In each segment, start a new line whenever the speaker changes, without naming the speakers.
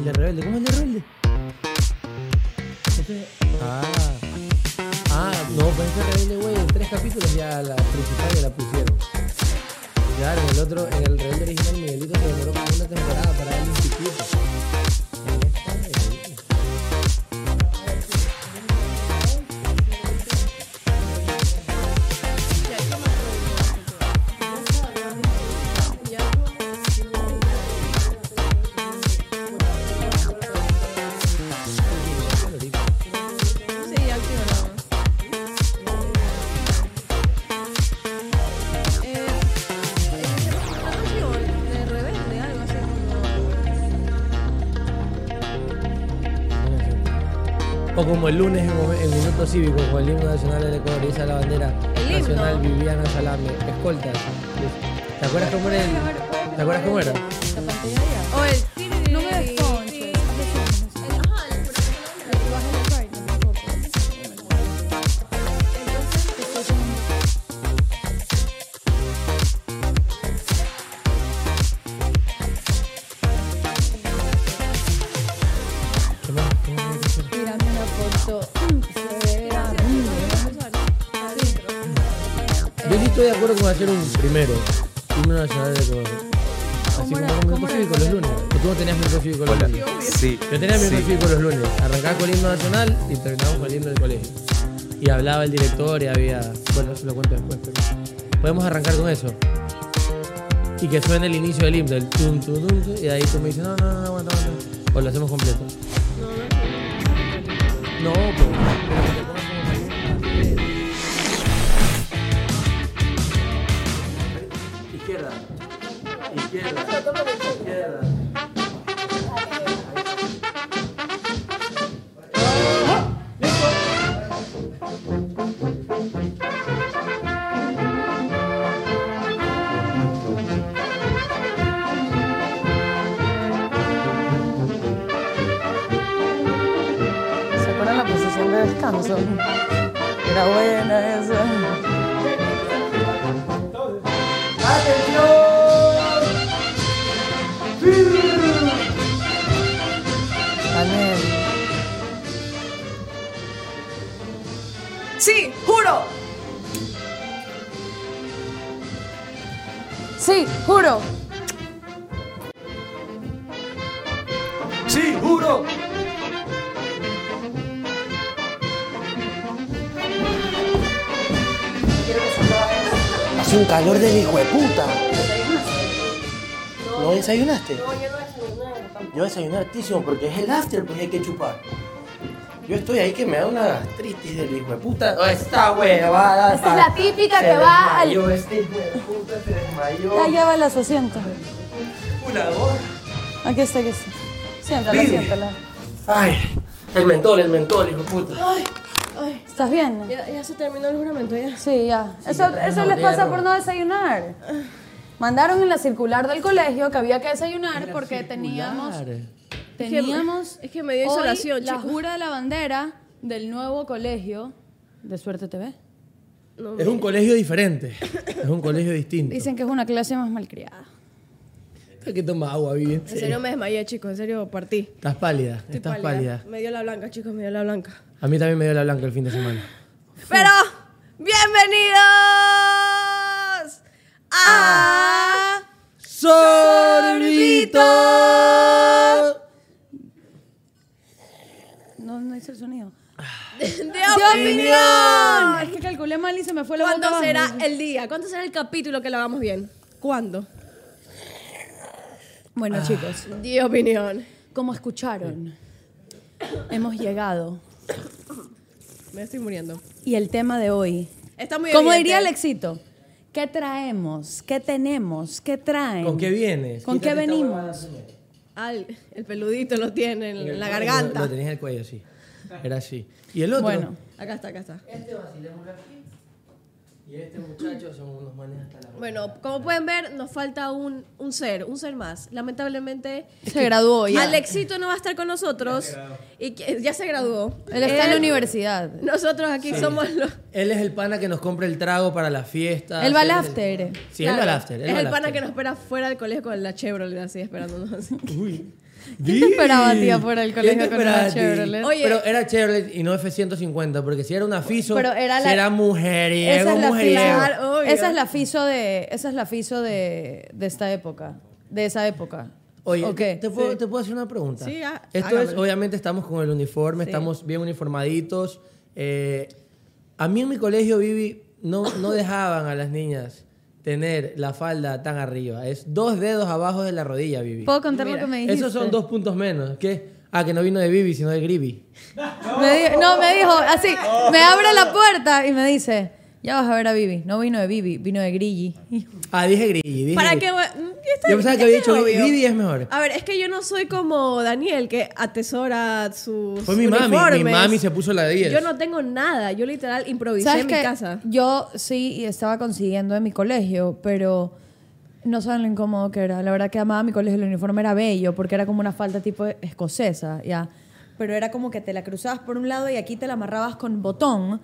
¿Y la rebelde? ¿Cómo es la rebelde? Entonces, ah. Ah, no, pero esa rebelde, güey, en tres capítulos ya la principal ya la pusieron. Claro, en el otro, en el rebelde original Miguelito se demoró como una temporada para darle un chiquito. En esta, eh, colorito.
Sí, ya al final hablamos. Eh, eh, de rebelde, algo así como.
O como el lunes en momen- en Minuto Cívico, con el himno nacional del Ecuador, y esa la bandera
El himno.
nacional Viviana Salame, escoltas. ¿Te acuerdas cómo era? el- ¿Te acuerdas cómo era?
O el número de ponches.
¿Qué más? ¿Qué más hay que hacer?
Tirame una foto. Se ve a mí.
Yo sí estoy de acuerdo con hacer un primero, himno nacional del Ecuador. Así como con Minuto Cívico los lunes. O tú no tenías Minuto Cívico los
Hola.
lunes.
Sí.
Yo tenía mi
sí.
Cívico los lunes. Arrancaba con el himno nacional y terminaba con el himno del colegio. Y hablaba el director y había. Bueno, eso lo cuento después, pero. Podemos arrancar con eso. Y que suene el inicio del himno, el tum, tum, tum, tum, y ahí tú me dices, no, no, no, no, aguanta, aguanta. O lo hacemos completo. No, pues. Izquierda. Izquierda. Izquierda.
¿Se acuerdan la posición de descanso? Era buena esa. ¡Atención!
Sí, juro.
Sí, juro.
Sí, juro.
Hace un calor del hijo de puta. ¿No desayunaste? Yo desayuné hartísimo porque es el after, pues hay que chupar. Yo estoy ahí que me da una gastritis del hijo de puta. Oh, Esta huevada.
Esta es la típica que va al-
Yo, este hijo de puta se desmayó.
Ya lleva la su asiento.
Una voz.
Aquí está, aquí está. Siéntala,
Vive.
siéntala.
Ay, el mentol, el mentol, hijo de puta.
Ay, ay.
¿Estás bien?
Ya, ya se terminó el juramento, ya.
Sí, ya. Eso, eso les pasa por no desayunar. Mandaron en la circular del colegio que había que desayunar porque teníamos Teníamos.
Es que me dio insolación,
hoy la
chicos.
jura de la bandera del nuevo colegio de Suerte TV.
No,
Es un colegio diferente. Es un colegio distinto.
Dicen que es una clase más malcriada.
Hay que toma agua, bien.
En serio me desmayé, chicos. En serio partí.
Estás pálida,
Estoy
estás
pálida.
pálida.
Me dio la blanca, chicos, me dio la blanca.
A mí también me dio la blanca el fin de semana.
Pero, bienvenidos
Ah.
a...
¡Sorbito!
No, no hice el sonido.
De
¡De opinión!
opinión.
Es que calculé mal y se me fue la
¿Cuándo
bota
será
abajo.
el día? ¿Cuándo será el capítulo que lo hagamos bien? ¿Cuándo?
Bueno,
Ah.
chicos,
De opinión.
como escucharon, hemos llegado.
Me estoy muriendo.
Y el tema de hoy.
Está muy
Como
evidente.
diría el éxito, ¿qué traemos? ¿Qué tenemos? ¿qué traen?
¿Con qué vienes?
¿Con qué
Quítate esta
venimos?
huevada, señor.
Al- el peludito lo tiene en, la
Lo-
garganta.
Lo, tenías en el cuello, sí. Era así. Y el otro.
Bueno.
Acá está, acá está.
Este vacilemos aquí. Y este muchacho son unos manes hasta la
Bueno, como pueden ver, nos falta un, un ser, un ser más. Lamentablemente,
Se
Oh,
graduó ya.
Alexito no va a estar con nosotros. y que- ya se graduó.
Él está en la
Él-
universidad.
Nosotros aquí somos los.
Él es el pana que nos compra el trago para la fiesta.
Él va al
Él es
after.
Sí, él va al after. él
es
va
el
al
pana
after.
que nos espera fuera del colegio con la Chevrolet así esperándonos.
Uy,
¿Quién te esperaba, tía, por el colegio con una Chevrolet?
Oye.
Pero era Chevrolet y no F-150, porque si era una FISO,
Pero era
si
la-
era mujeriego,
Esa es, la
mujeriego.
Claro,
fiso,
obvio.
esa es la fiso de esa es la fiso de, de esta época, de esa época.
Oye,
¿O qué?
¿te, puedo, te puedo hacer una pregunta?
Sí, ah,
Esto es,
hágamelo.
obviamente estamos con el uniforme, estamos bien uniformaditos. Eh, a mí en mi colegio, Vivi, no, no dejaban a las niñas tener la falda tan arriba. Es dos dedos abajo de la rodilla, Vivi.
¿Puedo contar lo que me dijiste?
Esos son dos puntos menos. ¿Qué? Ah, que no vino de Vivi, sino de Gribi.
Me di- no, me dijo así, me abre la puerta y me dice, ya vas a ver a Vivi. No vino de Vivi, vino de Grilli.
Ah, dije Gribi. dije
¿Para
Gribi.
qué? voy- Mm, ya está
Yo
bien,
pensaba que
ya
había
está
dicho
obvio.
Vivi es mejor.
A ver, es que yo no soy como Daniel, que atesora sus
Fue mi mami. Mi
uniformes.
mami se puso la de 10.
Yo no tengo nada. Yo literal improvisé
¿Sabes
en mi
qué?
casa.
Yo sí y estaba consiguiendo en mi colegio, pero no saben lo incómodo que era. La verdad que amaba mi colegio, el uniforme era bello porque era como una falda tipo escocesa, ya. Pero era como que te la cruzabas por un lado y aquí te la amarrabas con botón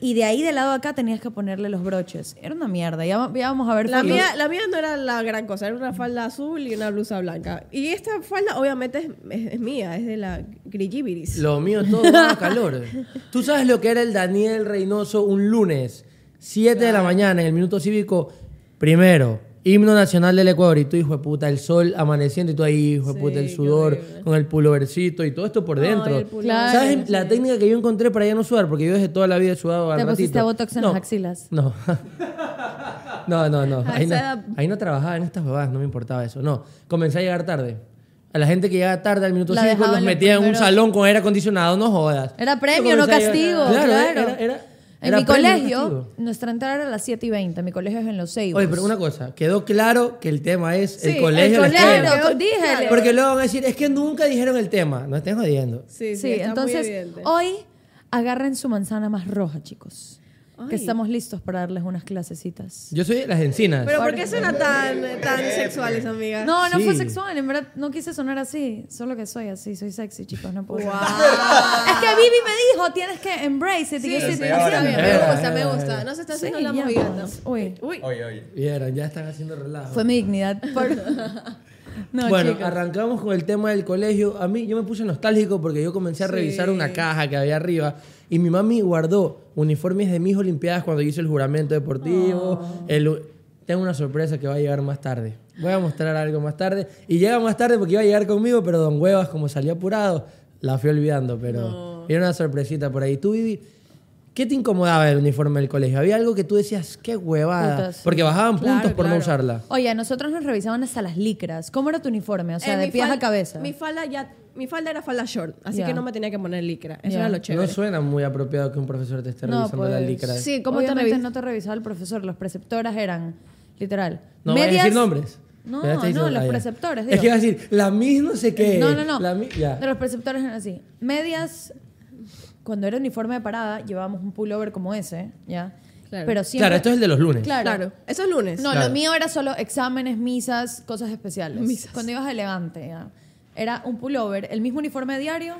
y de ahí del lado de acá tenías que ponerle los broches. Era una mierda. Ya, va- ya vamos a ver
La
fotos.
mía, la mía no era la gran cosa, era una falda azul y una blusa blanca. Y esta falda obviamente es, es- es mía, es de la Grillibiris.
Lo mío todo daba calor. Tú sabes lo que era el Daniel Reynoso un lunes, 7 de la mañana, en el Minuto Cívico. Primero, himno nacional del Ecuador. Y tú, hijo de puta, el sol amaneciendo y tú ahí, hijo de puta, el sudor, con el pulovercito y todo esto por dentro.
el pullover,
Claro,
¿Sabes la técnica que yo encontré para ya no sudar? Porque yo desde toda la vida he sudado al
Te pusiste
ratito.
botox en
No,
las axilas.
No. No, no, no.
Ah,
A
Ahí no,
esa edad-
ahí no trabajaba en estas babas, no me importaba eso. No, comencé a llegar tarde. A la gente que llegaba tarde al minuto
La
5
dejaban
los
en los
metía en un
primeros.
salón con aire acondicionado, no jodas.
Era
Yo
premio, no
comencé a llegar-
castigo. Claro,
Era, era-
en
era
mi
premio, no
colegio,
castigo.
nuestra entrada era a las 7 y 20. Mi colegio es en los 6.
Oye, pero una cosa, quedó claro que el tema es
Sí,
el colegio. la
el
escuela.
colegio,
Claro, dije.
Porque luego van a decir, es que nunca dijeron el tema. No estén jodiendo.
Sí, oh, sí,
Sí,
está muy
entonces
evidente.
hoy agarren su manzana más roja, chicos. Que
Ay.
estamos listos para darles unas clasecitas.
Yo soy de las encinas.
Pero ¿por qué suena tan, tan sexuales, amiga?
No, no fue
Sí.
sexual, en verdad no quise sonar así, solo que soy así, soy sexy, chicos, no puedo.
Wow.
Es que Vivi me dijo, tienes que embrace it. y yo sí, sí,
Está bien,
sí,
me
Era,
gusta, me
era,
gusta.
era.
No se está
sí,
haciendo
ya,
la movida.
vámonos. Uy,
Uy,
Oye, oye.
Vieron, ya están haciendo relajo.
fue mi dignidad. por- No,
bueno,
chicos.
arrancamos con el tema del colegio. A mí yo me puse nostálgico porque yo comencé a revisar una caja que había arriba y mi mami guardó uniformes de mis Olimpiadas cuando hice el juramento deportivo.
Oh.
el- tengo una sorpresa que va a llegar más tarde. Voy a mostrar algo más tarde. Y llega más tarde porque iba a llegar conmigo, pero Don Huevas, como salió apurado, la fui olvidando. Pero era una sorpresita por ahí. Tú, Vivi, ¿qué te incomodaba del uniforme del colegio? ¿Había algo que tú decías, qué huevada?
Puta, sí.
Porque bajaban puntos por no usarla.
Oye, a nosotros nos revisaban hasta las licras. ¿Cómo era tu uniforme? O sea,
eh,
de
mi
pies
fal-
a cabeza.
Mi falda ya, mi falda era falda short, así
Ya.
que no me tenía que poner licra. Eso
Ya.
era lo
No
chévere.
suena muy apropiado que un profesor te esté
No,
revisando la
pues,
licra.
sí, ¿cómo te
Obviamente
revis-
no te revisaba el profesor, los preceptoras eran, literal.
No voy a decir nombres.
No,
Ya está
no,
diciendo-
los
ah, ya.
preceptores,
Es
digo.
que iba a decir, la mis no sé qué.
No, no, no.
La mi- ya.
De los preceptores eran así. Medias, cuando era uniforme de parada, llevábamos un pullover como ese, ¿ya?
Claro.
Pero siempre...
Claro, esto es el de los lunes.
Claro.
Claro, eso es lunes.
No,
Claro.
lo mío era solo exámenes, misas, cosas especiales.
Misas.
Cuando ibas elegante, ya. Era un pullover, el mismo uniforme diario,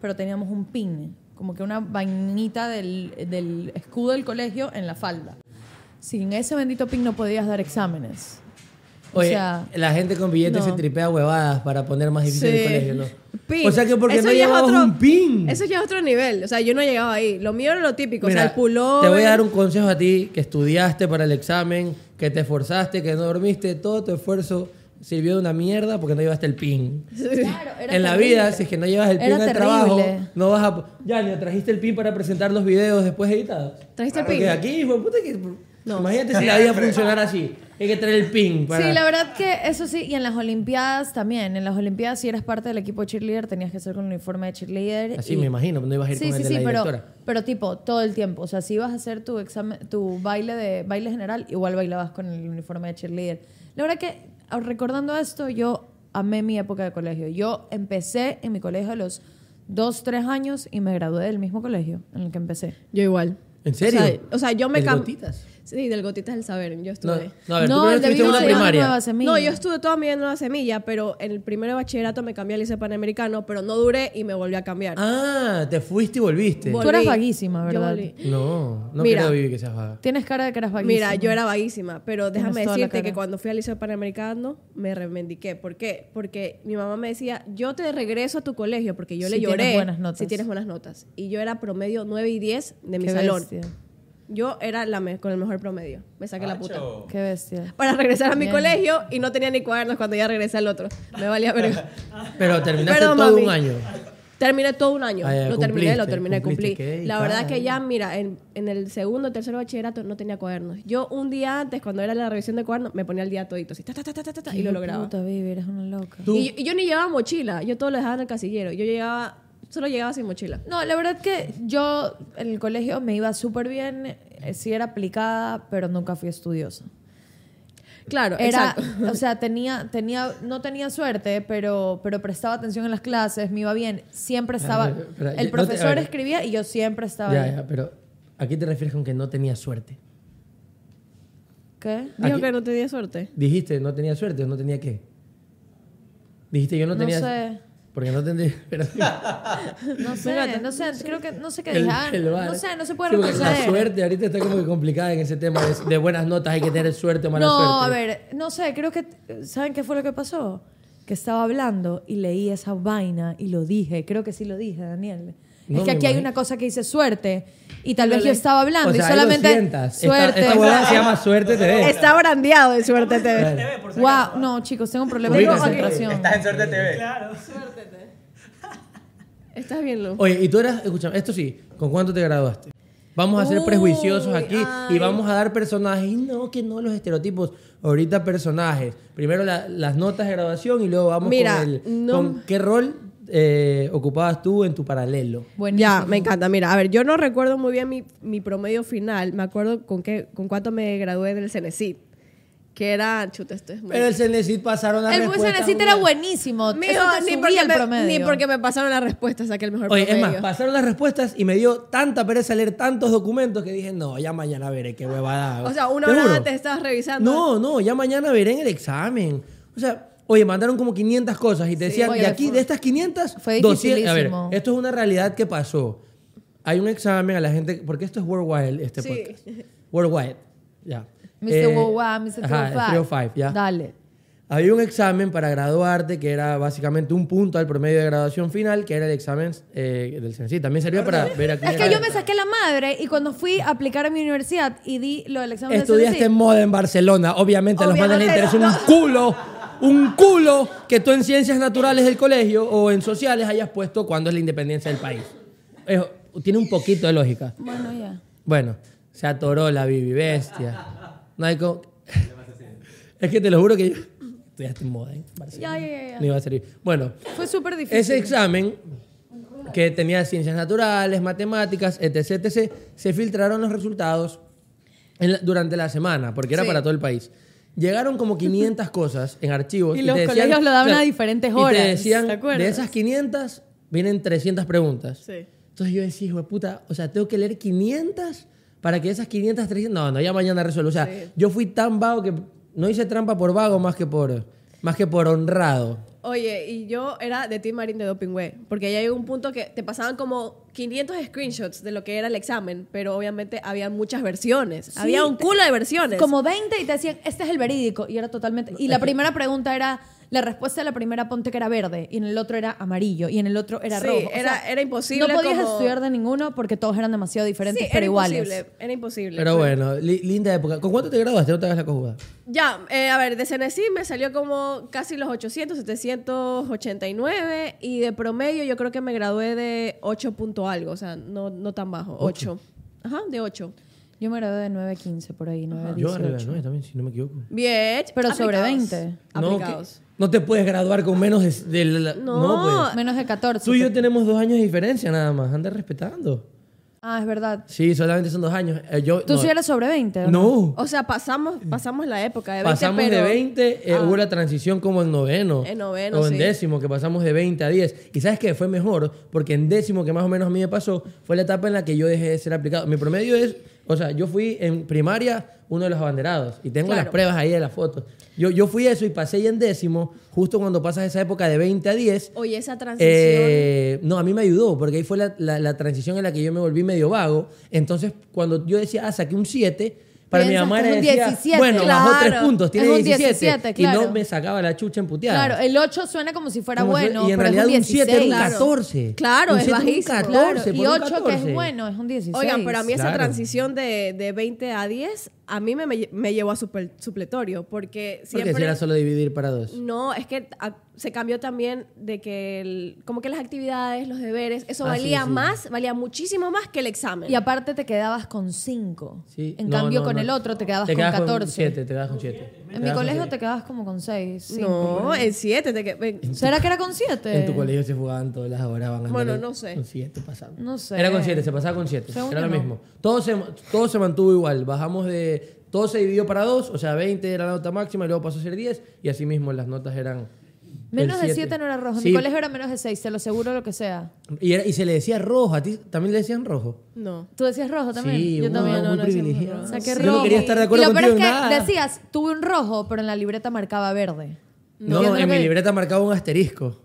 pero teníamos un pin, como que una vainita del, del escudo del colegio en la falda. Sin ese bendito pin no podías dar exámenes.
Oye,
o sea,
la gente con billetes
no.
se tripea huevadas para poner más difícil
Sí.
el colegio, ¿no?
Pin.
O sea que porque
Eso
no
ya es
llevabas
otro-
un pin.
Eso ya es otro nivel. O sea, yo no llegaba ahí. Lo mío era lo típico. o sea,
Mira,
el pullover.
Te voy a dar un consejo a ti que estudiaste para el examen, que te esforzaste, que no dormiste, todo tu esfuerzo sirvió de una mierda porque no llevaste el pin.
Claro, era
en la
terrible.
vida, si es que no llevas el pin
Era
al trabajo,
terrible.
no vas a. Ya, ni trajiste el pin para presentar los videos después editados.
¿Trajiste el
Porque
pin?
aquí, hijo de puta, que. Imagínate si la vida funcionara así. Hay que traer el pin para.
Sí, la verdad que eso sí, y en las Olimpiadas también. En las Olimpiadas, si eras parte del equipo cheerleader, tenías que ser con el uniforme de cheerleader.
Así
y-
me imagino, no ibas a ir
Sí,
con
sí,
el de
sí,
la
pero,
directora.
pero tipo, todo el tiempo. O sea, si ibas a hacer tu examen, tu baile de baile general, igual bailabas con el uniforme de cheerleader. La verdad que, ah, recordando esto, yo amé mi época de colegio. Yo empecé en mi colegio a los dos, tres años y me gradué del mismo colegio en el que empecé.
Yo igual.
¿En serio?
O sea, o sea, yo me
¿El
cam-
Gotitas?
Sí, del Gotitas del Saber. Yo
No,
estuve.
no, a ver, tú
eh, No,
primero
el de
estuviste en
Vivo
una
se llama Nueva
primaria.
No,
Semilla.
yo estuve toda mi vida en Nueva Semilla, pero en el primer bachillerato me cambié al liceo panamericano, pero no duré y me volví a cambiar.
Ah, te fuiste y volviste.
Vol-
Volví.
Tú eras vaguísima,
Yo
¿verdad?
volví.
No, no
Mira.
creo, Vivi, que seas vaga.
Tienes cara de que eras vaguísima.
Mira, yo era vaguísima, pero
Tienes
déjame
toda la
decirte
cara.
que cuando fui al liceo panamericano me reivindiqué. ¿Por qué? Porque mi mamá me decía, yo te regreso a tu colegio, porque yo le
Si tienes
lloré.
buenas notas.
Si tienes buenas notas. Y yo era promedio 9 y 10 de mi
Qué
salón.
bestia.
Yo era la me- con el mejor promedio. Me saqué la puta.
Qué bestia.
Para regresar a mi
Bien.
colegio y no tenía ni cuadernos cuando ya regresé al otro. Me valía verga.
Pero terminaste
Perdón,
todo
mami.
un año.
Terminé todo un año.
Ah, ya,
lo terminé, lo
cumpliste,
terminé, cumplí.
cumpliste, qué
La verdad es que
tal.
ya, mira, en, en el segundo, tercero bachillerato no tenía cuadernos. Yo un día antes, cuando era la revisión de cuadernos, me ponía el día todito así, ta, ta, ta, ta, ta, ta, y lo lograba.
Puta, baby, eres una loca.
Tú-
Y, yo- y yo ni llevaba mochila, yo todo lo dejaba en el casillero. Yo llegaba, solo llegaba sin mochila.
No, la verdad que yo en el colegio me iba súper bien, eh, sí era aplicada, pero nunca fui estudiosa.
Claro,
Era,
exacto.
o sea, tenía, tenía, no tenía suerte, pero, pero prestaba atención en las clases, me iba bien, siempre estaba.
ver, espera, ya, no
el
te-
profesor
a ver.
escribía y yo siempre estaba.
Ya,
bien.
ya, pero ¿a qué te refieres con que no tenía suerte?
¿Qué?
Dijo
aquí-
que no tenía suerte.
Dijiste, no tenía suerte, o no tenía qué. Dijiste, yo no,
No
tenía.
sé.
Porque no tendría. pero-
No sé, no sé, creo que no sé qué
el-
dije. Ah,
el bar.
no sé, no se puede
Sí, porque
reconocer.
La suerte ahorita está como que complicada en ese tema. De, de buenas notas hay que tener suerte o mala suerte.
No, a ver, no sé, creo que. ¿Saben qué fue lo que pasó? Que estaba hablando y leí esa vaina y lo dije. Creo que sí lo dije, Daniel.
No
es que
me
aquí hay
imagino.
una cosa que dice suerte y tal vez yo estaba hablando
O sea,
y
ahí lo
solamente.
sientas. Esta-
Suerte.
Esta, huevada se llama Suerte TV.
Está brandeado de suerte te ves.
wow, no, chicos, tengo un problema de
Ubícate.
concentración.
Estás en Suerte TV.
Estás bien, Lu.
Oye, y tú eras, escúchame, esto sí, ¿con cuánto te graduaste? Vamos a ser
Uy,
prejuiciosos aquí
ay.
y vamos a dar personajes. Y no, que no los estereotipos. Ahorita personajes. Primero la- las notas de graduación y luego vamos
Mira,
con el.
no-
con ¿Qué rol eh, ocupabas tú en tu paralelo?
Buenísimo.
Ya, me encanta. Mira, a ver, yo no recuerdo muy bien mi, mi promedio final. Me acuerdo con qué, con cuánto me gradué del Cenecit. Que era, chuta, esto es muy-
Pero el Cenecit pasaron a
El
respuesta.
Bucenecit era buenísimo.
Mijo,
Eso te
ni,
subía
porque
el
me,
promedio.
ni porque me pasaron las respuestas, saqué el mejor
Oye, es
promedio.
más, pasaron las respuestas y me dio tanta pereza leer tantos documentos que dije, no, ya mañana veré qué huevada. hago".
o sea, una
Te
hora
juro.
antes estabas revisando.
No, no, ya mañana veré en el examen. O sea, oye, mandaron como 500 cosas y te decían,
oye,
y aquí
fue-
de estas 500,
fue
200. A ver,
dificilísimo.
esto es una realidad que pasó. Hay un examen a la gente, porque esto es worldwide, este
Sí.
podcast. Worldwide, ya.
Mr.
Eh,
Wawa, Mr.
ajá, 305, ya.
Dale.
Había un examen para graduarte que era básicamente un punto al promedio de graduación final, que era el examen eh, del CENCI. También servía para ver a quién
Es que
era-
yo me saqué la madre y cuando fui a aplicar a mi universidad y di lo del examen
Estudiaste
de
en moda en Barcelona. Obviamente, a los manes les
Obviamente,
interesa un culo. Un culo que tú en ciencias naturales del colegio o en sociales hayas puesto cuándo es la independencia del país. Es- tiene un poquito de lógica.
Bueno, ya.
Bueno, se atoró la Bibi bestia. No hay co- Es que te lo juro que yo estudiaste en moda en Barcelona.
Ya, ya, ya, ya.
No iba a servir. Bueno,
Fue súper difícil.
ese examen que tenía ciencias naturales, matemáticas, etc., etc., se filtraron los resultados en la- durante la semana, porque era
Sí.
para todo el país. Llegaron como 500 cosas en archivos.
Y los colegios lo daban a diferentes
Y
horas,
te decían,
¿te acuerdas?
de esas 500, vienen 300 preguntas.
Sí.
Entonces yo decía, hijo de puta, o sea, tengo que leer 500 para que esas 500, 300... No, no, ya mañana resuelvo. O sea, yo fui tan vago que no hice trampa por vago más que por, más que por honrado.
Oye, y yo era de Team Marine de Dopingüe, porque ya llegó un punto que te pasaban como 500 screenshots de lo que era el examen, pero obviamente había muchas versiones. había un
te-
culo de versiones.
Como 20 y te decían, este es el verídico. Y era totalmente. Y la primera pregunta era. La respuesta de la primera ponte que era verde. Y en el otro era amarillo. Y en el otro era
Sí,
rojo. O
era-
sea,
era imposible
No podías
como-
estudiar de ninguno porque todos eran demasiado
Sí,
diferentes,
era
pero iguales.
imposible, era imposible.
Pero bueno, li- linda época. ¿Con cuánto te graduaste? No te hagas la cojuda.
Ya, eh, a ver, de Cenecí me salió como casi los 800, 789 y de promedio yo creo que me gradué de 8 punto algo, o sea, no, no tan bajo, 8. Ajá, de 8.
Yo me gradué de 9.15 por ahí, 9.18.
Yo arriba de las nueve también, si no me equivoco.
Bien.
Pero sobre
aplicados.
20.
No,
Aplicados.
que- no te puedes graduar con menos de... de la-
No.
no, pues.
Menos de 14.
Tú y yo tenemos dos años de diferencia nada más. Anda respetando.
Ah, es verdad.
Sí, solamente son dos años. Eh, yo,
Tú
no,
sí eres sobre 20. ¿o
No.
O sea, pasamos, pasamos la época de 20,
pasamos de
pero-
20, eh,
Ah.
hubo la transición como en noveno.
En noveno,
O en
sí.
décimo, que pasamos de 20 a 10. Y sabes que fue mejor, porque en décimo, que más o menos a mí me pasó, fue la etapa en la que yo dejé de ser aplicado. Mi promedio es O sea, yo fui en primaria uno de los abanderados y tengo las
Claro.
pruebas ahí de las fotos. Yo, yo fui eso y pasé ya en décimo, justo cuando pasas esa época de 20 a 10.
Oye, esa transición.
Eh, no, a mí me ayudó, porque ahí fue la, la- la transición en la que yo me volví medio vago. Entonces, cuando yo decía, ah, saqué un 7, para mi
Piensas
mamá
que
era
es un
decía,
17.
bueno, bajó
Claro,
3 puntos, tiene
es un
17.
17,
Y
claro.
no me sacaba la chucha en puteada.
Claro, el 8 suena como si fuera
Como si-
bueno,
y en
pero
realidad
es un
un 7
16.
era un
claro.
14.
Claro,
Un
es
7 era un
bajísimo.
14,
Claro,
por
y
un
8 que es
14.
bueno, es un 16.
Oigan, pero a mí esa
Claro.
transición de, de 20 a 10, a mí me, me, me llevó a super- supletorio, porque siempre...
Porque si era solo dividir para dos.
No, es que a- se cambió también de que el- como que las actividades, los deberes, eso
Ah, sí,
valía
sí.
más, valía muchísimo más que el examen.
Y aparte te quedabas con 5.
Sí,
En
no,
cambio,
no,
con
no.
el otro te quedabas con
quedas
14.
Con 7, te quedas con 7.
En mi colegio te quedabas como con 6.
no, el 7. te que- ven,
¿Será que era con 7?
En tu colegio se jugaban todas las horas. Van a
Bueno,
andar
no sé.
Con 7 pasando.
No sé.
Era con 7, se pasaba con 7.
Según
Era
yo
lo
no.
mismo. Todo se, todo se mantuvo igual. Bajamos de. Todo se dividió para dos, o sea, 20 era la nota máxima y luego pasó a ser 10. Y así mismo las notas eran. del
Menos de 7 no era rojo. En
Sí,
mi colegio era menos de 6, te lo seguro lo que sea.
Y, era- y se le decía rojo. ¿A ti también le decían rojo?
No.
¿Tú decías rojo también?
Sí, uh,
yo
wow,
también.
muy
no, no decía
privilegiado.
rojo. O sea, que
Yo
rojo.
no quería estar de
Y
acuerdo
lo peor
contigo
es que
en nada.
decías, tuve un rojo, pero en la libreta marcaba verde.
No,
Yo creo
en mi
que-
libreta marcaba un asterisco.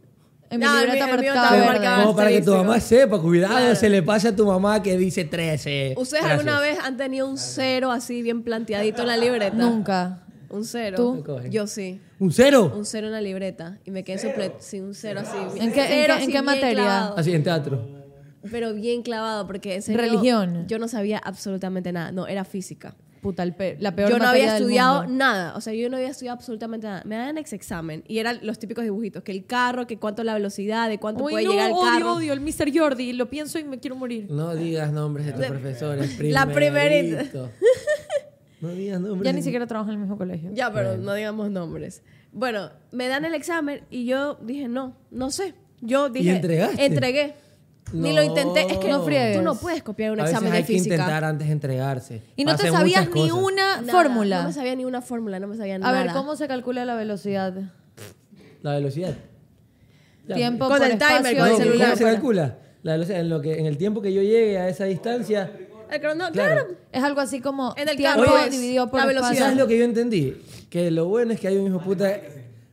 En mi
No, el
libreta
mío- el mío estaba
marcaba verde.
marcado.
Como para que tu
asterisco.
mamá sepa, cuidado, se le pase a tu mamá que dice 13.
¿Ustedes
Gracias.
alguna vez han tenido un cero así bien planteadito en la libreta?
Nunca.
Un cero.
¿Tú?
Yo sí.
¿Un cero?
Un cero en la libreta. Y me quedé suple- sí, un cero así.
¿En qué-
cero
en qué- en
así
qué
bien
materia?
clavado.
Así en teatro.
Pero bien clavado, porque en serio,
Religión.
Yo no sabía absolutamente nada. No, era física.
Puta, el pe- la peor
yo no había
materia del
estudiado
mundo.
nada. O sea, yo no había estudiado absolutamente nada. Me daban ex examen y eran los típicos dibujitos: que el carro, que cuánto la velocidad, de cuánto
Uy,
puede
no,
llegar el
odio,
carro.
odio, el Mr. Jordi, lo pienso y me quiero morir.
No digas nombres de tus profesores.
La primerita.
primerito. No digas nombres.
Ya ni
de-
siquiera trabajo en el mismo colegio.
Ya, pero no digamos nombres. Bueno, me dan el examen y yo dije: no, no sé. Yo dije:
entregaste?
Entregué. Ni lo
No.
intenté. Es que
No
friegues.
tú no puedes copiar un
A veces
examen
hay
de física.
que intentar antes de entregarse.
Y no te
Pasan
sabías
muchas
ni
cosas.
una
Nada,
fórmula.
No me sabía ni una fórmula, no me sabía
A
nada.
ver, ¿cómo se calcula la velocidad?
La velocidad. Ya.
Tiempo
Con
por
el timer,
espacio,
con el
No,
tiempo
celular.
¿Cómo se
para-
calcula? La velocidad. En, lo que, en el tiempo que yo llegue a esa distancia.
El
Claro.
crono- claro.
Es algo así como
En el
tiempo
carro es
dividido por
la
espacio.
velocidad.
Ah, ¿Sabes lo que yo entendí? Que lo bueno es que hay un hijo de puta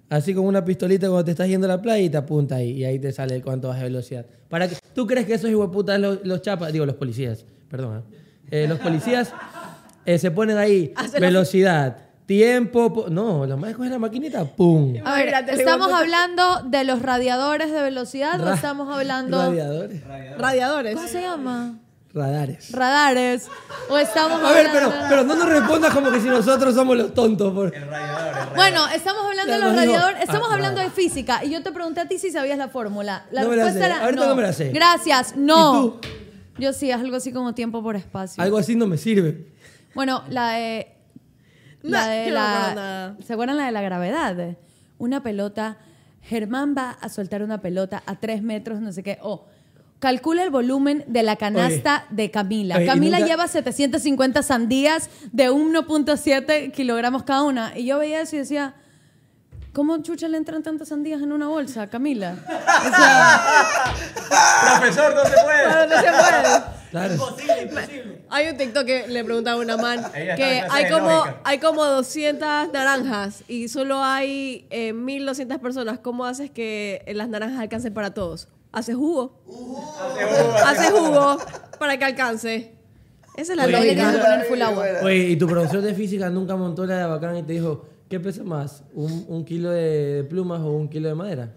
así con una pistolita cuando te estás yendo a la playa y te apunta ahí y ahí te sale el cuánto vas de velocidad. Para que, ¿Tú crees que esos hijos de puta los, los chapas, digo los policías, perdón, ¿eh? Eh, los policías eh, se ponen ahí
Hacen la-
velocidad, tiempo, po- no, los más cogen la maquinita, pum.
A ver,
Imagínate,
¿estamos
digo,
hablando de los radiadores de velocidad o
Ra-
estamos hablando...
Radiadores,
Radiadores.
¿Cómo se llama?
radares.
Radares. O estamos
A ver, pero,
hablando...
pero no nos respondas como que si nosotros somos los tontos. por-
Bueno, estamos hablando de
Ya
los
nos dijo-
radiadores, estamos
Ah,
hablando de
claro.
física y yo te pregunté a ti si sabías la fórmula. La
No me la
respuesta
sé.
era
Ahorita
no.
no me la sé.
Gracias, no.
¿Y tú?
Yo sí, es algo así como tiempo por espacio.
Algo así no me sirve.
Bueno, la de. La
No,
de
yo no me acuerdo
la.
nada.
¿Se acuerdan la de la gravedad? Una pelota. Germán va a soltar una pelota a tres metros, no sé qué. O calcula el volumen de la canasta de Camila.
Oye, y
Camila
nunca-
lleva 750 sandías de 1.7 kilogramos cada una. Y yo veía eso y decía. ¿Cómo chucha le entran tantas sandías en una bolsa, Camila? O sea,
Profesor, no se puede.
No se puede.
Claro.
Hay un TikTok que le preguntaba a una man
Ella está
que
en clase
hay
de
como,
lógica.
hay como 200 naranjas y solo hay eh, 1200 personas. ¿Cómo haces que eh, las naranjas alcancen para todos? Haces jugo. Haces jugo para que alcance. Esa es la
Oye,
le tienes que
lógica.
nada-
poner full agua.
Oye, y tu profesor de física nunca montó la de bacán y te dijo, ¿qué pesa más? ¿Un, un kilo de plumas o un kilo de madera?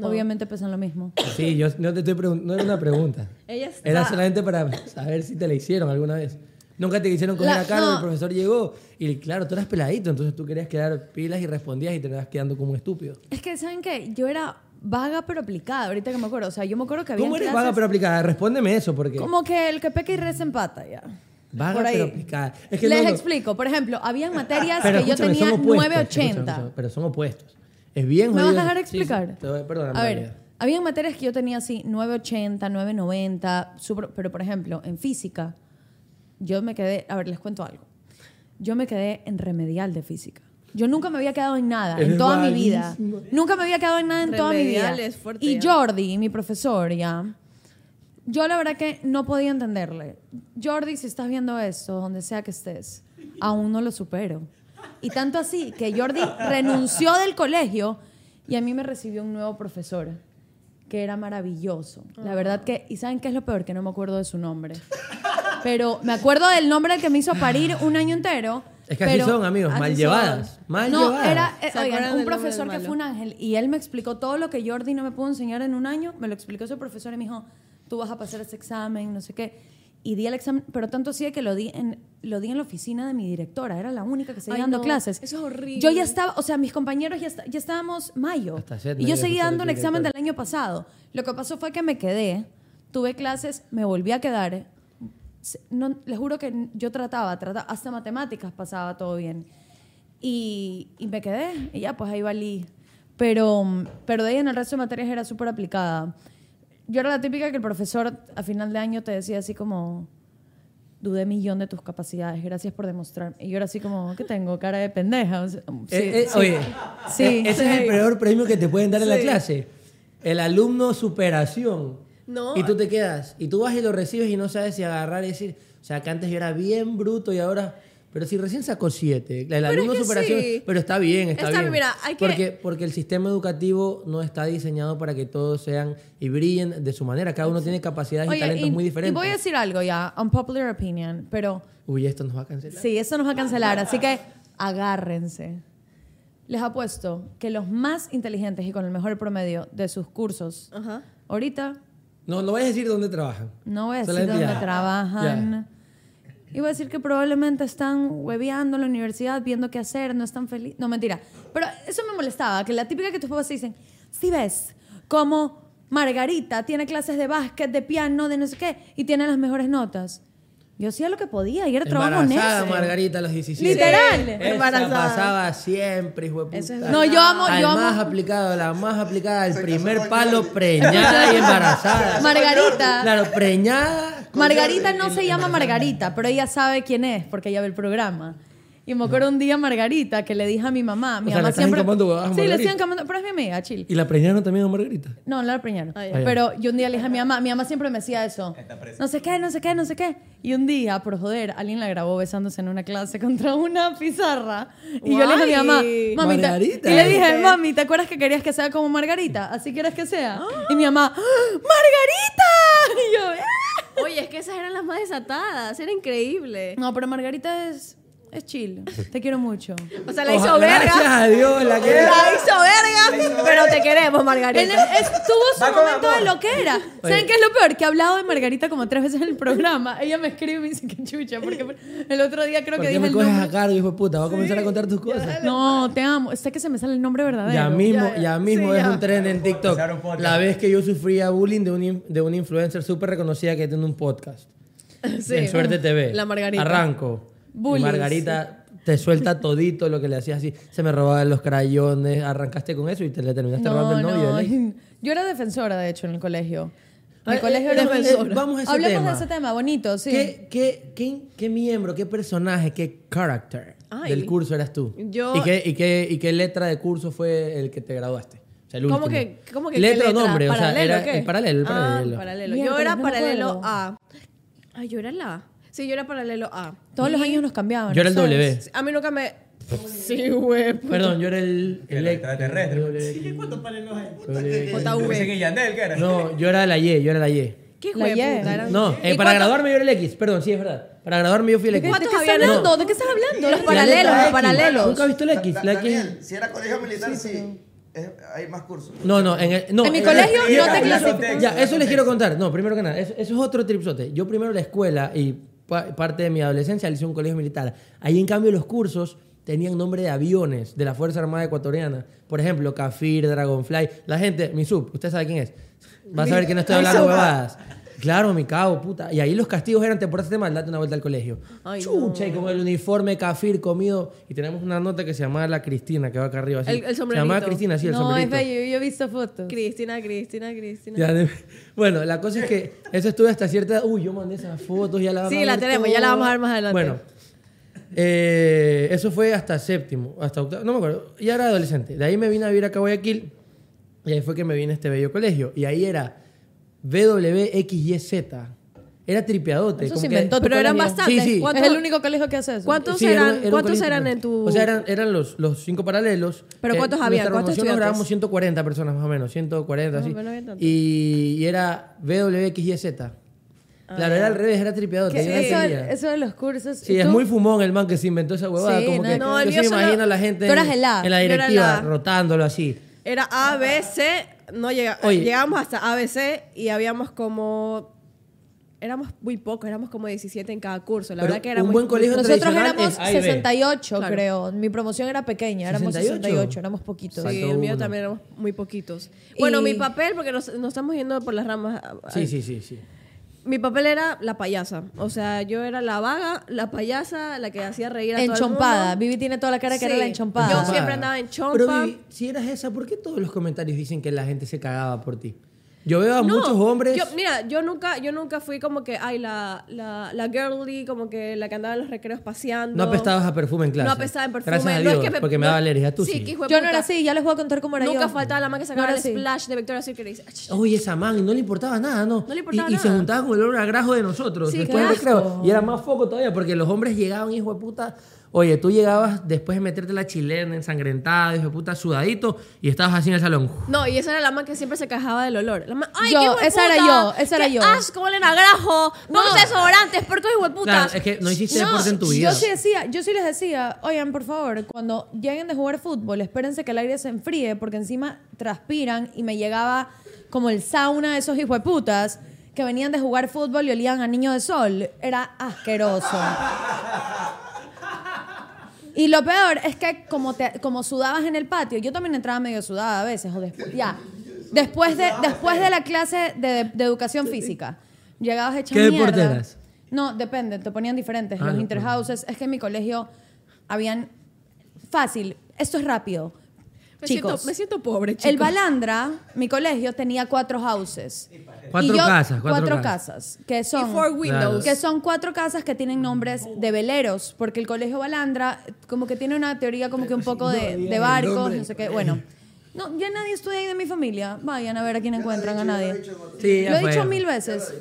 Obviamente pesan lo mismo.
Sí, yo no te estoy preguntando, no era una pregunta.
Ella está-
Era solamente para saber si te la hicieron alguna vez. Nunca te quisieron coger
La-
a cargo,
no.
el profesor llegó y claro, tú eras peladito, entonces tú querías quedar pilas y respondías y te estabas quedando como un estúpido.
Es que, ¿saben qué? Yo era vaga pero aplicada, ahorita que me acuerdo. O sea, yo me acuerdo que había
¿Cómo eres
clases
vaga pero aplicada? Respóndeme eso, porque
como que el que peca y reza empata, ya.
vaga
Por ahí.
pero aplicada. Es que
Les
no, no.
explico. Por ejemplo, habían materias
Pero
que yo
escúchame,
tenía
son opuestos,
980.
escúchame, pero son opuestos. Es bien
¿Me vas a
jodido.
dejar
Sí, sí,
explicar?
te voy- perdona,
A
María.
ver, habían materias que yo tenía así 980, 990, super- pero por ejemplo, en física, yo me quedé, a ver, les cuento algo. Yo me quedé en remedial de física. Yo nunca me había quedado en nada, en
Eres
toda mi vida.
vaguísima.
Nunca me había quedado en nada en toda mi vida.
Remedial es fuerte,
y
ya.
Jordi, mi profesor, ya, Yo la verdad que no podía entenderle. Jordi, si estás viendo esto, donde sea que estés, aún no lo supero. Y tanto así que Jordi renunció del colegio y a mí me recibió un nuevo profesor que era maravilloso. La verdad que, ¿y saben qué es lo peor? Que no me acuerdo de su nombre. Pero me acuerdo del nombre del que me hizo parir un año entero.
Es que así
pero-
son, amigos,
así
mal
son.
llevadas, mal
no,
llevadas.
era eh,
¿Se
oigan,
acuerdan
un
del nombre del
profesor que
malo?
fue un ángel y él me explicó todo lo que Jordi no me pudo enseñar en un año, me lo explicó ese profesor y me dijo, tú vas a pasar ese examen, no sé qué. Y di el examen, pero tanto así de que lo di en, lo di en la oficina de mi directora, era la única que seguía
Ay,
dando
no,
clases.
eso es horrible.
Yo ya estaba, o sea, mis compañeros ya, esta- ya estábamos mayo.
Hasta Seth me
y
dio
yo seguí
que ser
dando
el
el examen
director.
del año pasado. Lo que pasó fue que me quedé, tuve clases, me volví a quedar. Se- No, les juro que n- yo trataba, trataba, hasta matemáticas pasaba todo bien. Y, y me quedé, y ya, pues ahí valí. Pero, pero de ahí en el resto de materias era súper aplicada. Yo era la típica que el profesor a final de año te decía así como, dudé millón de tus capacidades, gracias por demostrarme. Y yo era así como, ¿qué tengo? Cara de pendeja. O sea, um, sí,
Eh, eh,
sí.
Oye,
Sí,
eh, ese es el
sí.
peor premio que te pueden dar en la clase. El alumno superación.
No.
Y tú te quedas. Y tú vas y lo recibes y no sabes si agarrar y decir. O sea, que antes yo era bien bruto y ahora. Pero si recién sacó siete. El alumno
que
superación.
sí.
Pero está bien, está,
Está
bien.
bien, mira, hay que-
porque, porque el sistema educativo no está diseñado para que todos sean y brillen de su manera. Cada uno tiene capacidades y
Oye,
talentos muy diferentes.
y voy a decir algo ya, unpopular opinion, pero
Uy, esto nos va a cancelar.
sí, eso nos va a cancelar, así que agárrense. Les apuesto que los más inteligentes y con el mejor promedio de sus cursos,
Ajá.
ahorita
No, no vayas a decir dónde trabajan.
no voy a decir
Solamente
dónde
ya.
trabajan. Y voy a decir que probablemente están hueveando en la universidad, viendo qué hacer, no están felices. No, mentira. Pero eso me molestaba, que la típica que tus papás te dicen, si ves como Margarita tiene clases de básquet, de piano, de no sé qué, y tiene las mejores notas. Yo hacía lo que podía y era trabajo
Embarazada,
honesto.
Margarita, a los 17.
Literal.
Esa
Embarazada.
pasaba siempre, hijo de puta.
Eso es
No, yo amo-
Al
yo
más
amo-
aplicado, la más aplicada, el
Se casó
primer
con
palo,
Jordi.
preñada y embarazada.
Margarita.
Claro, preñada.
Margarita no se llama Margarita, pero ella sabe quién es porque ella ve el programa. Y me acuerdo un día Margarita que le dije a mi mamá, mi
O sea, le
mamá
están
siempre
encamando huevadas a
Sí, le
Margarita.
estoy encamando, pero es mi amiga, chill.
¿Y la preñaron también a Margarita?
No, no la preñaron.
Ah, ya.
Ah, ya.
Pero yo un día le dije a mi mamá, mi mamá siempre me decía eso. No sé qué, no sé qué, no sé qué. Y un día, por joder, alguien la grabó besándose en una clase contra una pizarra. Y yo le dije a mi mamá,
Guay.
mami, te-"
Margarita.
y le dije, mami, ¿te acuerdas que querías que sea como Margarita? Así quieres que sea. Y mi mamá, "¡Ah! ¡Margarita! Y yo, "Ah".
Oye, es que esas eran las más desatadas, era increíble.
No, pero Margarita es, es chill. Te quiero mucho.
O sea, la hizo
Ojalá,
verga.
Gracias a Dios, la que.
La hizo verga, pero te queremos,
Él
Margarita.
es- tuvo su
Va con
momento
amor.
de loquera. ¿Saben qué es lo peor? Que he hablado de Margarita como tres veces en el programa. Ella me escribe y me dice que chucha, porque el otro día creo
¿Por
que
qué
dije
me
el
coges a
nombre.
cargo, hijo de puta? Voy a comenzar a contar tus cosas.
No, te amo. Sé que se me sale el nombre verdadero.
Ya mismo, ya,
ya,
mismo
sí,
es
ya.
un tren en TikTok.
Comenzaron podcast.
La vez que yo sufría bullying de un, in- de una influencer súper reconocida que tiene un podcast.
Sí.
En Suerte TV.
La Margarita.
Arranco. Y
Bullies.
Margarita te suelta todito lo que le hacías así. Se me robaban los crayones. Arrancaste con eso y te le terminaste robando el novio. de ley.
Yo era defensora, de hecho, en el colegio. Mi
Ah,
colegio
eh,
era
eh,
defensora.
eh, vamos a ese
Hablemos
tema.
de ese tema, bonito, sí.
¿Qué, qué, qué, qué miembro, qué personaje, qué character
Ay.
del curso eras tú?
Yo-
¿Y qué, y, qué, y qué letra de curso fue el que te graduaste? O sea, el
¿Cómo
último.
que- cómo que qué
letra o
letra?
nombre? O sea,
¿Paralelo
era
o qué?
el paralelo. El
Ah,
paralelo.
paralelo. Yo
Miércoles,
era
no me
paralelo
acuerdo.
A. Ay, yo era la A. Sí, yo era paralelo A.
Todos los años nos cambiaban.
Yo era el
¿sabes?
W.
A mí nunca me. Sí,
pues.
güey.
Perdón, yo era el.
El extraterrestre.
Sí, ¿cuántos paralelos
Pensé
JV.
que Yandel, ¿qué era?
No, yo era la Y, yo era la Y.
¿Qué
La
güey?
Y.
puta eran?
No, eh, para
¿Y cuánto-
graduarme yo era el X, perdón, sí, es verdad. Para graduarme yo fui el
¿De qué,
X.
de qué
¿Cuántos
estás
habían?
hablando?
No.
¿De qué estás hablando?
Los
La
paralelos,
letra
los
X.
paralelos.
¿Nunca has visto la X?
Da-
La X.
Daniel, si era colegio militar, sí. Es- hay más cursos.
No, no, en, el- no, eh,
En mi
el-
colegio
Sí,
no te
era
clasificaban.
contexto.
Ya, eso les quiero contar. No, primero que nada, eso, eso es otro tripsote. Yo primero la escuela y pa- parte de mi adolescencia la hice en un colegio militar. Ahí en cambio los cursos tenían nombre de aviones de la Fuerza Armada Ecuatoriana. Por ejemplo, Cafir, Dragonfly. La gente, mi sub, usted sabe quién es. Va a saber que no estoy hablando huevadas. Claro, mi cabo, puta. Y ahí los castigos eran, te portaste mal, date una vuelta al colegio.
Ay,
Chucha, y como el uniforme Cafir comido. Y tenemos una nota que se llamaba La Cristina, que va acá arriba. así.
El- el
Se llamaba
sombrerito.
Cristina, sí, el
no,
sombrerito.
es bello. Yo he visto fotos.
Cristina, Cristina, Cristina.
Ya, de- bueno, la cosa es que eso estuve hasta cierta edad. Uy, yo mandé esas fotos, ya la van
Sí,
a
la
ver
tenemos, ya la vamos a ver más adelante.
Bueno, eh, eso fue hasta séptimo, hasta octavo, no me acuerdo. Ya era adolescente. De ahí me vine a vivir acá a Guayaquil y ahí fue que me vine a este bello colegio. Y ahí era BWXYZ. Era tripeadote.
Eso
como
se
que-
inventó.
Pero eran
colegio.
bastantes.
Sí, sí.
¿Cuántos-
Es el único colegio que hace eso.
¿Cuántos
Sí, era un-
eran,
era un
¿cuántos
colegio
eran
grande.
en tu...?
O sea, eran, eran los, los cinco paralelos. Eh,
¿Pero cuántos habían?
nuestra
¿Cuántos
promoción nos
estudiantes?
grabamos 140 personas más o menos, 140
No,
así.
pero no había tanto.
Y, y era BWXYZ.
Ah,
Claro, era al revés, era tripeado.
Que eso, eso de los cursos.
Sí,
¿Y
es
tú?
muy fumón el man que se inventó esa huevada.
Sí,
como
no,
que
no,
el
yo
mío
se
solo-
imagino a la gente
Tú
en,
eras el A,
en la
yo era el
directiva
A.
rotándolo así.
Era A, B, C. No llega,
Oye.
llegamos hasta A, B, C y habíamos como... Éramos muy pocos, éramos como 17 en cada curso. La
Pero
verdad que era
un
muy-
buen colegio
muy-
Nosotros
tradicional
éramos
es A y B.
68,
Claro.
creo. Mi promoción era pequeña, éramos
68.
68, éramos poquitos.
Faltó
Sí, el mío
uno.
también éramos muy poquitos. Bueno,
Y-
mi papel, porque nos, nos estamos yendo por las ramas.
Sí, sí, sí, sí.
Mi papel era la payasa. O sea, yo era la vaga, la payasa, la que hacía reír a
Enchompada.
todo el mundo.
Vivi tiene toda la cara que era
Sí.
la
Yo
enchompada.
sí- siempre andaba en chompa.
Pero Vivi, si eras esa, ¿por qué todos los comentarios dicen que la gente se cagaba por ti? Yo veo a
No,
muchos hombres.
Yo, mira, yo nunca, yo nunca fui como que, ay, la, la, la girly, como que la que andaba en los recreos paseando.
No apestabas a perfume en clase.
No apestaba en perfume.
Gracias a
No es
Dios,
que me-
porque me
no-
daba alergia. Tú sí.
Sí, que hijo de
Yo no era
puta.
así, ya les voy a contar cómo era yo.
Nunca faltaba la man que sacaba
No
el
era así.
splash de Victoria's Secret y dice, "Ach".
Oye, esa man, no le importaba nada, ¿no?
No le importaba
y, Y se
nada.
juntaba con el olor a grajo de nosotros.
Sí,
después
qué
del recreo.
asco.
Y era más foco todavía, porque los hombres llegaban, hijo de puta. Oye, tú llegabas después de meterte la chilena, ensangrentada, hijo de puta, sudadito, y estabas así en el salón.
No, y esa era la man que siempre se quejaba del olor. La man, ay,
Yo,
qué hijo de
esa era
puta,
yo, esa era
qué
yo.
asco, huelen a grajo. No,
No.
no desodorantes, ¿por qué hijo de puta?
Claro, es que no hiciste deporte en tu vida.
Yo sí decía, yo sí les decía, oigan, por favor, cuando lleguen de jugar fútbol, espérense que el aire se enfríe, porque encima transpiran y me llegaba como el sauna de esos hijueputas que venían de jugar fútbol y olían a niño de sol. Era asqueroso. Y lo peor es que como, te- como sudabas en el patio, yo también entraba medio sudada a veces, o después, ya. Después de, después de la clase de, de educación física, llegabas hecha
¿Qué
mierda.
deporte eras?
No, depende, te ponían diferentes.
Ah,
los
no,
interhouses, es que en mi colegio habían. Fácil, esto es rápido.
me,
Chicos,
siento, me siento pobre, chicos.
el Balandra, mi colegio, tenía cuatro houses.
Cuatro
Y yo-
casas, cuatro
casas. Que son,
Y four windows.
Que son cuatro casas que tienen nombres de veleros, porque el colegio Balandra, como que tiene una teoría como que un poco de, de barcos, no sé qué. Bueno, no, ya nadie estudia ahí de mi familia. Vayan a ver a quién encuentran, a nadie.
Sí, ya
Lo he
fue.
dicho mil veces.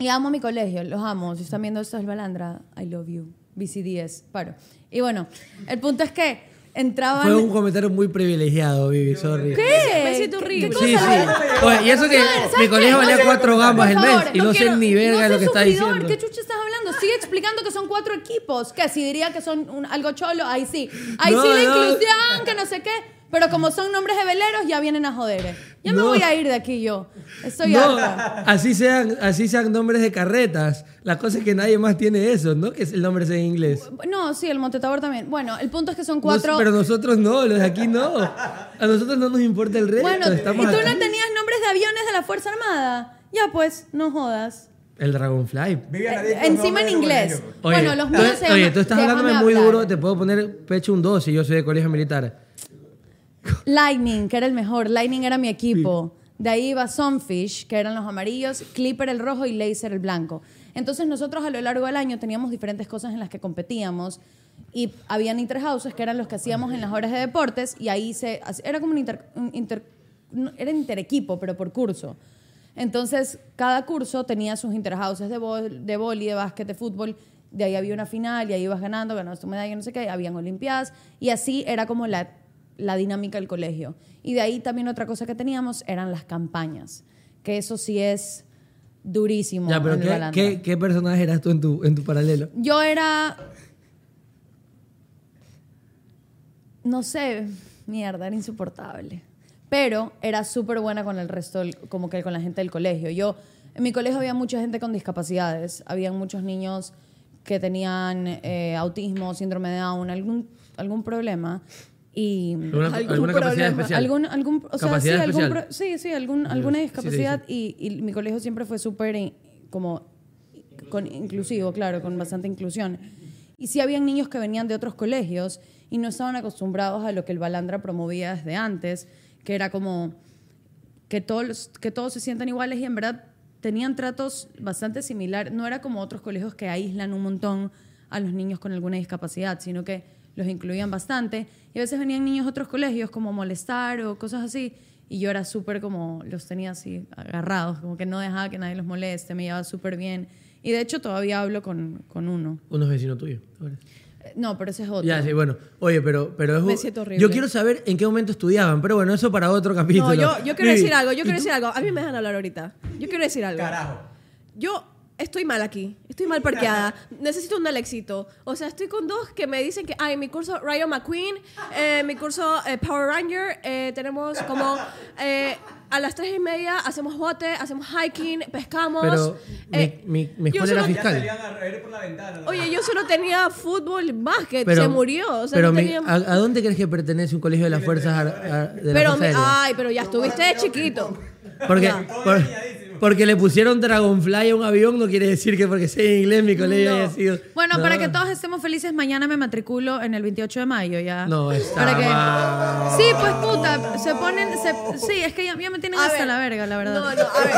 Y amo mi colegio, los amo. Si están viendo esto es Balandra, I love you. BCDS, paro. Y bueno, el punto es que entraban.
Fue un comentario muy privilegiado, Vivi, sorry.
¿Qué?
Me siento horrible.
¿Qué cosa?
Sí, sí. Oye, y eso que mi colegio valía cuatro gambas el
Por
mes
favor,
y no, sé
quiero-
ni verga
no
lo
seas
que está
sufridor,
diciendo.
¿Qué chucha estás hablando? Sigue explicando que son cuatro equipos. Que si diría que son un- algo cholo, ahí sí. Ahí
No,
sí la
no.
inclusión, que no sé qué. Pero como son nombres de veleros, ya vienen a joder. ¿eh? Ya me
No.
voy a ir de aquí yo. Estoy
No,
harta.
así sean, así sean nombres de carretas. La cosa es que nadie más tiene eso, ¿no? Que el nombre sea en inglés.
No, sí, el Montetabor también. Bueno, el punto es que son cuatro.
Nos- pero nosotros no, los de aquí no. A nosotros no nos importa el resto.
bueno, ¿y tú
estamos
no
aquí.
tenías nombres de aviones de la Fuerza Armada? Ya pues, no jodas.
El Dragonfly.
Viviana,
Eh,
di tus
Encima en
nombres de tu
inglés.
colegio.
Oye,
bueno, los
tú-
míos se
Oye,
llaman-
tú estás
déjame
hablándome muy
hablar.
duro, te puedo poner pecho un 12, yo soy de colegio militar.
Lightning, que era el mejor. Lightning era mi equipo. De ahí iba Sunfish, que eran los amarillos, Clipper el rojo y Laser el blanco. Entonces nosotros a lo largo del año teníamos diferentes cosas en las que competíamos y habían interhouses que eran los que hacíamos en las horas de deportes y ahí se hac- era como un inter, un inter- no, era interequipo, pero por curso. Entonces, cada curso tenía sus interhouses de, vol, de vóley, de básquet, de fútbol. De ahí había una final y ahí ibas ganando, ganabas tu medalla, no sé qué. Habían olimpiadas y así era como la, la dinámica del colegio. Y de ahí también otra cosa que teníamos eran las campañas, que eso sí es durísimo.
Ya, pero
en el
¿qué,
Balandra.
qué, qué personaje eras tú en tu, en tu paralelo?
Yo era... No sé, mierda, era insoportable. Pero era súper buena con el resto, del- como que con la gente del colegio. Yo, en mi colegio había mucha gente con discapacidades. Habían muchos niños que tenían eh, autismo, síndrome de Down, algún, algún problema. Y...
¿Alguna,
Algún
alguna capacidad
problema.
especial?
Algún, algún, o sea,
Capacidad
sí, algún
especial.
pro- sí, sí, algún- alguna
sí,
discapacidad y, y mi colegio siempre fue súper in- como con, inclusivo, claro, con bastante inclusión. Y sí habían niños que venían de otros colegios y no estaban acostumbrados a lo que el Balandra promovía desde antes, que era como que todos, los- que todos se sientan iguales y en verdad tenían tratos bastante similares. No era como otros colegios que aíslan un montón a los niños con alguna discapacidad, sino que los incluían bastante. Y a veces venían niños de otros colegios como molestar o cosas así. Y yo era súper como, los tenía así agarrados, como que no dejaba que nadie los moleste, me llevaba súper bien. Y de hecho todavía hablo con, con uno.
Unos vecinos tuyos. ahora.
Eh, No, pero ese es otro.
Ya, sí, bueno. Oye, pero, pero es
Me
un-
siento horrible.
Yo quiero saber en qué momento estudiaban, pero bueno, eso para otro capítulo.
No, yo, yo quiero
Vivi,
decir algo, yo
¿y
quiero
tú?
decir algo. A mí me dejan hablar ahorita. Yo quiero decir algo.
Carajo.
Yo estoy mal aquí, estoy mal parqueada, necesito un Alexito. O sea, estoy con dos que me dicen que, ay, mi curso Rayo McQueen, eh, mi curso eh, Power Ranger, eh, tenemos como... eh, a las tres y media hacemos bote, hacemos hiking, pescamos.
Pero
eh,
mi, mi, mi
yo
escuela era
solo-
Ya
fiscal.
salían a reír por la ventana.
Oye, yo solo tenía fútbol, básquet,
Pero-
se murió. O sea,
pero
no
mi-
tenía-
¿a, a dónde crees que pertenece un colegio de las fuerzas ar- ar- de la Fuerza
pero, me-
Aérea?
ay, pero ya estuviste de chiquito.
Porque,
ya.
por- porque le pusieron Dragonfly a un avión no quiere decir que porque sea en inglés mi colegio
No.
haya sido.
Bueno, para
No.
que todos estemos felices, mañana me matriculo en el 28 de mayo ya.
No, está
para que...
mal.
Sí, pues puta, se ponen... se- Sí, es que ya, ya me tienen
A
hasta
ver.
la verga, la verdad.
No, no, a ver.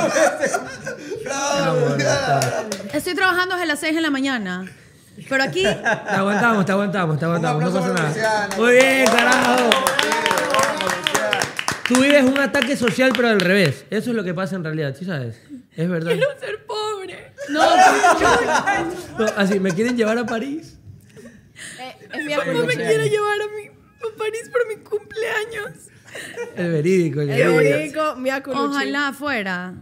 No, no, está-
Estoy trabajando desde las 6 de la mañana. Pero aquí...
Te aguantamos, te aguantamos, te aguantamos, no
aplauso
pasa
para
nada.
Luciano.
Muy bien, carajo. Tú vives un ataque social, pero al revés. Eso es lo que pasa en realidad, ¿sí sabes? Es verdad.
ser pobre.
No, no, así, me quieren llevar a París.
Eh, es mi
No me
acuerdo.
quiere llevar a, mi, a París por mi cumpleaños.
El verídico, el
El
verídico.
único Miyakuluchi.
Ojalá fuera.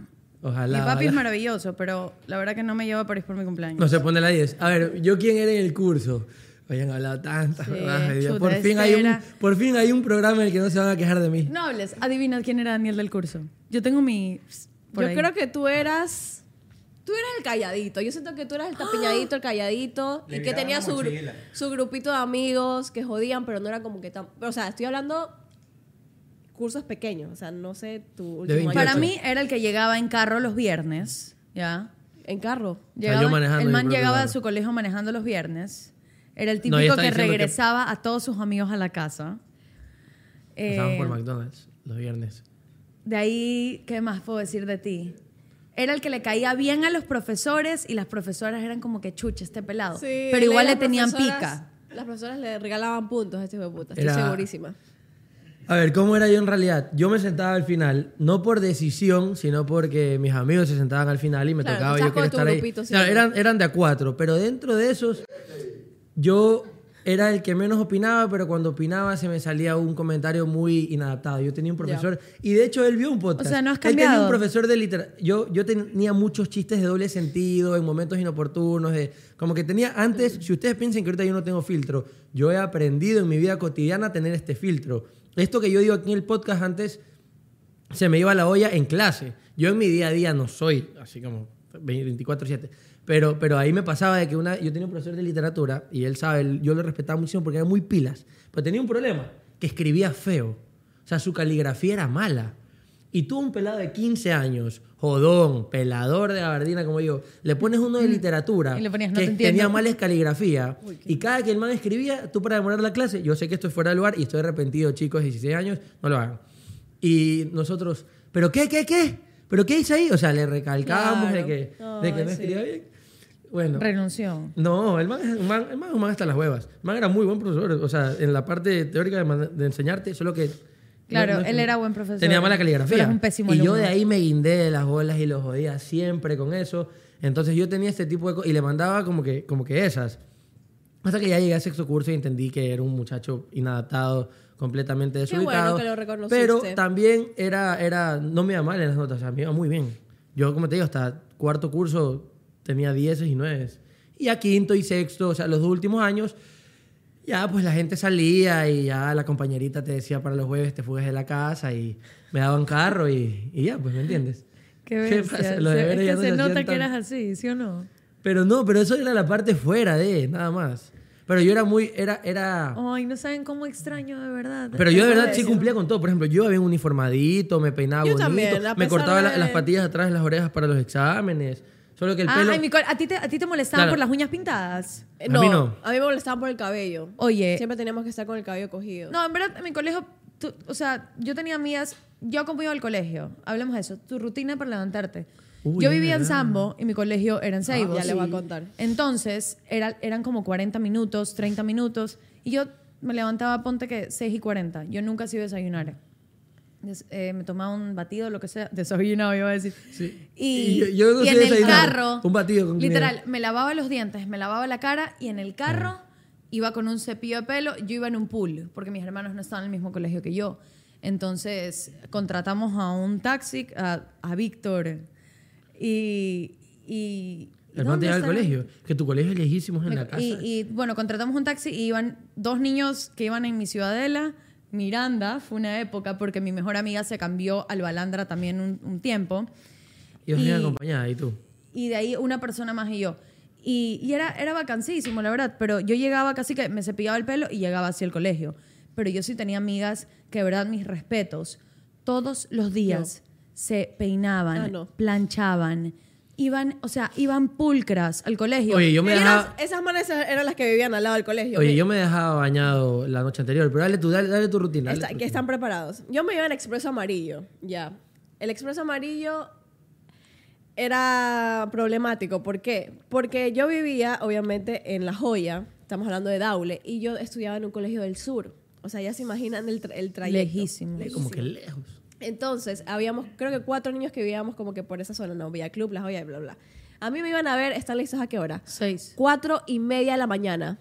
Ojalá.
mi papi es
ojalá.
maravilloso, pero la verdad que no me lleva a París por mi cumpleaños.
No se pone la 10. A ver, ¿yo quién era en el curso? Habían hablado tantas.
Sí,
huevadas, ay, Dios.
chuta,
por, fin
este
hay un,
era-
por fin hay un programa en el que no se van a quejar de mí.
No hables. Adivina quién era Daniel del curso. Yo tengo mi.
Yo creo que tú eras. Tú eras el calladito. Yo siento que tú eras el tapiñadito, el calladito.
Le
y que
miraban
tenía
la
su, gru-
mochila.
su grupito de amigos que jodían, pero no era como que tan. pero, O sea, estoy hablando cursos pequeños. O sea, no sé tu
De
último
28.
año.
Para mí era el que llegaba en carro los viernes. Ya.
En carro.
sea,
Llegaba,
yo manejando
el
mi
man
propio
llegaba a
carro.
su colegio manejando los viernes. Era el
No,
típico
ella está
que
diciendo que-
regresaba a todos sus amigos a la casa.
Pasaban por
Eh,
McDonald's los viernes.
De ahí, ¿qué más puedo decir de ti? Era el que le caía bien a los profesores y las profesoras eran como que chuche este pelado.
Sí,
pero igual le
las
tenían
profesoras-
pica.
Las profesoras le regalaban puntos a este hijo de puta. Estoy
Era-
segurísima.
A ver, ¿cómo era yo en realidad? Yo me sentaba al final, no por decisión, sino porque mis amigos se sentaban al final y me
Claro,
tocaba
tú
yo
estás
quería
con tu
estar ahí.
grupito
Claro,
siempre.
eran, eran de a cuatro, pero dentro de esos, yo era el que menos opinaba, pero cuando opinaba se me salía un comentario muy inadaptado. Yo tenía un profesor, y de hecho él vio un podcast.
O sea, no has
Él tenía
cambiado.
un profesor de literatura. Yo, yo tenía muchos chistes de doble sentido, en momentos inoportunos, de, como que tenía antes, si ustedes piensan que ahorita yo no tengo filtro, yo he aprendido en mi vida cotidiana a tener este filtro. Esto que yo digo aquí en el podcast antes se me iba la olla en clase. Yo en mi día a día no soy así como 24/7, pero, pero ahí me pasaba de que una, yo tenía un profesor de literatura y él sabe, él- yo lo respetaba muchísimo porque era muy pilas, pero tenía un problema, que escribía feo. O sea, su caligrafía era mala. Y tú, a un pelado de 15 años, jodón, pelador de gabardina como yo, le pones uno de literatura
Mm. Y le ponías, "No
que
te entiendo".
tenía mal es caligrafía. Y cada que el man escribía, tú para demorar la clase, yo sé que esto es fuera de lugar y estoy arrepentido, chicos, 16 años, no lo hagan. Y nosotros, ¿pero qué, qué, qué? ¿Pero qué hice ahí? O sea, le recalcábamos de
Claro.
que, de que no escribía bien. Bueno.
Renunció.
No, el man, es- el man- el man es un man hasta las huevas. El man era muy buen profesor, o sea, en la parte teórica de, man- de enseñarte, solo que...
Claro, él era buen profesor.
Tenía mala caligrafía.
Tú eras un pésimo
Y yo
alumno.
de ahí me guindé de las bolas y los jodía siempre con eso. Entonces yo tenía este tipo de cosas y le mandaba como que, como que esas. Hasta que ya llegué a sexto curso y entendí que era un muchacho inadaptado, completamente
bueno
desubicado.
que lo reconociste.
pero también era, era, no me iba mal en las notas, o sea, me iba muy bien. Yo, como te digo, hasta cuarto curso tenía 10 y 9. Y a quinto y sexto, o sea, los dos últimos años, ya pues la gente salía y ya la compañerita te decía para los jueves te fugas de la casa y me daban carro y, y ya, pues, ¿me entiendes?
Qué
pasa?
bestia.
Los
Se-
deberes
es
ya
que
no
se
se hacían
nota que
tan-
eras así, ¿sí o no?
Pero no, pero eso era la parte fuera de, nada más. Pero yo era muy, era, era...
Ay, no saben cómo extraño, de verdad.
Oh,
Pero yo de verdad sí cumplía con todo. Por ejemplo, yo había un uniformadito, me peinaba
Yo
bonito,
también, a
me
pesar
cortaba la-
de-
las patillas atrás de las orejas para los exámenes. Solo que el pelo...
Ah, Ay, Nicole, ¿a ti te, a ti te molestaban
Claro.
por las uñas pintadas?
Eh,
A
no,
mí no.
a mí me molestaban por el cabello.
Oye.
Siempre teníamos que estar con el cabello cogido.
No, en verdad, en mi colegio, tú- o sea, yo tenía amigas, yo acompañaba al colegio, hablemos de eso, tu rutina para levantarte.
Uy,
yo
es
vivía en
verdad. Ah,
Sambo y mi colegio era en Seibos.
ya le voy a contar.
Entonces, era, eran como 40 minutos, 30 minutos, y yo me levantaba, ponte que 6 y 40, yo nunca sí desayunar. des- eh, me tomaba un batido, lo que sea, desayunado iba a decir.
Sí. Y
Y,
yo- yo no
y
sé
en el
desayunar.
carro,
Un batido con
literal,
quiniela.
me lavaba los dientes, me lavaba la cara y en el carro iba con un cepillo de pelo, yo iba en un pool, porque mis hermanos no estaban en el mismo colegio que yo. Entonces contratamos a un taxi, a, a Víctor, y... y
El man te
¿dónde
lleva al
está?
colegio. Que tu colegio es lejísimo es en
Me-
la casa.
Y, y, bueno, contratamos un taxi y iban dos niños que iban en mi ciudadela. Miranda fue una época porque mi mejor amiga se cambió al Balandra también un, un tiempo.
Y os
y-
iban acompañada, y tú.
Y de ahí una persona más y yo. Y, y era, era vacancísimo, la verdad. Pero yo llegaba casi que me cepillaba el pelo y llegaba así al colegio. Pero yo sí tenía amigas que, de verdad, mis respetos. Todos los días se peinaban,
Ah, no.
planchaban, iban, o sea, iban pulcras al colegio.
Oye, yo me
Eran-
dejaba.
Esas manes eran las que vivían al lado del colegio.
Oye, yo me dejaba bañado la noche anterior, pero dale tu, dale, dale tu rutina. dale
Está-
tu
que
rutina.
están preparados. Yo me iba en expreso amarillo, ya. El expreso amarillo era problemático. ¿Por qué? Porque yo vivía, obviamente, en La Joya, estamos hablando de Daule, y yo estudiaba en un colegio del sur. O sea, ya se imaginan el, tra- el trayecto.
Lejísimo.
Es Como que lejos.
Entonces, habíamos, creo que cuatro niños que vivíamos como que por esa zona, no, Villa Club, La Joya y bla, bla. A mí me iban a ver, ¿están listos a qué hora?
Seis.
Cuatro y media de la mañana.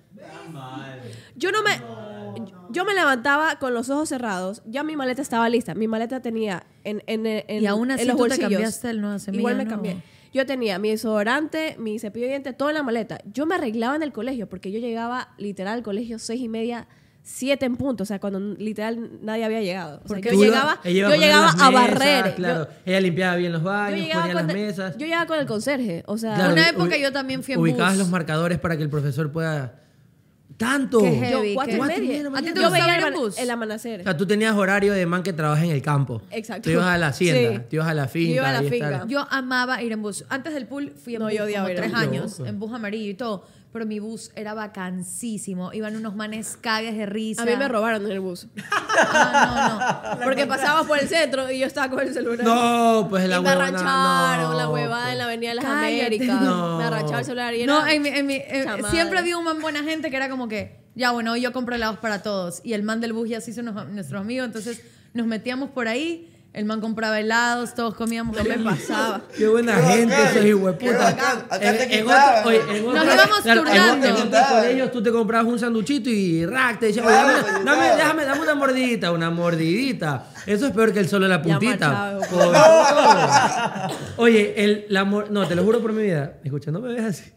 Yo no me... Yo me levantaba con los ojos cerrados, ya mi maleta estaba lista. Mi maleta tenía en, en, en,
Y aún así
en los
tú te
bolsillos.
cambiaste el nuevo semilla,
Igual me
¿no?
cambié. Yo tenía mi desodorante, mi cepillo de dientes, todo en la maleta. Yo me arreglaba en el colegio porque yo llegaba literal al colegio seis y media, siete en punto. O sea, cuando literal nadie había llegado. O sea,
Porque
yo
Tú iba-
llegaba,
ella iba
yo
poner
llegaba
las
a
mesas,
barrer. Yo-
Claro, ella limpiaba bien los
yo,
baños,
llegaba
ponía
con
las
el-
mesas.
yo llegaba con el conserje. O sea,
Claro,
Una
ubi-
época
ubi-
yo también fui en
Ubicabas
bus.
los marcadores para que el profesor pueda. ¡Tanto!
Qué heavy.
yo cuatro y
Cuatro y media de
media.
la
¿A ti te
Yo veía
gustaba ir
el,
en
ama-
bus?
el
O
amanecer.
sea, tú tenías horario de man que trabaja en el campo.
Exacto.
Tú ibas a la hacienda,
Sí.
tú ibas a la finca.
Yo iba a la
ahí
finca.
estar.
Yo amaba ir en bus. Antes del pool fui en
No,
bus
yo odiaba
como
ir en
tres
bus.
años,
Loco.
en bus amarillo y todo. Pero mi bus era vacancísimo. Iban unos manes cagues de risa.
A mí me robaron en el bus.
Ah, no, no.
Porque pasaba por el centro y yo estaba con el celular.
No, pues la
y me
huevona,
arrancharon
no,
la huevada
pues.
en la Avenida de las
Cállate.
Américas.
No.
Me arrancharon el celular y era-
No, en mi- en mi- eh,
Chamadre.
siempre había un man buena gente que era como que, ya bueno, hoy yo compro helados para todos. Y el man del bus ya se hizo nos- nuestro amigo. Entonces nos metíamos por ahí. El man compraba helados, todos comíamos. No me pasaba.
Qué buena
Qué
gente
bacán,
esos
qué
hijueputas.
bacán. Acá
En-
te
en
quitaban.
otro- oye, en
Nos
otro-
íbamos
claro, en otro- En
turnando.
otros colegios tú te comprabas un sanduchito y rack, te decían, oye,
Claro,
dame,
te
una-
quitaban.
dame- déjame, dame una mordidita, una mordidita. Eso es peor que el solo de la
Ya
puntita.
marchaba,
Por favor. Oye, el, la mor- no, te lo juro por mi vida. Escucha, no me veas así.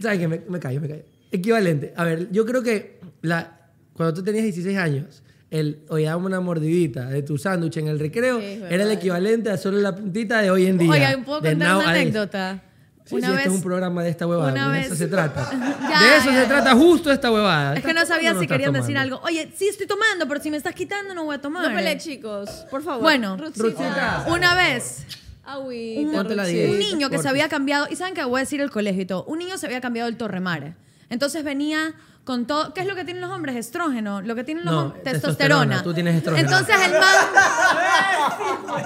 ¿Sabes qué? Me, me callo, me callo. Equivalente. A ver, yo creo que la, cuando tú tenías 16 años, el oye, dame una mordidita de tu sándwich en el recreo
Sí, es
era el
verdad.
equivalente a solo la puntita de hoy en día.
Oiga, ¿puedo
de
contar
now
una
a this.
anécdota?
Sí, sí, este es un programa de esta huevada.
una
de eso
vez-
se trata.
Ya,
de eso
ya.
se trata justo esta huevada.
Es que
¿Estás
no sabía
tomando o
si
no estás
querían decir
tomando?
algo. Oye, sí estoy tomando, pero si me estás quitando no voy a tomar.
No peleé, chicos. Por favor.
Bueno,
Rutsita.
Una vez,
Agüita,
Ponte la
Rutsita.
diez.
un niño que
corta.
se había cambiado, y saben que voy a decir el colegio y todo, un niño se había cambiado el Torremar. Entonces venía con todo, ¿qué es lo que tienen los hombres? Estrógeno, lo que tienen los
No,
hombres,
testosterona.
testosterona.
Tú tienes estrógeno.
Entonces el man...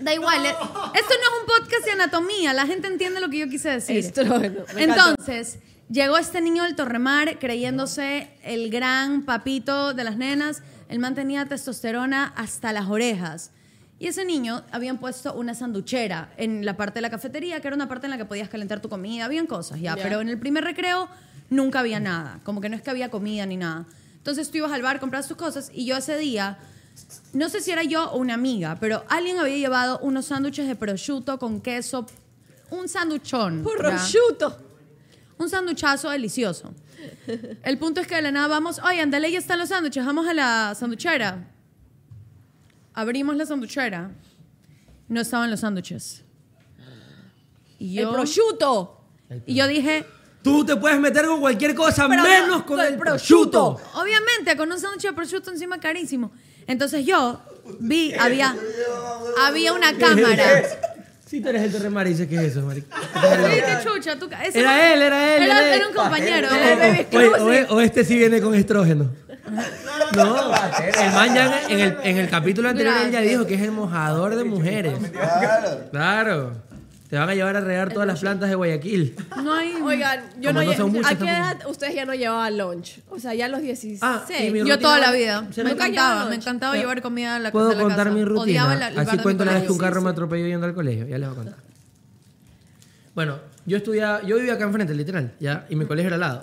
Da igual, eh, esto no es un podcast de anatomía, la gente entiende lo que yo quise decir.
Estrógeno, me encanta.
Entonces, llegó este niño del Torremar creyéndose el gran papito de las nenas. El man tenía testosterona hasta las orejas. Y ese niño habían puesto una sanduchera en la parte de la cafetería, que era una parte en la que podías calentar tu comida, habían cosas ya,
Ya.
pero en el primer recreo nunca había nada, como que no es que había comida ni nada. Entonces tú ibas al bar, comprabas tus cosas y yo ese día no sé si era yo o una amiga, pero alguien había llevado unos sándwiches de prosciutto con queso, un sanduchón.
Por
¿ya?
prosciutto.
Un sanduchazo delicioso. El punto es que de la nada vamos, oye, andale, ya están los sándwiches, vamos a la sanduchera. Abrimos la sanduchera. No estaban los sándwiches. Y
El
yo,
prosciutto.
y yo dije,
Tú te puedes meter con cualquier cosa
Pero no,
menos con, el prosciutto.
Obviamente, con un sándwich de prosciutto encima carísimo. Entonces yo vi, había, había una cámara.
Si tú eres el Torremar, dices que es eso, marica.
Sí, qué chucha. tú- ese
Era
man-
él, era él,
Era,
era él.
era un compañero.
O,
era el baby
o-
Scrooge.
oye, o- o este sí viene con estrógeno. No, el man ya en el, en el capítulo anterior él ya dijo que es el mojador de mujeres.
Claro.
Claro. Te van a llevar a regar todas las plantas de Guayaquil.
No hay.
Oigan, yo
Como
no,
no
lle-
son muchas
¿A qué
tampoco.
edad ustedes ya no llevaban lunch? O sea, ya a los 16.
Ah, y mi
Yo-
rutina
Yo toda la
ahora-
vida.
¿será
Me
que-
encantaba,
lunch?
me encantaba llevar comida a la
Puedo
de la
contar
casa.
mi
Odiaba
rutina.
la, el bar
Así
de
cuento
mi
la vez que
colegio.
un carro me atropelló yendo al colegio. Ya les voy a contar. Bueno, yo estudiaba, yo vivía acá enfrente, literal, ya, y mi colegio era al lado.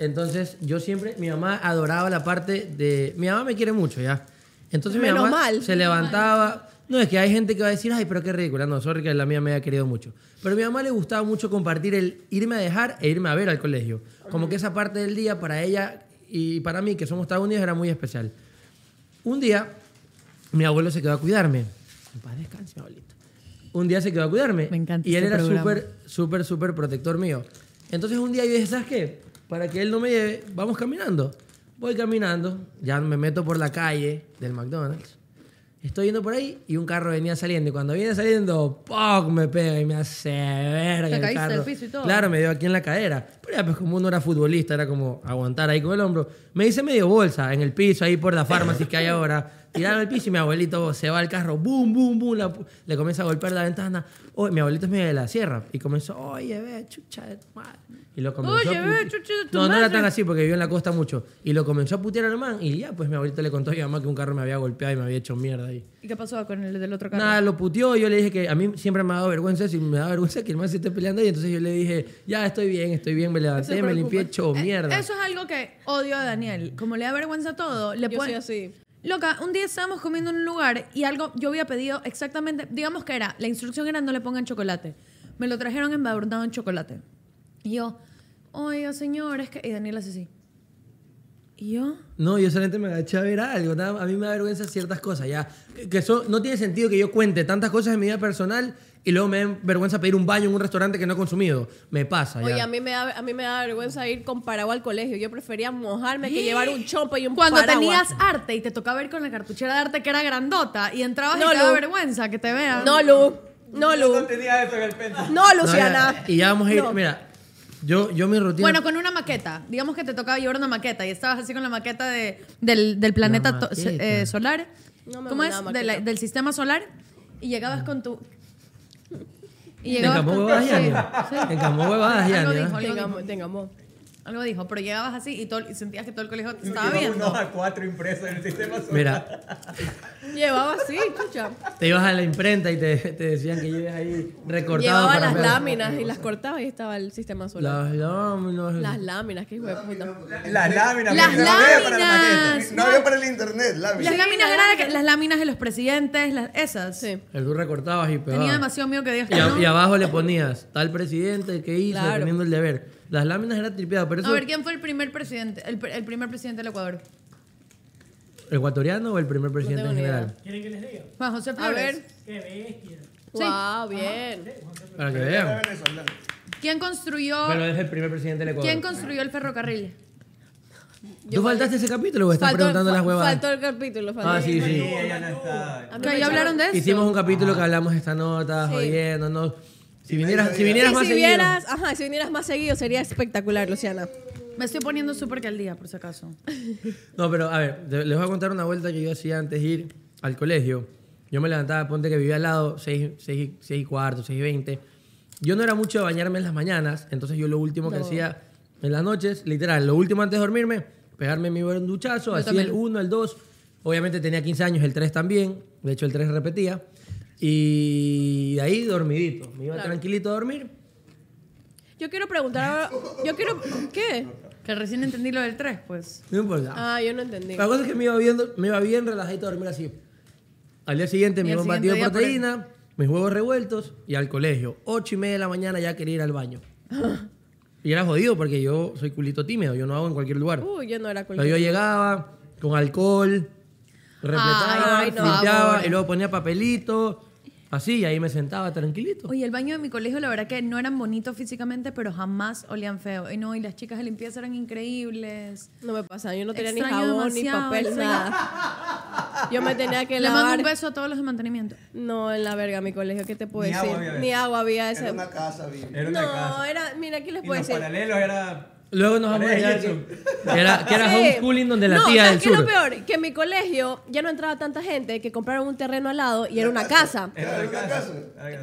Entonces, yo siempre, mi mamá adoraba la parte de. Mi mamá me quiere mucho, ya. Entonces, mi
Menos
mamá
mal.
se levantaba. No, es que hay gente que va a decir, ay, pero qué ridícula. No, sorry que la mía me había querido mucho. Pero a mi mamá le gustaba mucho compartir el irme a dejar e irme a ver al colegio. Como que esa parte del día para ella y para mí, que somos Estados Unidos, era muy especial. Un día, mi abuelo se quedó a cuidarme. En paz descanse, mi abuelito. Un día se quedó a cuidarme.
Me encanta
Y él
este
era
programa.
súper, súper, súper protector mío. Entonces un día yo dije, ¿sabes qué? Para que él no me lleve, vamos caminando. Voy caminando, ya me meto por la calle del McDonald's. Estoy yendo por ahí y un carro venía saliendo. Y cuando viene saliendo, ¡poc! me pega y me hace verga.
Te
el
caíste del
carro.
piso y todo.
Claro, me dio aquí en la cadera. Pero ya, pues como uno era futbolista, era como aguantar ahí con el hombro. Me hice medio bolsa en el piso, ahí por la farmacia que hay ahora. Tiraron el piso y mi abuelito se va al carro, boom, boom, boom, la pu- le comienza a golpear la ventana. Oh, mi abuelito es medio de la sierra y comenzó, oye, ve, chucha de tu madre. Y lo comenzó.
Oye,
a
ve,
putear.
chucha de tu
no, no era
madre.
tan así porque vivió en la costa mucho. Y lo comenzó a putear al man y ya, pues mi abuelito le contó a mi mamá que un carro me había golpeado y me había hecho mierda ahí.
¿Y qué pasó con el del otro carro?
Nada, lo puteó. Yo le dije que a mí siempre me ha dado vergüenza. Si me da vergüenza que el man se esté peleando. Y entonces yo le dije, ya estoy bien, estoy bien. Me levanté, me limpié, hecho
Eh,
mierda.
Eh, Eso es algo que odio a Daniel. Como le da vergüenza todo, le
Yo soy
pone.
así.
Loca, un día estábamos comiendo en un lugar y algo yo había pedido exactamente, digamos que era, la instrucción era no le pongan chocolate. Me lo trajeron embadurnado en chocolate. Y yo, oiga, señor, es que. Y Daniel hace así. Y yo.
No, yo solamente me agaché a ver algo. nada- a mí me da vergüenza ciertas cosas. ya Que- Que eso no tiene sentido que yo cuente tantas cosas de mi vida personal y luego me den vergüenza pedir un baño en un restaurante que no he consumido. Me pasa. ya.
Oye, a mí, me da, a mí me da vergüenza ir con paraguas al colegio. Yo prefería mojarme que llevar un chompa y un
Cuando
paraguas.
tenías arte y te tocaba ir con la cartuchera de arte que era grandota y entrabas
No,
y te daba
Lu.
vergüenza que te vean.
No, Lu. No,
No
Lu.
tenía eso en el penta.
No,
No, ya,
Luciana.
y ya vamos a ir.
No.
Mira, yo, yo mi rutina.
Bueno, con una maqueta. Digamos que te tocaba llevar una maqueta y estabas así con la maqueta de, del, del planeta to- se-
maqueta.
eh, solar.
No me
¿Cómo es?
mandaba
De la-
maqueta.
del sistema solar. Y llegabas con tu. Y
en
llegabas
Camó
con-
huevadas,
sí,
Yania.
sí.
En Camó huevadas,
Algo
Yania.
dijo, algo dijo.
Tengamos, tengamos.
Algo dijo, pero llegabas así y, todo, y sentías que todo el colegio te estaba
Llevaba
viendo.
unos a cuatro impresos en el sistema solar.
Mira,
Llevaba así, chucha.
te ibas a la imprenta y te, te decían que lleves ahí recortado.
Llevaba
para
las
ver.
láminas y las cortaba y estaba el sistema solar.
Las láminas.
Las láminas, qué hijo de puta.
Las láminas.
Las
porque
No
no
había
había
para
láminas.
la maqueta. No había para el internet, lámina.
Las láminas eran de que- las láminas de los presidentes, las- esas.
Sí.
El tú recortabas y pegabas.
Tenía demasiado miedo que digas
Ah. Y,
que
a-
no.
y abajo le ponías tal presidente que hizo,
Claro.
dependiendo el deber. Las láminas era tripeado, pero eso.
A ver, ¿quién fue el primer presidente? El, pr- el primer presidente del Ecuador.
¿El ecuatoriano o el primer presidente
tengo
en
ni
general?
Juan José
A
Flores.
ver. Wow,
Pues
bien.
Para que vean.
Venezolano.
¿Quién construyó,
Pero es el primer presidente del Ecuador.
¿quién construyó el ferrocarril?
¿Tú faltaste ese capítulo o estás
Faltó-
preguntando
fa-
las huevas?
Faltó el capítulo. faltó
Ah,
el-
sí,
Sí,
sí.
ella no está.
A mí
Que
me
ya hablaron de eso.
Hicimos un capítulo que hablamos de esta nota, jodiéndonos. Si vinieras, si vinieras
Y
más
si
seguido.
vieras, ajá, si vinieras más seguido sería espectacular, Luciana.
Me estoy poniendo súper que al día, por si acaso.
No, pero a ver, te- les voy a contar una vuelta que yo hacía antes de ir al colegio. Yo me levantaba, ponte que vivía al lado, 6, y cuarto, 6 y 20. Yo no era mucho de bañarme en las mañanas, entonces yo lo último que hacía en las noches, literal, lo último antes de dormirme, pegarme mi buen duchazo, hacía el 1, el 2. Obviamente tenía 15 años, el 3 también, de hecho el 3 repetía. Y de ahí dormidito, me iba tranquilito a dormir.
Yo quiero preguntar, yo quiero, ¿qué?
Que recién entendí lo del 3, pues.
No importa.
Ah, yo no entendí.
La cosa es que me iba, viendo, me iba bien relajadito a dormir así. Al día siguiente
Y
me
al
iba un
siguiente
batido de
día por el-
proteína, mis huevos revueltos y al colegio. Ocho y media de la mañana ya quería ir al baño. y era jodido porque yo soy culito tímido, yo no hago en cualquier lugar.
Uy, yo no era
Pero
cualquier.
yo llegaba con alcohol, repletaba,
Ay, no,
limpiaba
amor.
y luego ponía papelito, así, y ahí me sentaba tranquilito.
Oye, el baño de mi colegio, la verdad que no eran bonitos físicamente, pero jamás olían feo. Y no, y las chicas de limpieza eran increíbles.
No me pasa, yo no tenía ni
Extraño
jabón, ni
demasiado,
papel,
extraño.
nada. Yo me tenía que
Le mando
lavar.
un beso a todos los de mantenimiento.
No, en la verga, mi colegio, ¿qué te puedo
Ni
decir?
agua había.
ni agua había ese.
Era una casa, vive.
Era una
No,
casa.
era, mira, ¿qué les
Y
puedo
los
decir?
paralelos era.
Luego nos vamos a
Era
llegar Que era, que era
Sí.
homeschooling donde la
No,
tía del
¿sabes qué es
sur.
lo peor? Que en mi colegio ya no entraba tanta gente que compraron un terreno al lado y era una casa.
Era una casa.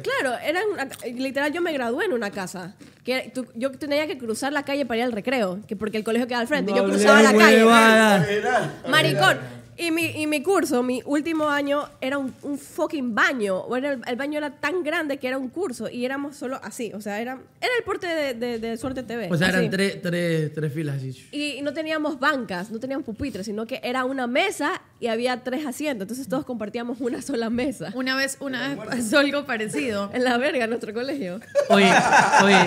Claro, era una- literal yo me gradué en una casa. Que tú- yo tenía que cruzar la calle para ir al recreo, que porque el colegio quedaba al frente. yo
No
cruzaba la
hables
calle.
huevadas. Ah,
General.
Maricón. Y mi, y mi curso, mi último año, era un, un fucking baño. O era el, el baño era tan grande que era un curso y éramos solo así. O sea, era, era el porte de, de- de Suerte TV.
O sea, eran
así.
tres, tres, tres filas así.
Y no teníamos bancas, no teníamos pupitres, sino que era una mesa y había tres asientos. Entonces todos compartíamos una sola mesa.
Una vez, una vez pasó algo parecido.
En la verga, en nuestro colegio.
Oye, oye.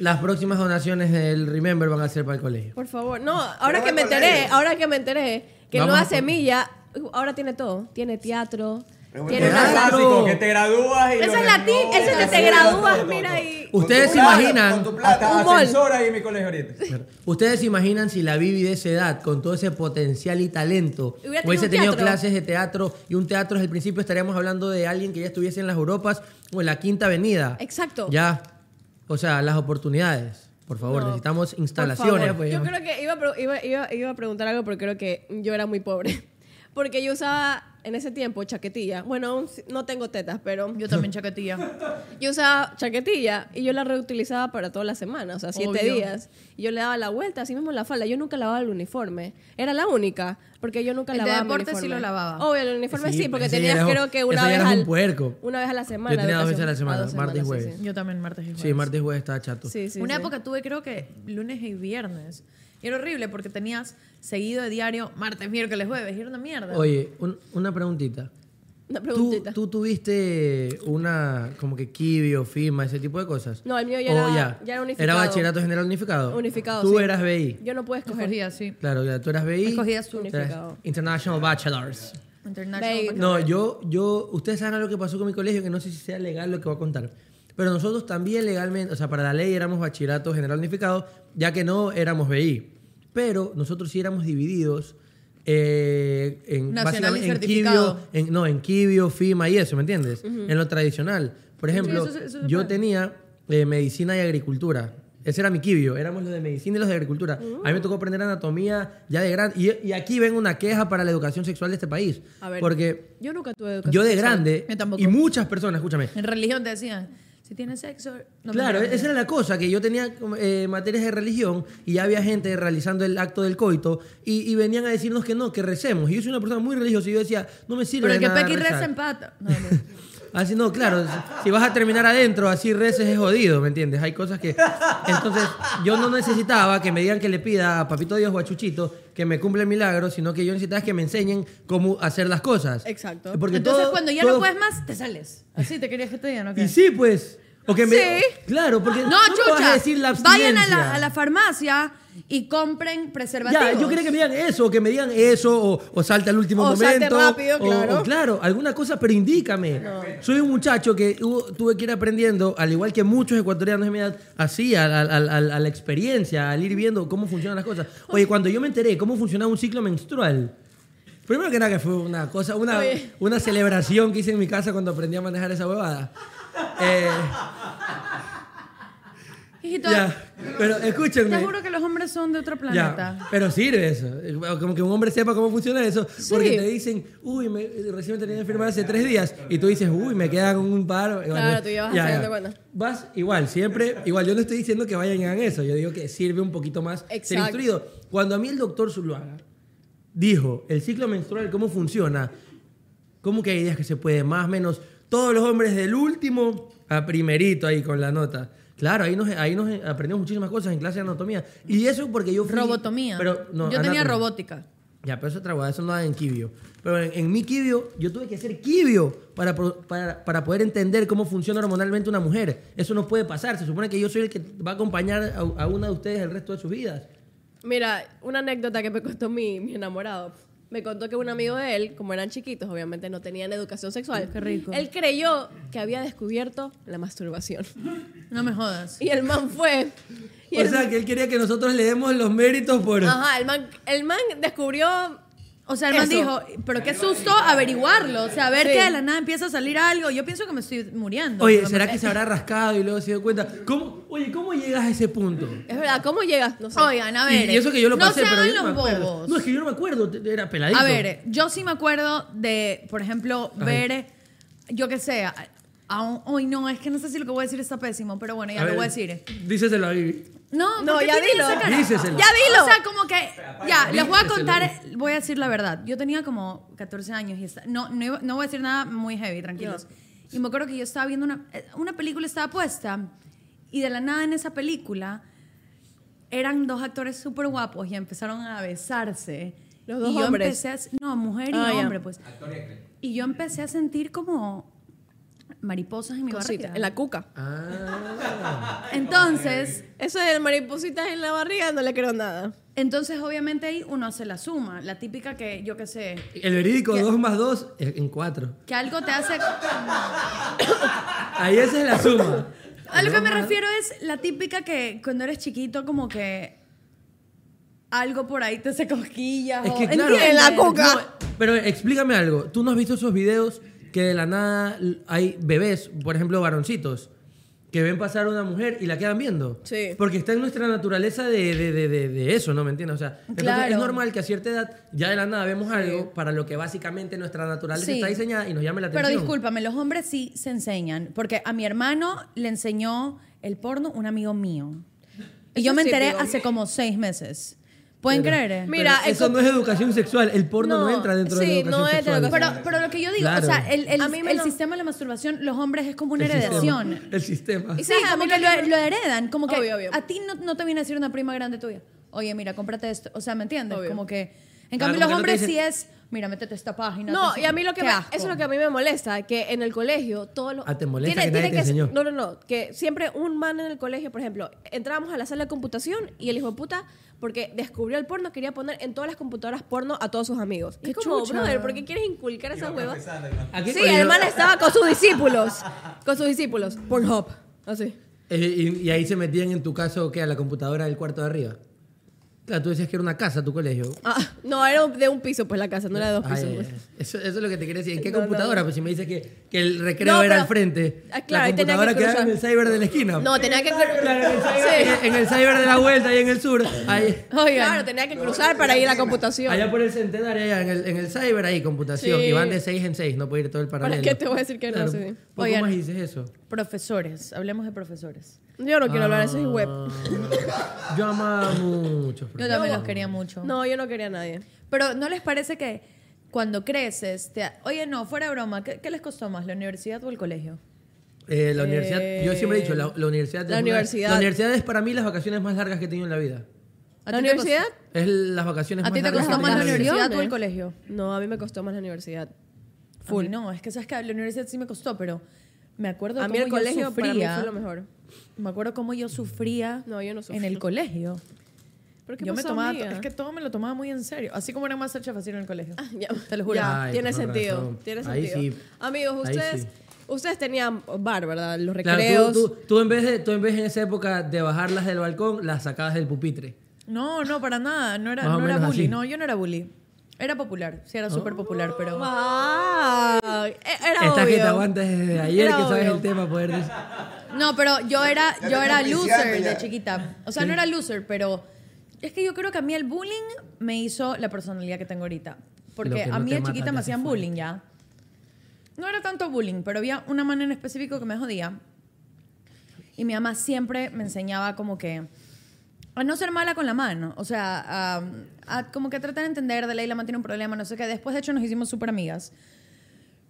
Las próximas donaciones del Remember van a ser para el colegio.
Por favor. No, ahora
Pero
que me
bueno,
enteré,
Leo.
ahora que me enteré, que
Vamos a
Nueva
por-
Semilla, uh, ahora tiene todo. Tiene teatro,
Pero
tiene
Era
bueno, Ah,
una-
Claro.
clásico, que te gradúas y
Esa
los
Ah, es la ti,
renovas.
esa que te
Todo,
gradúas,
todo,
mira
todo.
y...
Con
Ustedes
tu
se
plata,
imaginan-
Con tu plata.
Hasta
Un mall.
ascensor ahí en mi colegio ahorita.
Ustedes se imaginan si la Vivi de esa edad, con todo ese potencial y talento,
Hubiera tenido
hubiese
un
tenido
teatro.
clases de teatro y un teatro desde el principio, estaríamos hablando de alguien que ya estuviese en las Europas o en la Quinta Avenida.
Exacto.
Ya. O sea, las oportunidades. Por favor,
No,
necesitamos
Por
instalaciones.
favor.
pues,
yo
ya.
creo que iba a, pro- iba- iba- iba a preguntar algo, pero creo que yo era muy pobre. Porque yo usaba en ese tiempo chaquetilla. Bueno, aún si- no tengo tetas, pero
Yo también chaquetilla.
yo usaba chaquetilla y yo la reutilizaba para toda la semana, o sea, siete
Obvio.
días. Y yo le daba la vuelta, así mismo la falda. Yo nunca lavaba el uniforme. Era la única, porque yo nunca
El de
lavaba. mi
deporte sí
uniforme.
lo lavaba.
Obvio, el uniforme
Sí,
sí, porque
ese
tenías
era-
creo que
ese
una vez
era un
al-
puerco.
una vez a la semana.
Yo tenía dos veces a la
educación.
semana,
dos
martes y
semanas, sí,
jueves.
Yo también martes y jueves.
Sí, martes y jueves estaba chato.
Sí, sí, sí,
Una
sí.
época tuve creo que lunes y viernes. Y era horrible porque tenías seguido de diario martes, miércoles, jueves. Y era una mierda.
Oye, un- una preguntita.
Una
¿Tú,
preguntita.
tú tuviste una, como que Kiwi o FIMA, ese tipo de cosas?
No, el mío ya
O
era- ya era unificado.
bachillerato general unificado?
Unificado.
Tú
sí.
eras BI.
Yo no pude escoger.
Escogía, sí.
Claro, ya tú eras BI.
Escogía
tú
azul.
eras
Unificado.
International Bachelors.
International.
Babe.
No, yo, yo, ustedes saben algo que pasó con mi colegio, que no sé si sea legal lo que voy a contar. Pero nosotros también legalmente, o sea, para la ley éramos bachillerato general unificado, ya que no éramos BI. Pero nosotros sí éramos divididos eh, en,
Nacional y
básicamente en
certificado.
quibio, en- no, en quibio, FIMA y eso, ¿me entiendes? En lo tradicional. Por ejemplo,
eso se- eso se
yo
puede.
tenía eh, medicina y agricultura. Ese era mi quibio, éramos los de medicina y los de agricultura.
Uh.
A mí me tocó aprender anatomía ya de gran... Y, y aquí ven una queja para la educación sexual de este país.
A ver.
Porque
Yo nunca tuve educación.
yo de
sexual.
grande,
Yo tampoco.
y muchas personas, escúchame.
En religión te decían, si tienes sexo... No,
claro, e-,
mentira,
esa era la cosa, que yo tenía eh, materias de religión y ya había gente realizando el acto del coito y, y venían a decirnos que no, que recemos. Y yo soy una persona muy religiosa y yo decía, no me sirve
Pero el
de
que
nada
peca y reza
rezar.
empata. No, no.
Así no, claro, si vas a terminar adentro, así reces es jodido, ¿me entiendes? Hay cosas que... Entonces, yo no necesitaba que me digan que le pida a Papito Dios o a Chuchito que me cumpla el milagro, sino que yo necesitaba que me enseñen cómo hacer las cosas.
Exacto.
Porque
Entonces
todo-
cuando ya
todo-
no puedes más, te sales. Así te querías que te digan, ¿ok?
Y sí, pues. O que me-
Sí.
Claro, porque no,
No,
me vas
chucha.
a decir la
vayan a la,
abstinencia.
a la farmacia y compren
Ya,
preservativos.
yo quería que me digan eso, o que me digan eso, o, o salte al último
O salte
momento.
rápido,
o-
claro.
o claro, alguna cosa, pero indícame. Soy un muchacho que hubo- tuve que ir aprendiendo, al igual que muchos ecuatorianos de mi edad, así, al- al- al- al- a, la experiencia, al ir viendo cómo funcionan las cosas. Oye, cuando yo me enteré cómo funcionaba un ciclo menstrual, primero que nada que fue una cosa, una, una celebración que hice en mi casa cuando aprendí a manejar esa huevada. Eh,
Hijito,
Ya, pero escúchenme.
te juro que los hombres son de otro
Ya,
planeta.
pero sirve eso. Como que un hombre sepa cómo funciona eso. Porque te dicen, uy, me, recién me terminé de firmar hace tres días. Y tú dices, uy, me quedan un par.
Claro, tú ya vas haciendo cuenta.
Vas igual, siempre. Igual, yo no estoy diciendo que vayan y hagan eso. Yo digo que sirve un poquito más ser
Exacto.
instruido. Cuando a mí el doctor Zuluaga dijo el ciclo menstrual, cómo funciona, cómo que hay días que se puede más, menos. Todos los hombres del último a primerito ahí con la nota. Claro, ahí nos, ahí nos aprendimos muchísimas cosas en clase de anatomía. Y eso porque yo fui...
Robotomía.
Pero, no,
yo tenía
anatomía.
robótica.
Ya, pero eso es otra huevada, eso no da en quibio. Pero en, en mi quibio, yo tuve que hacer quibio para, pro- para, para poder entender cómo funciona hormonalmente una mujer. Eso no puede pasar. Se supone que yo soy el que va a acompañar a, a una de ustedes el resto de sus vidas.
Mira, una anécdota que me contó mi, mi enamorado. Me contó que un amigo de él, como eran chiquitos, obviamente no tenían educación sexual.
Qué rico.
Él creyó que había descubierto la masturbación.
No me jodas.
Y el man fue. y
O
el-
sea, que él quería que nosotros le demos los méritos por...
Ajá, el man, el man descubrió.
O
O sea, el man
Eso.
dijo, pero qué susto averiguarlo. O sea, a ver que de la nada empieza a salir algo. Yo pienso que me estoy muriendo.
Oye,
Pero
¿será
me-
que se habrá rascado y luego se dio cuenta? ¿Cómo, oye, ¿cómo llegas a ese punto?
Es verdad, ¿cómo llegas? No sé.
Oigan, a
Y-
ver.
y eso que yo lo
no
pasé,
se
pero
hagan
yo no me
los
acuerdo.
bobos.
No, es que yo no me acuerdo, te- era peladito.
A ver, eh, yo sí me acuerdo de, por ejemplo, ver, yo qué sé, a- a un- uy, no, es que no sé si lo que voy a decir está pésimo, pero bueno, ya
A
lo
ver,
voy a decir. eh.
Díselo a Vivi.
No,
No,
¿por qué
ya
tienes
dilo.
esa cara?
Díceselo.
Ya dilo. O sea, como que, ya, les voy a
Díceselo.
contar, voy a decir la verdad. Yo tenía como 14 años y esta- no, no, iba- no voy a decir nada muy heavy, tranquilos. Y me acuerdo que yo estaba viendo una, eh, una película, estaba puesta, y de la nada en esa película eran dos actores súper guapos y empezaron a besarse.
Los dos
y yo
hombres.
empecé a- no, mujer y
Ah, ya.
hombre, pues. Y yo empecé a sentir como mariposas en mi
Cosita,
barriga.
en la cuca.
Ah.
Entonces,
Eso del maripositas en la barriga no le creo nada.
Entonces, obviamente, ahí uno hace la suma. La típica que, yo qué sé,
El verídico 2 más 2 en 4.
que algo te hace.
Ahí esa es la suma.
A lo que me refiero es la típica que cuando eres chiquito, como que algo por ahí te hace cosquillas.
Es
o-
que claro.
¿Entiendes?
Oh, la coca.
No, pero explícame algo. ¿Tú no has visto esos videos que de la nada l- hay bebés, por ejemplo, varoncitos, que ven pasar a una mujer y la quedan viendo?
Sí.
Porque está en nuestra naturaleza de, de- de- de- de eso, ¿no? ¿Me entiendes? O sea, entonces
Claro.
es normal que a cierta edad ya de la nada vemos algo para lo que básicamente nuestra naturaleza
Sí.
está diseñada y nos llame la
Pero
atención.
discúlpame, los hombres sí se enseñan. Porque a mi hermano le enseñó el porno un amigo mío. Y
Eso
yo me
sí,
enteré
digo.
hace como seis meses. ¿Pueden creer?
Pero
Mira, el
eso
co-
no es educación sexual. El porno no,
No,
entra dentro
sí,
de la educación
no es de
sexual.
educación.
Pero, pero lo que yo digo,
Claro.
o sea, el, el-
A mí me
el
lo-
sistema de la masturbación, los hombres es como una
El
heredación.
sistema. El sistema.
Sí,
¿Sabes? A
como
mí
que
lo
lo,
que-
lo heredan. Como que
Obvio, obvio.
a ti no, no te viene a decir una prima grande tuya. Oye, mira, cómprate esto. O sea, ¿me entiendes?
Obvio.
Como que. En
Claro, como
cambio, los
que no te
hombres sí
dicen-
es. Mira, métete esta página.
No,
te-
y a mí lo que
qué
me,
asco".
eso es lo que a mí me molesta, que en el colegio todos los
Ah, ¿te molesta que nadie te enseñó?
No, no, no, que siempre un man en el colegio, por ejemplo, entrábamos a la sala de computación y el hijo de puta porque descubrió el porno quería poner en todas las computadoras porno a todos sus amigos. Y
¡Qué
es como,
chucha!
brother, ¿por qué quieres inculcar esas huevas?
Aquí-
Sí,
oye,
el man
yo-
estaba con sus discípulos, con sus discípulos, Pornhub, así.
Eh, y, y ahí se metían en tu caso, ¿qué? A la computadora del cuarto de arriba. Claro, tú decías que era una casa tu colegio.
Ah, no, era un- de un piso pues la casa, no era de dos
Ay,
pisos.
ay,
pues.
ay. Eso, eso es lo que te quería decir. ¿En qué
No, no,
computadora?
no.
Pues si me dices que, que el recreo
No,
era
pero-
al frente.
Ah,
la
claro, ahí tenía que
computadora quedaba en el
cruzar.
cyber de la esquina.
No, tenía que
Claro, en el
Sí.
cyber, en el cyber de la vuelta y en el sur. Ahí-
Oigan.
Claro, tenía que cruzar para ir a la computación.
allá por el centenario, allá en el, en el cyber, ahí computación.
Sí.
Y van de 6 en 6, no puede ir todo el paralelo.
qué te voy a decir que no? Sí.
¿Por
Oigan.
¿Cómo más dices eso?
Profesores. Hablemos de profesores.
Yo no quiero hablar de eso es web.
Ah. Yo amaba mucho.
Yo también los quería mucho.
No, yo no quería a nadie.
Pero ¿no les parece que cuando creces. Te... Oye, no, fuera de broma. ¿qué, qué les costó más, la universidad o el colegio?
Eh, la universidad, yo siempre he dicho, la, la universidad.
la
es una-
universidad.
la universidad es para mí las vacaciones más largas que he tenido en la vida.
¿A
¿La
ti te
universidad?
costó-
Es las vacaciones
¿A
más
ti te
largas.
costó
que he
más
tenido
la
en vida.
universidad o el
¿eh?
colegio?
No, a mí me costó más la universidad.
Full. No, es que sabes que la universidad sí me costó, pero me acuerdo
A
cómo
mí el
yo
colegio para mí
sufría.
fue lo mejor.
Me acuerdo cómo yo sufría
No, yo no sufrí.
en el colegio.
¿Pero qué
Yo me
pasó,
tomaba,
amiga?
es que todo me lo tomaba muy en serio, así como era MasterChef así en el colegio.
Ah, ya,
Te lo juro.
ya,
Ay,
tiene
con
sentido.
razón.
Tiene
Ahí
sentido.
sí.
Amigos,
Ahí
ustedes,
sí.
ustedes tenían bar, ¿verdad? Los
Claro,
recreos.
tú, tú- tú en vez de, tú en vez en esa época de bajarlas del balcón, las sacabas del pupitre.
No, no, para nada, no era,
Más o
no era
menos
bully,
así. Oh.
no, yo no era bully. Era popular, sí era súper popular, pero
Wow. E- Era
Esta
obvio.
que te aguantas desde ayer,
Era
que sabes
obvio.
el tema, poder decir.
No, pero yo era
Ya
yo
te
era
estás viciando
loser de
ya.
chiquita. O sea, no era loser, pero es que yo creo que a mí el bullying me hizo la personalidad que tengo ahorita,
Lo
porque
que
a
no
mí
te
de
mata,
chiquita
te
me
hace
hacían
fuerte.
bullying ya. No era tanto bullying, pero había una mano en específico que me jodía. Y mi mamá siempre me enseñaba como que a no ser mala con la mano, o sea, a, a como que tratar de entender de ley la mano tiene un problema, no sé qué. Después de hecho nos hicimos súper amigas.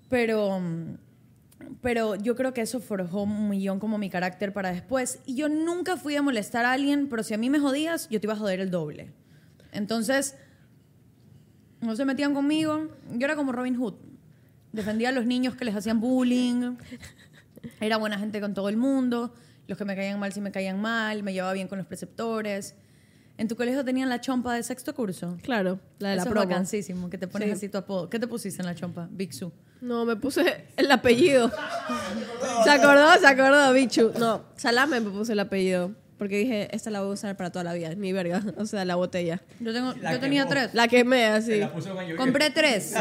Pero mm, pero yo creo que eso forjó un millón como mi carácter para después. Y yo nunca fui a molestar a alguien, pero si a mí me jodías, yo te iba a joder el doble. Entonces, no se metían conmigo. Yo era como Robin Hood. Defendía a los niños que les hacían bullying. Era buena gente con todo el mundo. Los que me caían mal, sí me caían mal. Me llevaba bien con los preceptores. ¿En tu colegio tenían la chompa de sexto curso?
Claro, la de la
Eso es
promo.
bacanísimo, que te pones
Sí.
así tu apodo. ¿Qué te pusiste en la chompa? Big Su.
No, me puse el apellido. ¿Se acordó? ¿Se acordó, bichu? No, Salame me puse el apellido. Porque dije, esta la voy a usar para toda la vida, mi verga. O sea, la botella.
Yo, tengo,
La
yo tenía
quemó.
tres.
La quemé
Se
así.
la puso con lluvia.
Compré tres.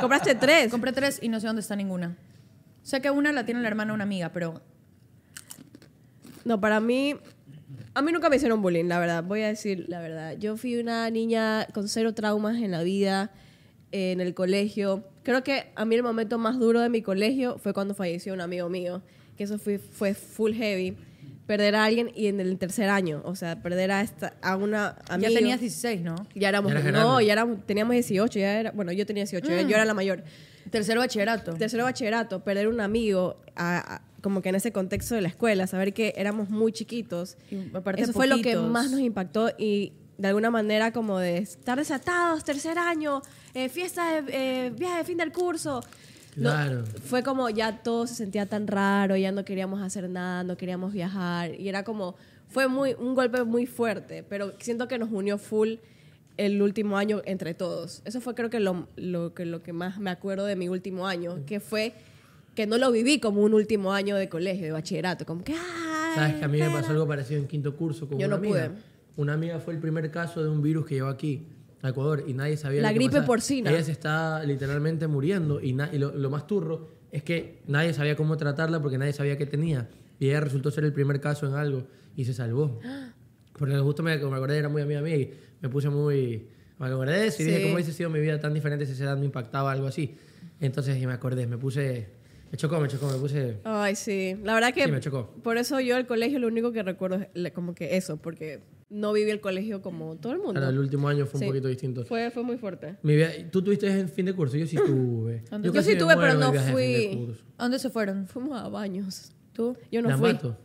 Compraste tres.
Compré tres y no sé dónde está ninguna. Sé que una la tiene la hermana de una amiga, pero
No, para mí. A mí nunca me hicieron bullying, la verdad. Voy a decir la verdad. Yo fui una niña con cero traumas en la vida, en el colegio. Creo que a mí el momento más duro de mi colegio fue cuando falleció un amigo mío, que eso fue, fue full heavy. Perder a alguien y en el tercer año, o sea, perder a, esta, a una amiga.
ya tenías 16, ¿no?
Ya éramos,
Ya eras
no,
grande.
ya éramos, teníamos 18, ya era, bueno, yo tenía 18,
Mm.
yo era la mayor.
Tercer bachillerato.
Tercero bachillerato, perder un amigo, a- a- como que en ese contexto de la escuela, saber que éramos muy chiquitos.
Y aparte
Eso fue lo que
poquitos.
más nos impactó y de alguna manera como de estar desatados, tercer año, eh, fiesta, de, eh, viaje de fin del curso. No,
Claro.
fue como ya todo se sentía tan raro, ya no queríamos hacer nada, no queríamos viajar y era como, fue muy, un golpe muy fuerte, pero siento que nos unió full el último año entre todos. Eso fue creo que lo, lo que lo que más me acuerdo de mi último año, que fue que no lo viví como un último año de colegio, de bachillerato, como que... "Ay,
¿Sabes que a mí me
espera".
pasó algo parecido en quinto curso con
Yo
una
no
amiga?
pude.
Una amiga fue el primer caso de un virus que llegó aquí, a Ecuador, y nadie sabía
La
lo que
gripe
pasaba.
porcina.
Ella se está literalmente muriendo y, na- y lo, lo más turro es que nadie sabía cómo tratarla porque nadie sabía qué tenía. Y ella resultó ser el primer caso en algo y se salvó. Porque justo me, como me acordé, era muy amiga mía y me puse muy... Me acordé de eso y dije, ¿cómo hubiese sido mi vida tan diferente si esa edad no impactaba algo así? Entonces, y me acordé, me puse... Me chocó, me chocó, me puse...
Ay, sí. La verdad que
Sí, me chocó.
por eso yo el colegio lo único que recuerdo es le- como que eso, porque no viví el colegio como todo el mundo.
Ahora, el último año fue un
Sí.
poquito distinto.
Fue, fue muy fuerte.
Mi via- ¿Tú tuviste en fin de curso? Yo sí tuve.
¿eh? Mm. Yo
casi
sí
me
tuve,
muero
pero
en
no
viajes de fin de
fui.
curso.
¿A dónde se fueron?
Fuimos a baños. ¿Tú? Yo no
La
fui.
mato.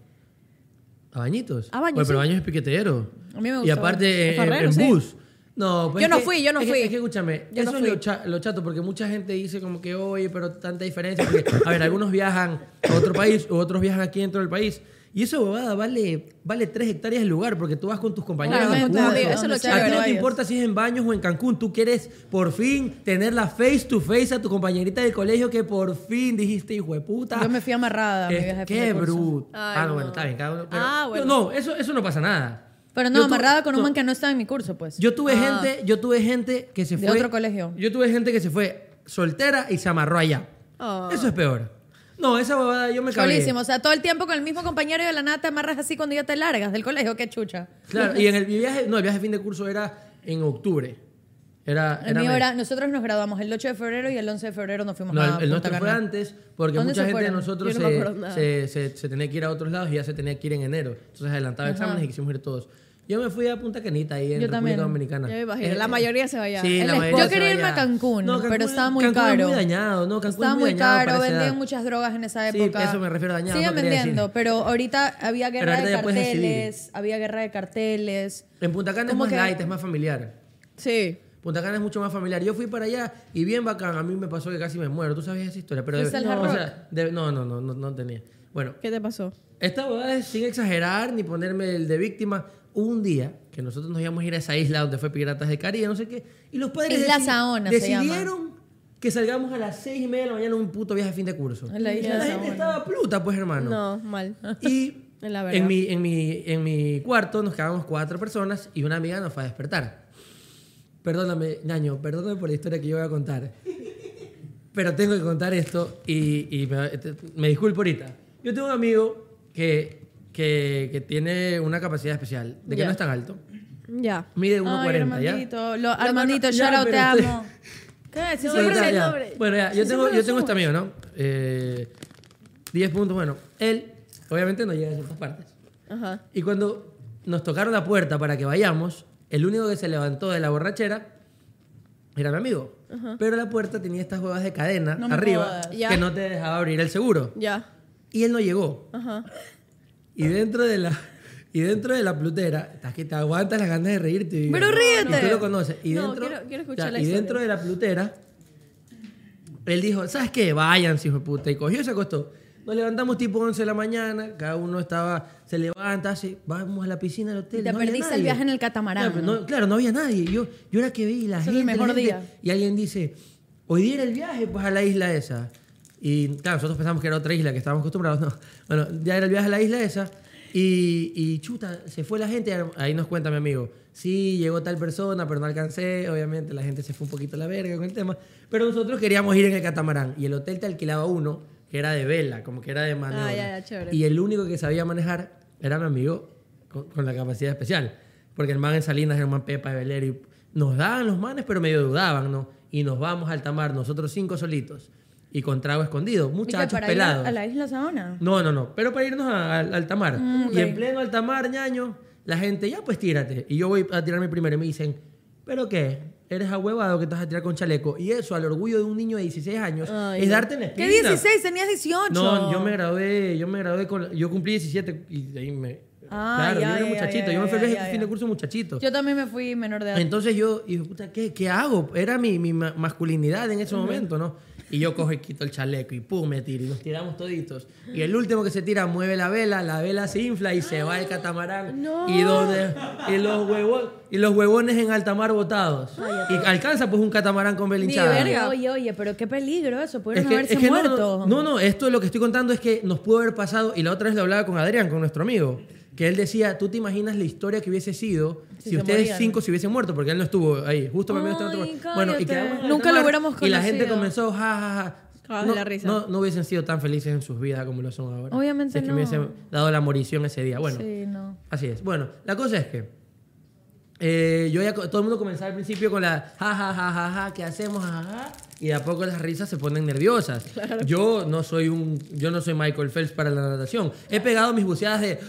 ¿A bañitos?
A baños,
Oye, pero
sí.
baños es piquetero.
A mí me
Y
gustaba.
aparte
Es
en- en-
farrero,
en
sí.
bus. No, pues
Yo
es
no
que-
fui, yo no
es que-
fui.
es que escúchame,
Yo
eso
no
es lo,
fui.
cha- lo chato, porque mucha gente dice como que, oye, pero tanta diferencia. Porque, a ver, algunos viajan a otro país, u otros viajan aquí dentro del país. Y esa huevada vale, vale tres hectáreas el lugar, porque tú vas con tus compañeros.
Claro,
a
con tus
Cuba.
amigos, eso es lo
A ti
chévere,
no te
vayas.
importa si es en Baños o en Cancún, tú quieres por fin tenerla face to face a tu compañerita del colegio que por fin dijiste, hijo de puta.
Yo me fui amarrada a mi
Es-
viaje de fin
qué
de curso.
bruto.
Ay,
ah, no,
no.
bueno, está bien, cada uno. pero-
Ah, bueno.
No, no, eso, eso no pasa nada.
Pero no,
Yo tu-
amarrada con un
no.
man que no estaba en mi curso, pues.
Yo tuve gente, yo tuve gente que se
De
fue.
otro colegio.
Yo tuve gente que se fue soltera y se amarró allá.
Ah.
Eso es peor. No, esa huevada yo me cabré.
Solísimo, o sea, todo el tiempo con el mismo compañero y de la nada te amarras así cuando ya te largas del colegio, qué chucha.
Claro, y en el viaje, no, el viaje de fin de curso era en octubre. Era,
El
era
mío
mes.
era- nosotros nos graduamos el 8 de febrero y el 11 de febrero nos fuimos
No,
a
el, el
Punta
nuestro fue
Cana.
antes, porque
¿Dónde
mucha
se
gente de
fueron?
nosotros
Yo no me
se,
acuerdo nada.
se- se- se tenía que ir a otros lados y ya se tenía que ir en enero. Entonces adelantaba exámenes y quisimos ir todos. Yo me fui a Punta Canita ahí en
Yo
República
también.
Dominicana.
Yo me imagino,
Eh,
la mayoría se va allá.
Sí,
El
la
esposo.
mayoría
Yo quería
se va
irme a
allá.
Cancún, pero
es-
estaba muy
Cancún es
caro.
muy dañado, no, Cancún es
Estaba muy
dañado para
caro,
esa
vendían
edad.
muchas drogas en esa
Sí,
época.
eso me refiero a dañado, no
Siguen
quería
vendiendo,
decir.
pero ahorita había guerra
ahorita
de
ya puedes decidir.
carteles, había guerra de carteles.
En Punta Cana es
Como
más
que-
light, es más familiar.
Sí.
Punta Cana es mucho más familiar. Yo fui para allá y bien bacán. A mí me pasó que casi me muero. Tú sabías esa historia, pero
¿Fuiste al Hard
no, o
Rock?
sea, de- no, no, no, no, no tenía. Bueno,
¿Qué te pasó?
esta boda es sin exagerar ni ponerme el de víctima. Hubo Un día que nosotros nos íbamos a ir a esa isla donde fue Piratas del Caribe, no sé qué, y los padres
Isla
deci-
Saona se llama.
decidieron que salgamos a las seis y media de la mañana a un puto viaje a fin de curso.
En la isla
gente
Saona.
estaba pluta, pues, hermano.
No, mal.
Ah. Y
En la verdad.
en mi, en, mi, en mi cuarto nos quedábamos cuatro personas y una amiga nos fue a despertar. Perdóname, ñaño, perdóname por la historia que yo voy a contar. Pero tengo que contar esto y, y me, te- me disculpo ahorita. Yo tengo un amigo que, que, que tiene una capacidad especial, de que
Ya.
no es tan alto.
Ya.
Mide
Ay,
1,40, ¿ya?
Armandito, lo- Armandito,
Ya,
shout out,
pero este
te
estoy-
amo. ¿Qué? Si
Sí,
siempre
ya,
me-
ya.
nombre.
Bueno, ya, yo tengo, yo tengo este amigo, ¿no? Eh, 10 puntos, bueno. Él, obviamente, no llega a ciertas partes.
Ajá.
Y cuando nos tocaron la puerta para que vayamos, el único que se levantó de la borrachera era mi amigo. Pero la puerta tenía estas huevas de cadena
No me
arriba
jodas.
Ya.
que no te dejaba abrir el seguro.
Ya.
Y él no llegó.
Ajá.
Y dentro de la y dentro de la plutera, estás que te aguantas las ganas de reírte. Vivian.
Pero ríete.
Y tú lo conoces. Y
No,
dentro,
quiero- quiero escuchar
ya,
la
y
historia.
dentro de la plutera, él dijo, ¿sabes qué? Váyanse, hijo de puta. Y cogió y se acostó. Nos levantamos tipo 11 de la mañana, cada uno estaba, se levanta, hace, vamos a la piscina del hotel.
Y te
había
perdiste el
nadie.
viaje en el catamarán,
Claro, pero
¿no?
no- claro, no había nadie. Yo, yo era que vi la
Ese
gente.
es el mejor
la gente.
día.
Y alguien dice, hoy día era el viaje pues a la isla esa. Y claro, nosotros pensamos que era otra isla, que estábamos acostumbrados, no. Bueno, ya era el viaje a la isla esa. Y, y chuta, se fue la gente. Ahí nos cuenta mi amigo. Sí, llegó tal persona, pero no alcancé. Obviamente la gente se fue un poquito a la verga con el tema. Pero nosotros queríamos ir en el catamarán. Y el hotel te alquilaba uno que era de vela, como que era
Ah,
de maniobra.
ya, ya, chévere.
Y el único que sabía manejar era mi amigo con, con la capacidad especial. Porque el man en Salinas era un man pepa de velero. Y nos daban los manes, pero medio dudaban, ¿no? Y nos vamos al tamar, nosotros cinco solitos. Y con trago escondido. Muchachos
para ir a-
pelados.
a la isla Saona?
No, no, no. Pero para irnos a- al altamar.
Mm,
Y en pleno altamar, ñaño, la gente, ya pues tírate. Y yo voy a tirarme primero y me dicen, ¿pero qué? Eres ahuevado que te vas a tirar con chaleco. Y eso, al orgullo de un niño de 16 años, es darte en la
¿Qué
espina.
16? Tenías 18.
No, yo me gradué, yo me gradué con... Yo cumplí 17 y de ahí me...
Ah,
claro,
ya,
yo era
ya,
muchachito.
ya,
yo me fui
ya,
al
ya,
fin de
ya.
curso muchachito.
Yo también me fui menor de edad.
Entonces yo dije, puta, ¿qué, qué hago? Era mi, mi ma- masculinidad en ese momento, ¿no? Y yo cojo y quito el chaleco y pum, me tiro y nos tiramos toditos. Y el último que se tira mueve la vela, la vela se infla y se va el catamarán. Y, donde, y, los huevos, y los huevones en alta mar botados. y alcanza pues un catamarán con vela
Ni
hinchada.
verga. Oye, oye, pero qué peligro eso.
Es
Pudieron
que-
haberse
es que no,
muerto.
No, no, no, esto lo que estoy contando es que nos pudo haber pasado, y la otra vez lo hablaba con Adrián, con nuestro amigo, que él decía, tú te imaginas la historia que hubiese sido si,
se
ustedes
morían.
cinco se hubiesen muerto, porque él no estuvo ahí, justo para mí no
Ay,
estaba- Bueno, y
cállate.
quedamos en
Nunca lo
Altamar,
hubiéramos
Y la gente
conocido.
comenzó, ja, ja, ja.
Cagados
No,
de la risa.
no, no hubiesen sido tan felices en sus vidas como lo son ahora.
Obviamente
Si es que
no.
me hubiesen dado la morición ese día. Bueno,
Sí, no.
Así es. Bueno, la cosa es que eh, yo ya co- todo el mundo comenzaba al principio con la ja ja ja ja ja, ¿qué hacemos? Ja, ja, ja. Y de a poco las risas se ponen nerviosas. Yo no soy un yo no soy Michael Phelps para la natación. He pegado mis buceadas de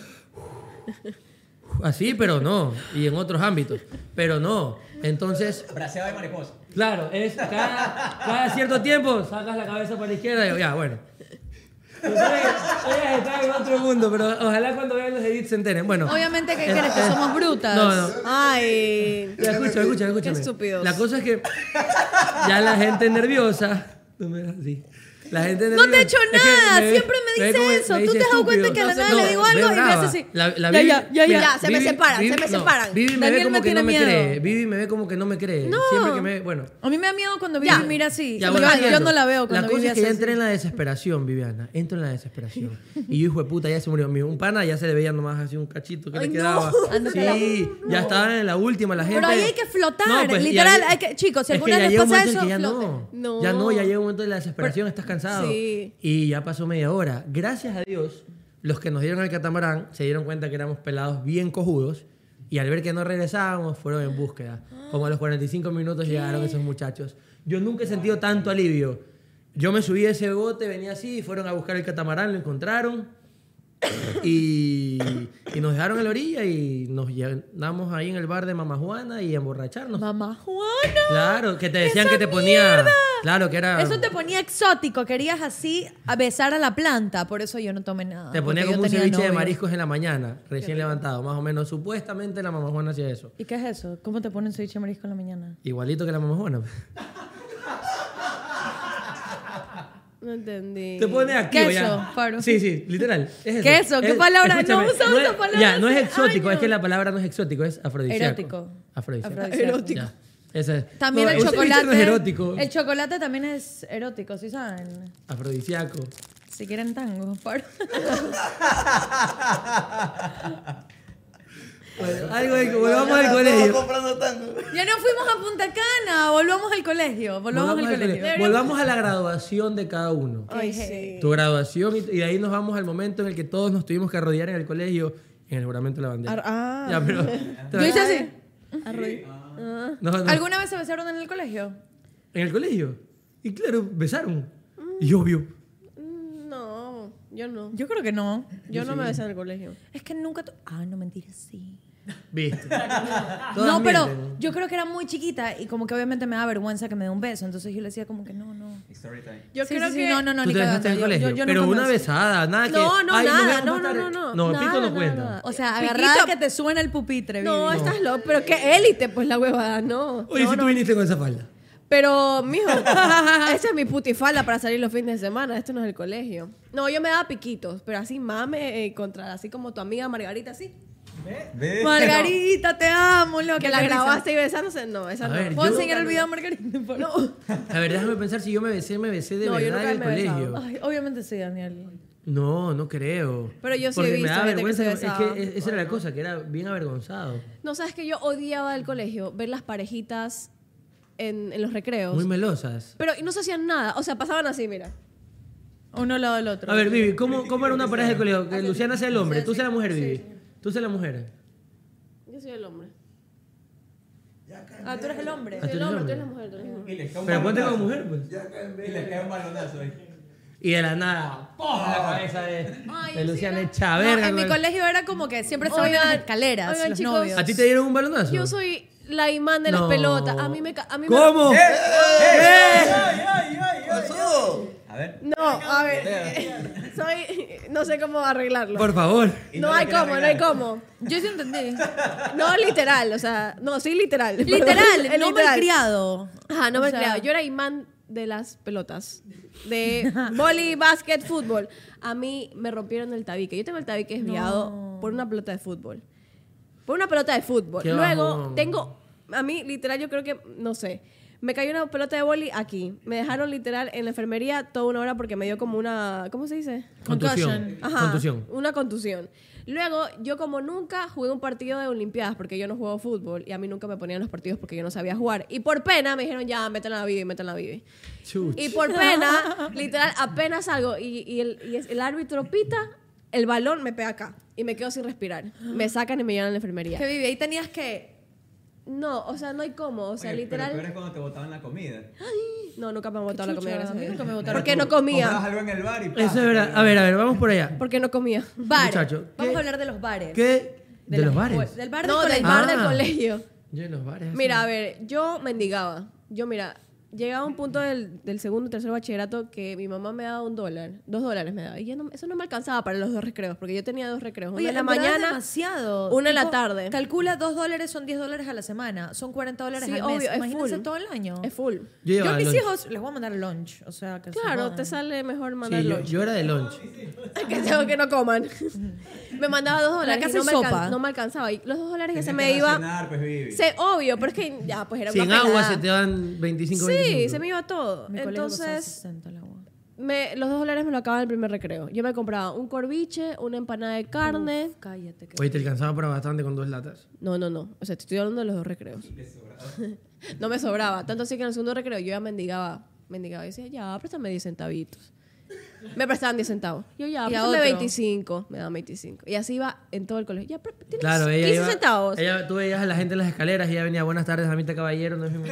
así, pero no, y en otros ámbitos, pero no. Entonces,
Braseado de mariposa.
Claro, es cada, cada cierto tiempo sacas la cabeza para la izquierda y ya, bueno. Ellas están en otro mundo, pero ojalá cuando vean los edits se enteren. Bueno,
Obviamente que
Eh,
crees que
eh,
somos brutas.
No, no.
Ay.
Ya, escucha, escucha, escucha.
estúpidos.
La cosa es que ya la gente nerviosa. No me hagas así. La gente nerviosa.
te he hecho
es que
nada,
ve-
siempre me
ve
dice
como-
eso.
dice
¿Tú te has dado cuenta
estúpido.
que a la
No,
nada
no,
le digo algo
ve
y me hace
brava.
así?
La- la
Ya,
Vivi-
ya, ya,
mira,
ya,
se me
Vivi-
separan, se
Vivi-
me
no,
separan.
Vivi me
Daniel
ve como
me
que
tiene
no me cree.
miedo.
Vivi me ve como que no me cree.
No.
Siempre que me. Bueno.
A mí me da miedo cuando Vivi mira así.
Ya,
yo,
bueno,
yo
entiendo.
no la veo cuando
La cosa
Vivi
es que ya
hace
entré en
así.
la desesperación, Viviana. Entro en la desesperación. Y yo, hijo de puta, ya se murió. Mi- Un pana ya se le veía nomás así un cachito que le
Ay, no.
quedaba.
Ándate a la-
Sí, ya estaba en la última la gente. pues,
Pero ahí hay que flotar,
y
literal,
ahí-
hay que- chicos, si
es que
alguna
ya
les
llega un
pasa
momento en
eso,
que ya
floten.
no.
No.
Ya no, ya llega un momento de la desesperación, estás cansado.
Sí.
Y ya pasó media hora. Gracias a Dios, los que nos dieron el catamarán se dieron cuenta que éramos pelados bien cojudos. Y al ver que no regresábamos, fueron en búsqueda. Como a los 45 minutos llegaron esos muchachos. Yo nunca he sentido tanto alivio. Yo me subí a ese bote, venía así, fueron a buscar el catamarán, lo encontraron. Y, y nos dejaron a la orilla y nos llenamos ahí en el bar de Mamá Juana y a emborracharnos.
Mamá Juana.
Claro, que te decían
¡Esa
que te ponía.
mierda!
Claro, que era.
Eso te ponía exótico, querías así a besar a la planta, por eso yo no tomé nada.
te ponía
Ah, porque yo
como un
tenía
ceviche de
novio.
mariscos en la mañana, recién levantado, más o menos. Supuestamente la mamá Juana hacía eso.
¿Y qué es eso? ¿Cómo te ponen ceviche de marisco en la mañana?
Igualito que la mamá Juana.
No entendí.
Te pone activo
Queso,
ya.
Pablo.
Sí, sí, literal. Es eso.
Queso, ¿qué
Es-
palabra? No
escúchame,
usamos
es-
esa palabra
Ya, no es
hace
exótico, es
años.
que la palabra no es exótico, es afrodisíaco.
Erótico.
Afrodisíaco.
Afrodisíaco. Erótico.
Ya, ese es.
También
No,
el
un ceviche
chocolate.
no es erótico.
El chocolate también es erótico, ¿sí saben?
Afrodisíaco.
Si quieren tango, por-
Bueno, algo de que volvamos al colegio.
comprando tango.
Ya no fuimos a Punta Cana, volvamos al colegio, volvamos, al colegio.
Volvamos a la graduación de cada uno.
Ay, sí.
Tu graduación y, y de ahí nos vamos al momento en el que todos nos tuvimos que arrodillar en el colegio en el juramento de la bandera.
Ar- ah.
Ya, pero-
Yo hice así.
No, no.
¿Alguna vez se besaron en el colegio?
En el colegio. Y claro, besaron. Y
Mm.
obvio.
No, yo no.
Yo creo que no.
Yo no me besé en el colegio.
Es que nunca... tu- Ah, no, mentira, sí.
Viste.
no,
Todas
pero
mienten.
yo creo que era muy chiquita y como que obviamente me da vergüenza que me dé un beso, entonces yo le decía como que no, no.
Story time.
Yo
Sí,
creo
sí, sí,
que.
no, no, no,
Tú
ni
te besaste
cagando,
en el
yo-
colegio.
yo- yo
pero
nunca me
una
besé.
besada, nada Ah, que.
No, no,
"Ay, nos
nada,
vemos
no,
más
no,
tarde".
no, no,
No, pico
nada,
no cuenta.
nada.
O sea,
Piquito.
agarrada que te suena el pupitre,
No,
Vivi.
estás loco, pero qué élite, pues la huevada, no.
Oye,
No,
si
no.
tú viniste con esa falda.
Pero, mijo, esa es mi putifalda para salir los fines de semana. Esto no es el colegio. No, yo me daba piquitos, pero así mame eh, contra, así como tu amiga Margarita, así.
Ve.
Margarita, te amo, loco.
Que la grabaste y besándose. No, esa
A
no.
ver, yo-
Puedo enseñar el video a Margarita. por favor?
A ver, déjame pensar si yo me besé, me besé de
No, yo
verdad en
nunca
el
me he besado.
colegio.
Ay, obviamente sí, Daniel.
No, no creo.
Pero yo sí he
Porque me
visto
daba
gente que se
vergüenza. es
besaba.
que es- esa era la cosa, que era bien avergonzado.
No sabes que yo odiaba del colegio ver las parejitas en, en los recreos.
Muy melosas.
pero no se hacían nada. O sea, pasaban así, mira.
Uno al lado del otro.
A ver, Vivi, ¿cómo, cómo era una pareja de colegio? Que Luciana sea el hombre, tú seas la mujer, Vivi. Tú seas la mujer.
Yo soy el hombre.
Ah, tú eres el hombre.
Ah, tú eres
el hombre, tú
hombre.
eres la mujer. Tú eres la mujer.
Y les cae un
Pero ponte como
balonazo.
mujer, pues.
Y les cae un balonazo ahí.
Y de la nada, ¡pum! La cabeza de,
Ay,
de
sí,
Luciana
no.
hecha
No,
verga,
en mi
güey.
colegio era como que siempre se oían las escaleras,
oigan,
los
chicos.
novios.
¿A ti te dieron un balonazo?
Yo soy la imán de las
No.
pelotas. A mí me. ca- A mí me-
¿Cómo?
¡Eh! ¡Eh! ¡Ay, ay, ay, ay!
¡Pasó!
A ver.
No, a ver. soy. No sé cómo arreglarlo.
Por favor.
Y
no,
no la
hay
quieres
cómo, no hay
arreglar.
cómo.
Yo sí entendí.
No literal, o sea, no, sí literal.
Literal,
Perdón,
no
literal.
malcriado.
Ajá, no
O
me
sea-
Yo era imán de las pelotas. De boli, básquet, fútbol. A mí me rompieron el tabique. Yo tengo el tabique desviado por una pelota de fútbol. Por una pelota de fútbol.
Qué
Luego
bajón.
tengo. A mí, literal, yo creo que. No sé. Me cayó una pelota de boli aquí. Me dejaron literal en la enfermería toda una hora porque me dio como una. ¿Cómo se dice?
Contusión.
Ajá,
Contusión.
Una contusión. Luego, yo como nunca jugué un partido de Olimpiadas porque yo no juego fútbol y a mí nunca me ponían los partidos porque yo no sabía jugar. Y por pena me dijeron, ya, métela a la Vivi, métela a la Vivi.
Chuch.
Y por pena, literal, apenas salgo y, y el, y es- el árbitro pita, el balón me pega acá y me quedo sin respirar. Me sacan y me llevan a la
Que
enfermería.
vive, ahí tenías que...
No, o sea, no hay cómo. O sea,
Oye,
literal.
Pero peor es cuando te botaban la comida.
No, nunca me han botado la comida.
chucha,
gracias a
a mí
Dios.
nunca me botaron.
Porque no
Comprabas
comía.
algo en el bar y
Eso
¡pah!
es verdad. A ver, a ver, vamos por allá.
Porque no comía.
Bar.
Muchacho,
Vamos
¿qué-
a hablar de los bares.
¿Qué? De, los
las-
bares.
Del bar del
No, del
colegio.
bar del
Ah.
colegio.
Yo en los bares. así.
Mira, a ver, yo mendigaba. Yo, mira, llegaba a un punto del, del segundo, tercer bachillerato que mi mamá me daba un dólar, dos dólares me daba. Y ya no- eso no me alcanzaba para los dos recreos, porque yo tenía dos recreos. Uno
Oye,
en la
verdad es
mañana.
demasiado.
Una en la
Tipo,
tarde.
Calcula 2 dólares son 10 dólares a la semana. Son 40 dólares
Sí,
al
obvio,
mes.
es
Imagínense
full.
todo el año.
Es full.
Yo
Yo
llevaba
a mis
lunch.
hijos les voy a mandar el lunch. O sea, que se
Claro,
jodan.
te sale mejor mandar
Sí, yo,
lunch.
yo era de lunch.
que tengo que no coman. me mandaba dos dólares.
casa
y no,
hay
me
sopa.
alcan- no me alcanzaba. Y los dos dólares que
Tenías
se
que
me iba.
racionar, pues, Vivi.
Se, obvio, pero es que ya, pues era
Sin
una
agua
pelada.
se te dan 25
Sí,
25.
se me iba todo.
Mi colegio costaba
Entonces,
60 el agua.
me- los dos dólares me lo acababan en el primer recreo. Yo me compraba un corviche, una empanada de carne.
Cállate. Que...
Oye, te alcanzaba para bastante con dos latas.
No, no, no. O sea, te estoy hablando de los dos recreos. no me sobraba. Tanto así que en el segundo recreo yo ya mendigaba. Mendigaba. Y decía, ya, préstame 10 centavitos. Me prestaban 10 centavos. Yo ya,
Y a
préstame
otro.
25. Me daban 25. Y así iba en todo el colegio. Ya, pero tienes
Claro, ella
15
iba-
centavos.
Ella, tú veías a la gente en las escaleras y ella venía, buenas tardes, amita caballero. No es mi,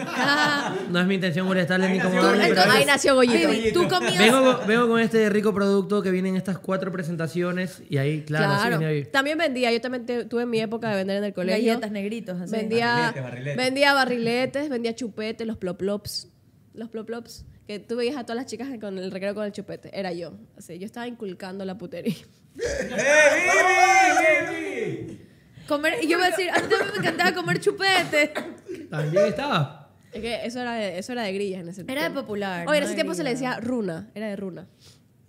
no es mi intención molestarles ni
Ahí nació
incomodarles.
Gollito.
pero-
Ahí nació Gollito.
Baby, tú comías...
Vengo, con- vengo con este rico producto que vienen estas cuatro presentaciones y ahí, claro, así
Claro.
viene ahí.
También vendía. Yo también te- tuve mi época de vender en el colegio.
Galletas negritos. Así.
Vendía
Barriletes, barriletes.
vendía barriletes, vendía chupetes, los ploplops. Los ploplops. Que tú veías a todas las chicas con el recreo con el chupete. Era yo. Así, yo estaba inculcando la putería.
¡Eh, Vivi! ¡Vivi!
Comer, y yo iba a decir, a mí también me encantaba comer chupete.
También estaba.
Es que eso era de, eso era de grillas en ese tiempo.
Era de popular,
Oye, en
no
ese
de
tiempo se le
grilla.
decía runa. Era de runa.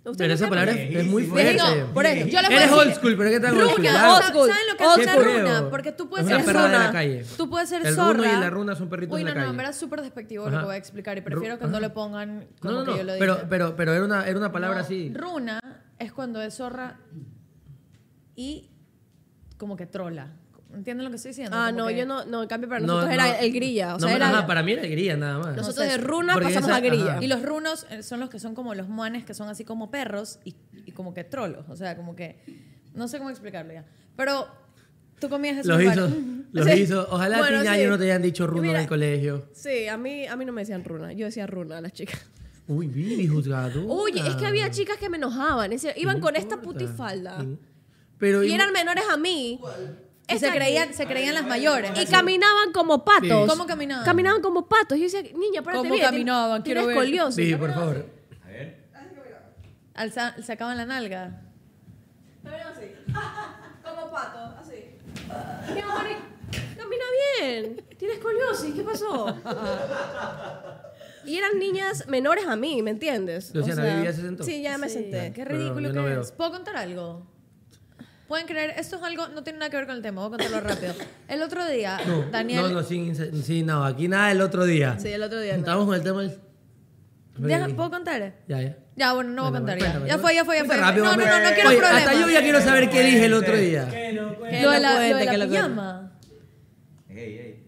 ¿Ustedes
Pero
no
esa
saben?
palabra es, es muy
Viejísimo.
fuerte.
Viejito, por eso. Yo les voy a
Eres
decir-
old school, pero ¿qué tal
Ruca,
old school?
old
¿Sabes?
school.
¿Saben lo que
Old
es una
school.
runa? Porque tú puedes
Es una
ser
perra de la
zorra.
calle.
Tú puedes ser
El runo
zorra.
y la runa son perritos de
Uy, no,
la
no,
calle.
me era súper despectivo lo
Ajá.
que voy a explicar y
Ru-
prefiero que
ajá.
no le pongan
No,
como
no,
que yo
no.
lo dije.
Pero, pero, pero era una, era una palabra
No,
así.
Runa es cuando es zorra y como que trola. ¿Entienden lo que estoy diciendo?
Ah,
Como
no,
que-
yo no, no, cambio para
No,
nosotros
no.
era el grilla. O sea,
No,
era.
ajá, para mí era gría nada más.
nosotros
No
de
sé.
runa
Porque
pasamos
esa-
a grilla.
ajá.
Y los runos eh, son los que son como los manes que son así como perros y, y como que trolos. O sea, como que. No sé cómo explicarlo ya. Pero tú comías esos
Los hizo,
bares.
los
Sí.
hizo. Ojalá
Bueno,
a ti,
sí.
Ñaño, no te hayan dicho runo
Mira.
en el colegio.
Sí, a mí, a mí no me decían runa. Yo decía runa a las chicas.
Uy, Vivi, juzgado.
Oye, es que había chicas que me enojaban. es decir, iban con esta putifalda.
Pero
Y eran menores a mí.
Y se creían, se creían las mayores.
Y
así.
caminaban como patos.
Sí. ¿Cómo caminaban?
Caminaban como patos. Yo decía, niña, párate
¿Cómo
bien, tien-
caminaban?
tienes
Quiero ver.
escoliosis.
Vivi, por favor.
A ver.
Alza- sacaban la nalga.
Caminaban así. como patos, así. Mi amor, y- camina bien. Tienes escoliosis. ¿Qué pasó? Y eran niñas menores a mí, ¿me entiendes?
Luciana, Vivi ya se sentó.
Sí, ya me senté.
Qué
Perdón,
ridículo
yo no
que
veo.
es. ¿Puedo contar algo?
Pueden creer, esto es algo, no tiene nada que ver con el tema, voy a contarlo rápido. El otro día,
No,
Daniel.
no, no, sin, inse- sin- no, aquí nada el otro día.
Sí, el otro día. no.
Estamos con el tema del...
Deja- ¿Puedo contar?
Ya, ya.
Ya, bueno, no voy a
Bueno,
contar.
cuéntame,
Ya, ya
¿no?
fue, ya fue, ya fue.
Cuenta rápido,
no, no, no, no
hombre.
quiero
Oye,
problemas.
Hasta yo ya quiero saber qué dije el otro día.
Lo de la, lo de
cuente,
la
que lo cuente.
pijama.
Ey, ey.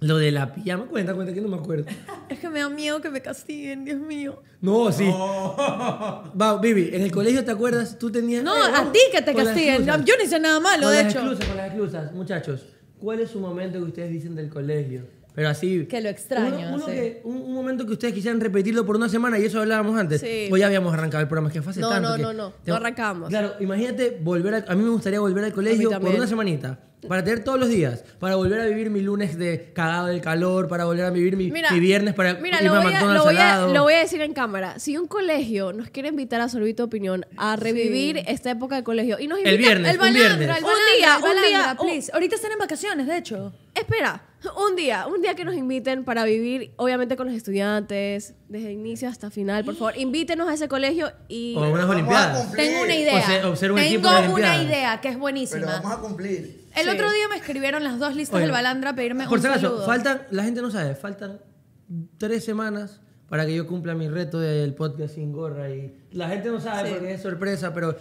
Lo de la pijama, cuenta, cuenta, que no me acuerdo.
Es que me da miedo que me castiguen, Dios mío.
No, sí. Va, Vivi, en el colegio, ¿te acuerdas? Tú tenías...
No, a ti que te
Con las
castiguen.
exclusas.
Yo no hice nada malo,
con
de
las
hecho.
exclusas, con las exclusas. Muchachos, ¿cuál es su momento que ustedes dicen del colegio? Pero así...
Que lo extraño,
Uno- uno
sí.
que- un, un momento que ustedes quisieran repetirlo por una semana y eso hablábamos antes.
Sí.
O ya habíamos arrancado el programa, es que fue hace
No,
tanto
no,
que-
no, no, no arrancamos.
Claro, imagínate volver a... A mí me gustaría volver al colegio por
también.
una semanita. Para tener todos los días. Para volver a vivir mi lunes de cagado del calor. Para volver a vivir mi,
Mira,
mi viernes para
mira,
irme
lo
a
voy, a,
McDonald's
lo voy a-
al lado.
lo voy a decir en cámara. Si un colegio nos quiere invitar a Sorbito Opinión a revivir esta época de colegio y nos invita
viernes,
el
un
balandra,
viernes.
el
Un día, un día,
un-
please. Ahorita están en vacaciones, de hecho.
Espera, un día, un día que nos inviten para vivir, obviamente con los estudiantes, desde inicio hasta final, por favor, invítenos a ese colegio y...
O unas
Vamos a
olimpiadas.
cumplir.
Tengo una
O
idea.
sea, o ser un equipo
Tengo
de
una
Olimpiadas.
idea que es
Pero
buenísima.
vamos a cumplir.
El
Sí.
otro día me escribieron las dos listas
Oye,
del Balandra a pedirme
Por
un
si acaso,
saludo.
faltan, la gente no sabe, faltan tres semanas para que yo cumpla mi reto del podcast sin gorra y la gente no sabe porque es sorpresa, pero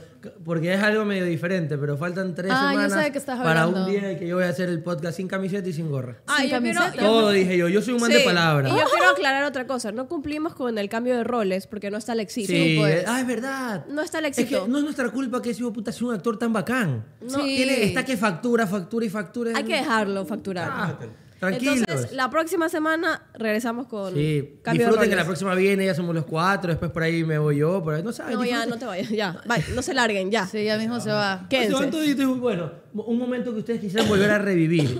porque es algo medio diferente, pero faltan tres
Ah, yo sé
semanas
de qué estás
para un
hablando.
día en el que yo voy a hacer el podcast sin camiseta y sin gorra.
Ah,
Sin
yo quiero-
camiseta.
yo-
Todo dije yo, yo soy un man de
Sí,
palabras.
Y yo quiero aclarar otra cosa, no cumplimos con el cambio de roles porque no
Sí,
está Alexito.
eh, ah, es verdad.
pues. No está el
Es
éxito.
que no es nuestra culpa que ese hijo de puta sea un actor tan bacán.
No.
Sí.
Tiene, está que factura, factura y factura.
Hay que dejarlo facturar.
Ah, tranquilos.
Entonces, la próxima semana regresamos con
Sí,
cambio de
disfruten
roles.
que la próxima viene, ya somos los cuatro, después por ahí me voy yo, por ahí, no sabes.
No, ya,
disfruten.
no te vayas, ya. Bye, no se larguen, ya.
Sí, ya mismo se va.
Entonces,
Quédense.
van toditos y, bueno, un momento que ustedes quisieran volver a revivir.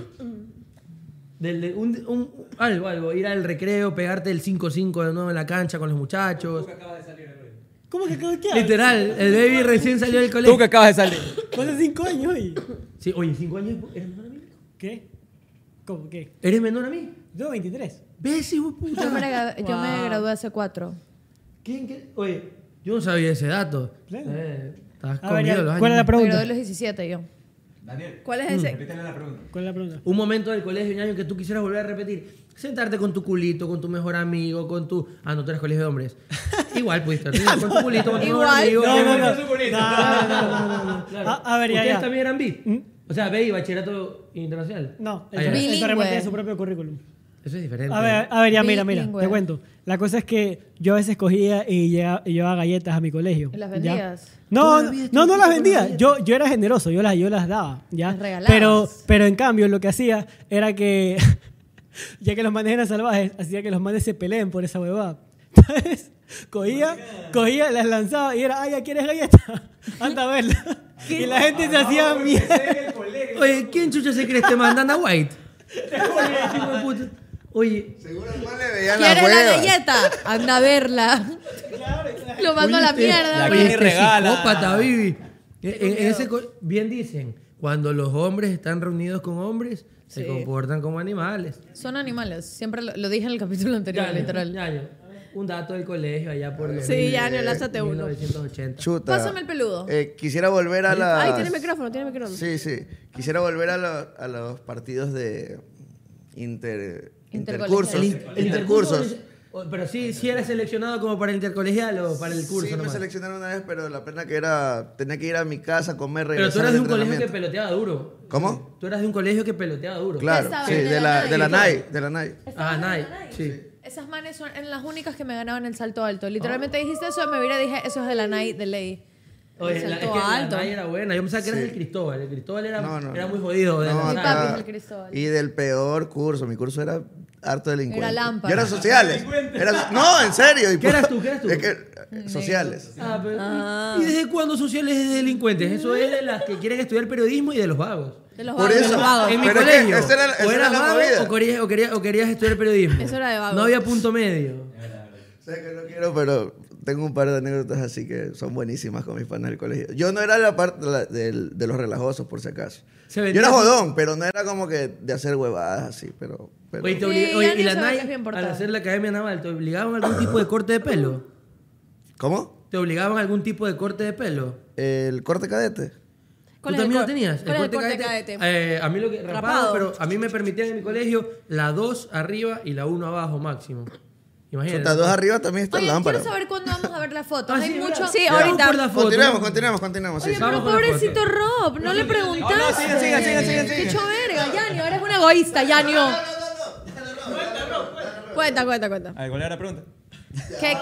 Del- de- un- un- algo, algo, ir al recreo, pegarte el 5-5 de nuevo en la cancha con los muchachos.
¿Cómo que acabas de
Literal, el baby recién salió del colegio.
acabas de salir. Fue hace cinco años hoy.
Sí, oye, ¿cinco años eres menor a mí?
¿Qué? ¿Cómo qué?
¿Eres menor a mí?
Yo 23.
¿Ves, hijo de
Yo me,
puta?
gra- yo me gradué hace cuatro.
¿Quién, qué? Oye, yo no sabía ese dato.
Claro.
Eh, estás
A ver,
conmigo
ya,
los
¿cuál es la
años.
Me gradué a
pregunta?
los 17 yo.
Daniel,
¿Cuál es ese?
repítale la pregunta.
¿Cuál es la pregunta?
Un momento del colegio, ñaño, que tú quisieras volver a repetir. Sentarte con tu culito, con tu mejor amigo, con tu... Ah, no, tú eres colegio de hombres. Igual pudiste repetir, con tu culito, con tu mejor
Igual.
amigo.
No, no, no.
Claro, claro.
A, a ver, ya,
¿Ustedes
ya.
también eran bi?
¿Mm?
O sea, BI, bachillerato internacional. Ah,
No, el,
ya.
el
Bilingüe.
torremate tiene su propio currículum.
Eso es diferente.
A ver, a ver, ya, mira, mira,
Bilingüe.
te cuento. La cosa es que yo a veces cogía y llega- y llevaba galletas a mi colegio.
¿Y las
¿ya?
vendías?
No,
Todavía
no,
estoy
no, no las
con
vendía.
galletas.
Yo, yo era generoso, yo las, yo las daba, ¿ya?
Las regalabas.
Pero, pero en cambio lo que hacía era que, ya que los manes eran salvajes, hacía que los manes se peleen por esa huevada. ¿Sabes? Cogía, cogía, las lanzaba y era, ay, ya quieres galleta. Anda a verla. Y la gente se hacía mierda.
El colegio.
Oye, ¿quién chucha se cree este man? Dana White. Oye, hijo de puta. Oye,
Seguro el man le veía la
¿Quieres la
hueva.
galleta? Anda a verla. Lo mando a la
Oye, este-
mierda. pues.
oye,
güey.
este
regala.
psicópata, Bibi. Eh, en ese co- bien dicen, cuando los hombres están reunidos con hombres, se comportan como animales.
Son animales. Siempre lo, lo dije en el capítulo anterior,
Ñaño,
literal.
Ñaño, Un dato del colegio allá por los
Sí, ya, Ñaño, lánzate uno.
1980.
Chuta.
Pásame el peludo.
Eh, quisiera volver a la.
Ay, tiene micrófono, tiene micrófono.
Sí, sí. Quisiera volver a, lo- a los partidos de inter, intercursos.
El
El
intercursos.
intercurso- Pero sí, sí eres seleccionado como para el intercolegial o para el curso.
sí, me
nomás.
seleccionaron una vez, pero la pena que era. Tenía que ir a mi casa, comer,
Pero tú
regresar.
eras de
al
un colegio que
entrenamiento.
peloteaba duro.
¿Cómo?
Tú eras de un colegio que peloteaba duro.
Claro,
Esa
sí,
vez
de la, de la NAI. De la NAI.
Ah, Nike. Sí.
Esas manes son en las únicas que me ganaban el salto alto. Literalmente dijiste eso, me miré y dije, eso es de la night de ley.
Oye,
El
la, es
salto
que la
alto.
Nike era buena. Yo pensaba que eras
Sí.
el Cristóbal. El Cristóbal era,
No, no,
era
no.
muy jodido. de
No,
la
Mi
nada.
papi es el
acá-
Cristóbal.
Y del peor curso. Mi curso era harto delincuente.
Era lámpara.
Yo era sociales. Era- no, en serio. y
¿Qué eras
por-
tú? ¿Qué eras tú?
Es que,
Mm,
eh, sociales.
Ah, pero- ¿Y desde cuándo sociales es de delincuentes? Eso es de las que quieren estudiar periodismo y de los vagos.
De los
Por
vagos, de
eso.
los vagos.
En mi
Pero es que
colegio,
esa era- esa
o
era
eras
la
vago
movida.
o querías, o, querías, o querías estudiar periodismo.
Eso era de vagos.
No había punto medio.
Sé que no quiero, pero tengo un par de anécdotas así que son buenísimas con mis panas del colegio. Yo no era la parte de la- del- de los relajosos, por si acaso.
Se
Yo
vendía-
era jodón, pero no era como que de hacer huevadas así, pero... pero-
Oye, te
Sí,
oblig- oye,
ya
y
ni
la
sabes que es
NAI,
bien portada.
al hacer la academia naval, ¿te obligaban a algún tipo de corte de pelo?
¿Cómo?
¿Te obligaban a algún tipo de corte de pelo?
El corte cadete.
¿Tú
¿Cuál es el
también lo
cor-
tenías?
cuál es el corte cadete?
Eh, a mí lo que rapado,
Rapado.
pero a mí me permitían en mi colegio la 2 arriba y la 1 abajo máximo. Imagínate.
Chuta, dos arriba también está
Oye,
la lámpara.
quiero saber cuándo vamos a ver las fotos.
Ah,
Hay
sí,
mucho.
Sí,
Ya.
ahorita.
Por la foto.
Continuamos, continuamos, continuamos. sí,
Oye,
sí.
Vamos
pero
con la
pobrecito
foto.
Rob, no le preguntaste.
No, no, sigan, sigan, sigan, sigan, sigan.
Qué hecho verga, Yanio, ahora es un egoísta, Yanio.
Cuenta, cuenta, cuenta.
A ver, ¿cuál era la pregunta?
Qué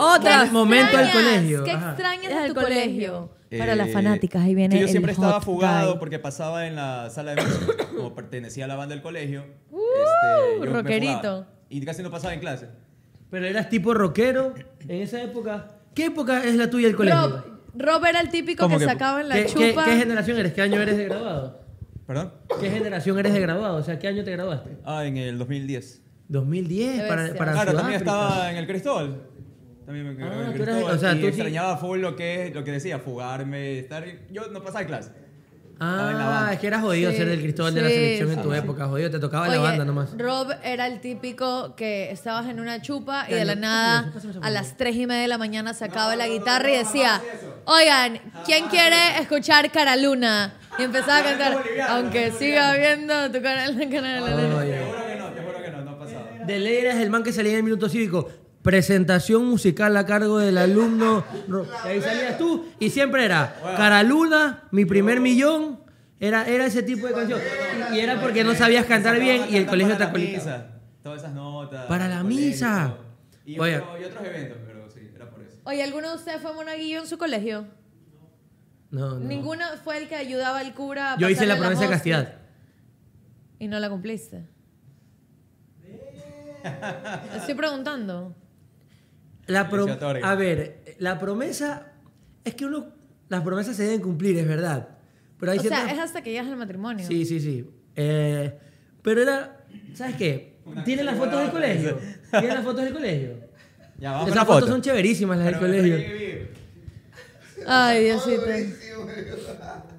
Otra.
Qué momento del
extrañas,
colegio.
Qué
Ajá.
extrañas
Del
de tu colegio.
Para las
Eh,
fanáticas, ahí viene
que yo
el
siempre estaba
hot
fugado
guy.
porque pasaba en la sala de música, como pertenecía a la banda del colegio.
Uh,
este, yo me
rockerito.
fugaba. Y casi no pasaba en clase.
Pero eras tipo rockero en esa época. ¿Qué época es la tuya del colegio?
Rob, Rob era el típico
¿Cómo
que
que-
sacaba en la
¿Qué, qué-
chupa.
qué generación eres? ¿Qué año eres de graduado?
¿Perdón?
¿Qué generación eres de graduado? O sea, ¿qué año te graduaste?
Ah, en el 2010.
2010
Qué
para,
bestia.
para
claro, también
Sudáfrica.
estaba en el Cristóbal. También me quedé
Ah,
en el
tú eras-
Cristóbal.
o sea,
y
tú sí-
extrañaba full lo que, lo que decía, fugarme, estar... Yo no pasaba en clase. Estaba en la
Ah,
banda.
es que eras jodido
Sí,
ser del Cristóbal de la
sí,
selección en
sí,
tu época, jodido. Te tocaba la
Oye,
banda nomás.
Rob era el típico que estabas en una chupa y
Ya,
de la
no,
nada
pásame eso, pásame eso,
a
por
las 3 y media de la mañana sacaba la guitarra y decía, oigan,
Ah,
¿quién quiere escuchar Cara Luna? Y empezaba a cantar, aunque siga viendo tu canal de Cara Luna.
Oye.
Te juro que no, te juro que no, no pasaba.
De ley eras el man que salía en el minuto cívico. Presentación musical a cargo del alumno. Ro- y Ahí salías tú y siempre era Cara Luna, mi primer millón. Era, era ese tipo de canción. Y, y era porque
Eh,
no sabías cantar bien y el colegio te
Para la
acolitaba.
misa, Todas esas notas.
Para la
el colegio,
misa.
todo. Y,
Oye.
otro- y otros eventos, pero sí, era por eso.
Oye, ¿alguno de ustedes fue monaguillo en su colegio?
No, no.
Ninguno fue el que ayudaba al cura a
Yo hice
pasarle
la promesa de
hostia?
castidad.
Y no la cumpliste. Estoy preguntando.
La pro-
Se otorga.
a ver, la promesa es que uno las promesas se deben cumplir, es verdad. Pero hay
O sea,
ciertas-
es hasta que llegas al matrimonio.
Sí, sí, sí. Eh, pero era, ¿sabes qué? Tiene las fotos del colegio. Tiene las fotos del colegio.
Ya, vamos
Esas
con la
fotos
foto.
son chéverísimas las del
Pero me
colegio.
parece que
Ay, Diosito.
vi-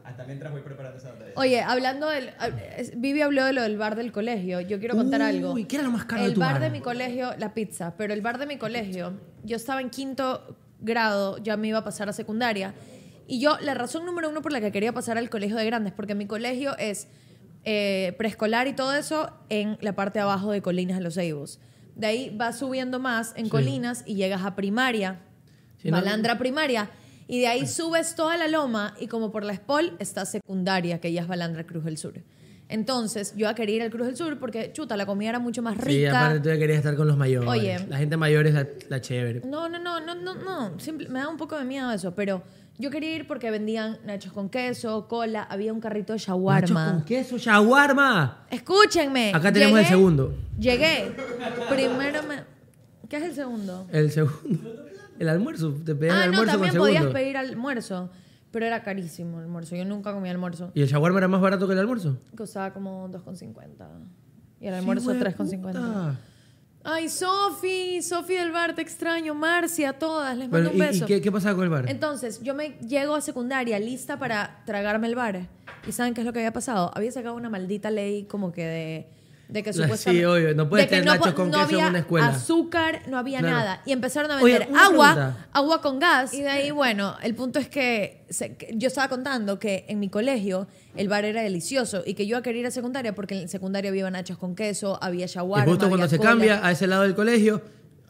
Hasta mientras voy preparando esa batalla.
Oye, hablando del. hab- es- Vivi habló de lo del bar del colegio. Yo quiero contar
Uy,
algo.
¿qué era lo más caro de
El
tu
bar
bar?
de mi colegio, la pizza, pero el bar de mi colegio, yo estaba en quinto grado, ya me iba a pasar a secundaria. Y yo, la razón número uno por la que quería pasar al colegio de grandes, porque mi colegio es eh, preescolar y todo eso en la parte de abajo de Colinas de los Ceibos. De ahí vas subiendo más en
Sí.
Colinas y llegas a primaria.
Sí, no-
Balandra primaria. Y de ahí subes toda la loma y como por la Espol está secundaria, que ya es Balandra Cruz del Sur. Entonces, yo ya quería ir al Cruz del Sur porque, chuta, la comida era mucho más
Sí, aparte
rica.
tú ya querías estar con los mayores.
Oye.
La gente mayor es la, la chévere.
No, no, no, no, no, no. Simple- me da un poco de miedo eso, pero yo quería ir porque vendían nachos con queso, cola, había un carrito de
Nachos con
shawarma.
queso, shawarma.
Escúchenme.
Acá tenemos el segundo.
Llegué. Primero me... ¿Qué es el segundo?
El segundo. El almuerzo. Te pedían
ah,
el
no,
almuerzo con
también
segundo.
podías pedir almuerzo, pero era carísimo el almuerzo. Yo nunca comía almuerzo.
¿Y el shawarma era más barato que el almuerzo?
Costaba como 2,50. Y el almuerzo
Sí, güey,
3,50.
puta.
Ay, Sofi, Sofi del bar, te extraño. Marcia, a todas, les
Bueno,
mando un
¿y, y
beso.
qué, qué pasaba con el bar?
Entonces, yo me llego a secundaria lista para tragarme el bar. ¿Y saben qué es lo que había pasado? Había sacado una maldita ley como que de, de que
La- sí,
supuestamente...
obvio, no puedes
de que
tener nachos
po-
con
no
queso en
había
una escuela.
azúcar, no había
Claro.
nada. Y empezaron a
Oye,
vender
una
agua,
pregunta.
agua con gas. Y de ahí, bueno, el punto es que se- que yo estaba contando que en mi colegio el bar era delicioso y que yo iba a querer ir a secundaria porque en secundaria había nachos con queso, había
Y
shawarma,
justo cuando
había
se
cola.
cambia a ese lado del colegio,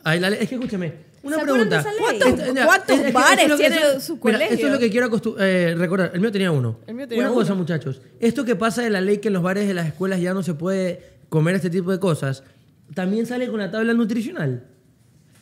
ahí la le- es que escúchame, una
¿Se acuerdan de
pregunta.
esa ley?
¿Cuántos-
Mira,
cuántos
que
bares
es lo que-
tiene
eso- mira,
su
esto
colegio?
es lo que quiero acostu- eh, recordar. El mío tenía uno.
El mío tenía
una
uno.
cosa, muchachos. Esto que pasa de la ley que en los bares de las escuelas ya no se puede comer este tipo de cosas, también sale con la tabla nutricional.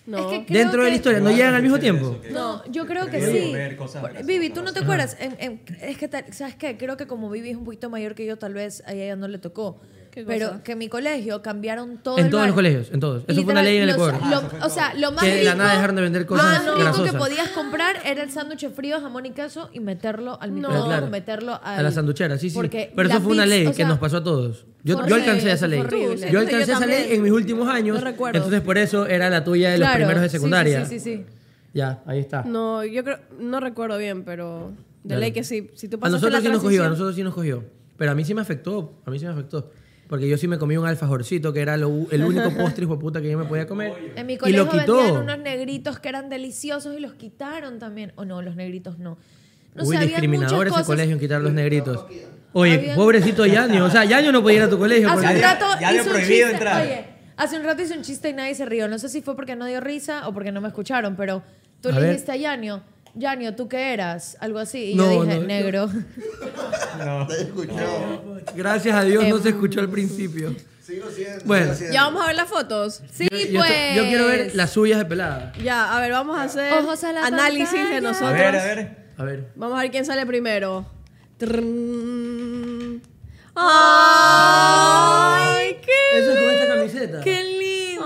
No.
Es que creo
Dentro de la
que-
historia, no
Igual,
llegan al mismo
eso,
tiempo.
que-
No, yo creo que
prohíbe
sí.
comer cosas
Por-
grasosas,
Vivi, tú no te acuerdas. En- en- es que, tal- ¿sabes qué? Creo que como Vivi es un poquito mayor que yo, tal vez a ella no le tocó.
¿Qué
Pero
cosa?
que en mi colegio cambiaron todo
En
el
todos
bar.
los colegios, en todos. Eso fue una
Literal,
ley en el
los-
Ecuador.
Ah,
lo- o sea, lo más
Que de la
rico- Ah,
nada dejaron de vender cosas
Lo más rico que
grasosas.
podías comprar era el sándwich frío, jamón y queso y meterlo al microondas,
Claro.
o meterlo al-
a la sanduchera, sí, sí.
porque
Pero eso
la
fue una
pizza-
ley
o
que
sea,
nos pasó a todos. Yo,
fue
yo
horrible,
alcancé
eso
esa
fue
ley.
horrible.
Yo
Yo
alcancé esa
también.
ley en mis últimos años.
No recuerdo.
Entonces por eso era la tuya de los
claro,
primeros de
sí, sí,
secundaria.
Sí, sí, sí.
Ya, ahí está.
No, yo creo, no recuerdo bien, pero de
Claro.
ley que sí. Si tú
a
pasaste
nosotros
la
sí nos cogió, a
transición-
nosotros sí nos cogió. Pero a mí sí me afectó, a mí sí me afectó. Porque yo sí me comí un alfajorcito, que era lo u- el único postre, hijo de puta, que yo me podía comer.
En mi
y
colegio
lo quitó.
vendían unos negritos que eran deliciosos y los quitaron también. O no, los negritos no. No
Uy,
sé, habían
discriminador
muchas
ese
cosas.
colegio en quitar los negritos. Oye,
Habían- Ah,
pobrecito Yanio. O sea, Yanio no podía ir a tu colegio.
Hace
porque-
un rato
ya le
hizo un
prohibido
chiste.
entrar.
Oye, hace un rato hizo un chiste y nadie se rió. No sé si fue porque no dio risa o porque no me escucharon, pero tú
A
le
ver.
dijiste a Yanio, Yanio, ¿tú qué eras? Algo así. Y
No,
yo dije,
no,
negro.
Te he escuchado.
Gracias a Dios no
Em,
se escuchó al principio.
Sigo siendo.
Bueno.
¿Ya
sigo siendo.
vamos a ver las fotos? Sí,
Yo-
pues.
yo, estoy- yo quiero
pues
ver las suyas de pelada.
Ya, a ver, vamos a hacer
Ojos a la
análisis
pantalla.
de nosotros.
A ver, a ver.
A ver.
Vamos a ver quién sale primero. Trrrn. ¡Ay, qué,
Eso es con esta camiseta.
qué lindo!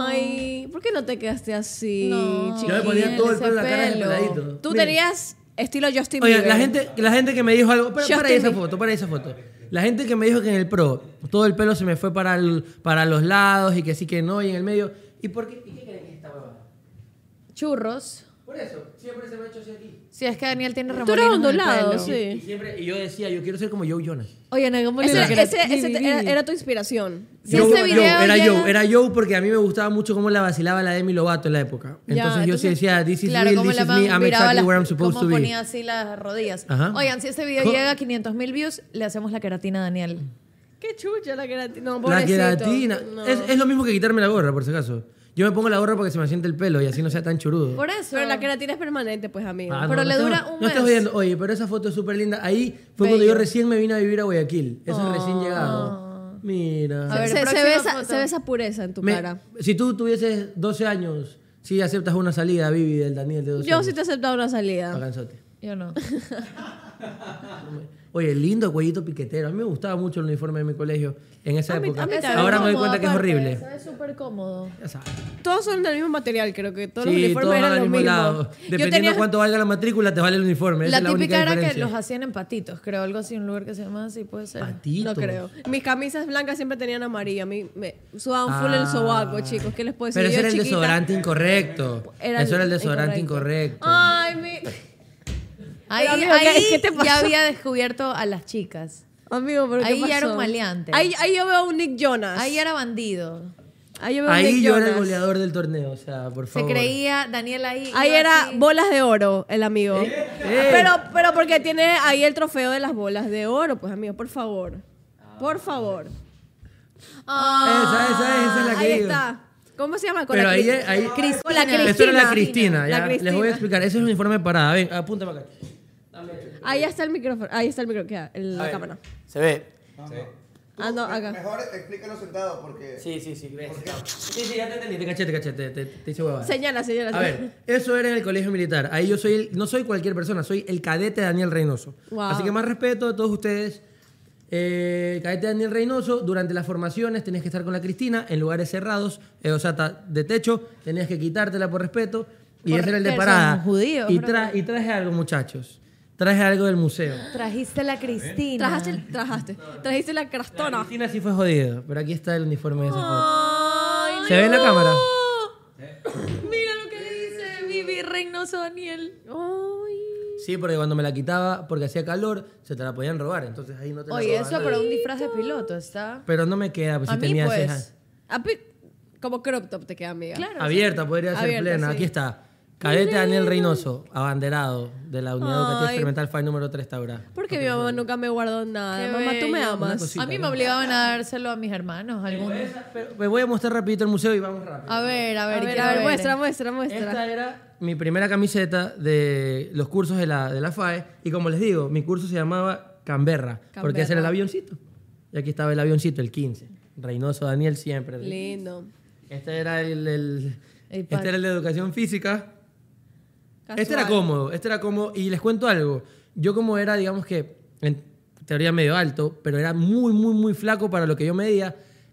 Ay, ¿por qué no te quedaste así,
Yo me ponía
chiquilla?
todo el
ese
pelo en la cara de
pelo.
peladito.
Tú
Miren.
tenías estilo Justin
Oye,
Bieber.
la gente, la gente que me dijo algo. Para,
Justin
para ahí esa
Bieber.
foto, para ahí esa foto. La gente que me dijo que en el pro todo el pelo se me fue para, el- para los lados y que sí que no, y en el medio. ¿Y por qué? ¿Y qué creen que es esta huevada?
Churros.
Por eso, siempre se me ha hecho así aquí.
Si es que Daniel tiene
Tú
remolinos
eras
en el
ondulado,
pelo.
Y,
sí.
siempre, y yo decía, yo quiero ser como Joe Jonas.
Oye, no, ¿cómo le
Ese,
digo que-
ese- ese te- era, era tu inspiración.
Si
Yo-
ese
yo,
este video
era
llega-
Joe, era Joe porque a mí me gustaba mucho cómo la vacilaba la Demi Lovato en la época. Entonces,
Ya,
yo sí
entonces,
decía, this is
claro,
real,
como
this
la
is
man
me, I'm
viraba
exactly
las-
where I'm supposed
como
to be.
ponía así las rodillas.
Ajá.
Oigan, si este video
Co- Mm.
llega a 500 mil views, le hacemos la queratina a Daniel.
Qué chucha la queratina. No,
La
pobrecito.
queratina.
No.
Es, es lo mismo que quitarme la gorra, por si acaso. Yo me pongo la gorra porque se me asiente el pelo y así no sea tan churudo.
Por eso.
Pero la queratina es permanente, pues, amigo.
Ah,
pero le
te-
dura un
no estás
mes.
oyendo. Oye, pero esa foto es súper linda. Ahí fue cuando yo recién me vine a vivir a Guayaquil. Eso es
Ah.
recién llegado. Mira.
A ver,
se, se
próxima
ve esa,
foto.
se ve esa pureza en tu
Me-
cara.
si tú tuvieses 12 años, si aceptas una salida, Vivi, del Daniel de 12
Yo
años.
sí te he aceptado una salida.
Aganzote.
Yo no.
Oye, lindo cuellito piquetero. A mí me gustaba mucho el uniforme de mi colegio en esa
A mí-
época.
a mí también.
Ahora me doy
Cómodo,
cuenta que es
aparte,
horrible.
Se ve súper cómodo.
Ya sabes.
Todos son del mismo material, creo que todos los
Sí,
uniformes
todos van
eran
al
los
mismo lado.
mismos.
Dependiendo cuánto valga la matrícula, te vale el uniforme. Esa
La
es la única
típica era que
diferencia.
los hacían en patitos, creo, algo así, un lugar que se llama así, puede ser.
Patitos.
No creo. Mis camisas blancas siempre tenían amarilla. A mí me sudaban full
Ah.
el sobaco, chicos. ¿Qué les puedo decir?
Pero ese
Yo
era el
chiquita-
desodorante incorrecto.
Era
Eso era el desodorante incorrecto.
Ay, mi...
Ahí,
Pero, amigo,
ahí
¿qué- qué te pasó?
ya había descubierto a las chicas.
Amigo, pero ¿qué
Ahí ya era
pasó?
un maleante.
Ahí, ahí yo veo un Nick Jonas.
Ahí era bandido.
Ahí yo veo un
Ahí
Nick
yo
Jonas.
era el goleador del torneo, o sea, por
Se
favor.
creía, Daniel ahí.
Ahí
iba
era
así.
bolas de oro, el amigo.
Eh,
Pero, pero porque tiene ahí el trofeo de las bolas de oro, pues amigo, por favor. Por favor.
"Oh,
Esa, esa, esa es la que
ahí
digo.
está. ¿Cómo se llama? Con
Pero
la
ahí,
Cris-
ahí
Cristina.
Con la Cristina.
Eso era la Cristina, ya.
La
Les voy a
Cristina.
explicar. Ese es el uniforme de parada. Ven, apúntame acá.
Ahí está el micrófono. Ahí está el micrófono. queda, el- la cámara.
Se ve.
Ah, no, acá.
Mejor explícalo sentado porque.
Sí, sí, sí. ves.
Sí, sí, ya te entendí. Te caché, te caché. Te, te, te hice huevada.
Señala, señala.
A
señala.
ver, eso era en el colegio militar. Ahí yo soy, el- no soy cualquier persona, soy el cadete Daniel Reynoso.
Wow.
Así que más respeto a todos ustedes. Eh, el cadete Daniel Reynoso, durante las formaciones tenías que estar con la Cristina en lugares cerrados, eh, o sea, ta- de techo, tenías que quitártela por respeto. Y
Por
ese era el de
respeto,
parada.
somos judíos,
y,
bro.
tra- y traje algo, muchachos. Traje algo del museo.
Trajiste la Cristina.
Trajaste, trajaste. Trajiste la
La
crastona.
Cristina sí fue jodido, pero aquí está el uniforme de esa foto.
Ay,
¿Se ve en la cámara?
Mira lo que dice Vivi Reynoso Daniel.
Sí, porque cuando me la quitaba, porque hacía calor, se te la podían robar. Entonces ahí no te la
Oye,
robaban.
eso para un disfraz de piloto está.
Pero no me queda, pues
A
si
mí,
tenía
pues.
cejas.
A pi- Ah, Como crop top te queda, amiga.
Claro.
Abierta, podría ser
Abierta,
plena.
sí.
Aquí está. Cadete Daniel Reynoso, abanderado de la Unidad Educativa
Ay.
Experimental FAI número 3 Taura.
Porque mi mamá nunca me guardó nada.
Qué
mamá, tú me
bello.
amas.
a mí me obligaban a dárselo a mis hermanos. Algunos.
Pero Me voy a mostrar rapidito el museo y vamos rápido.
A ver, a
A
ver,
ver,
quiero
a ver, muestra, muestra,
pues,
muestra.
Esta era mi primera camiseta de los cursos de la, de la FAE. Y como les digo, mi curso se llamaba Canberra, porque ese era el avioncito. Y aquí estaba el avioncito, el 15. Reynoso Daniel siempre.
Lindo.
Este era el, el-
El pack.
este era el de educación física. Este
Casual.
era cómodo, este era cómodo. Y les cuento algo. Yo como era, digamos que, en teoría medio alto, pero era muy, muy, muy flaco para lo que yo medía.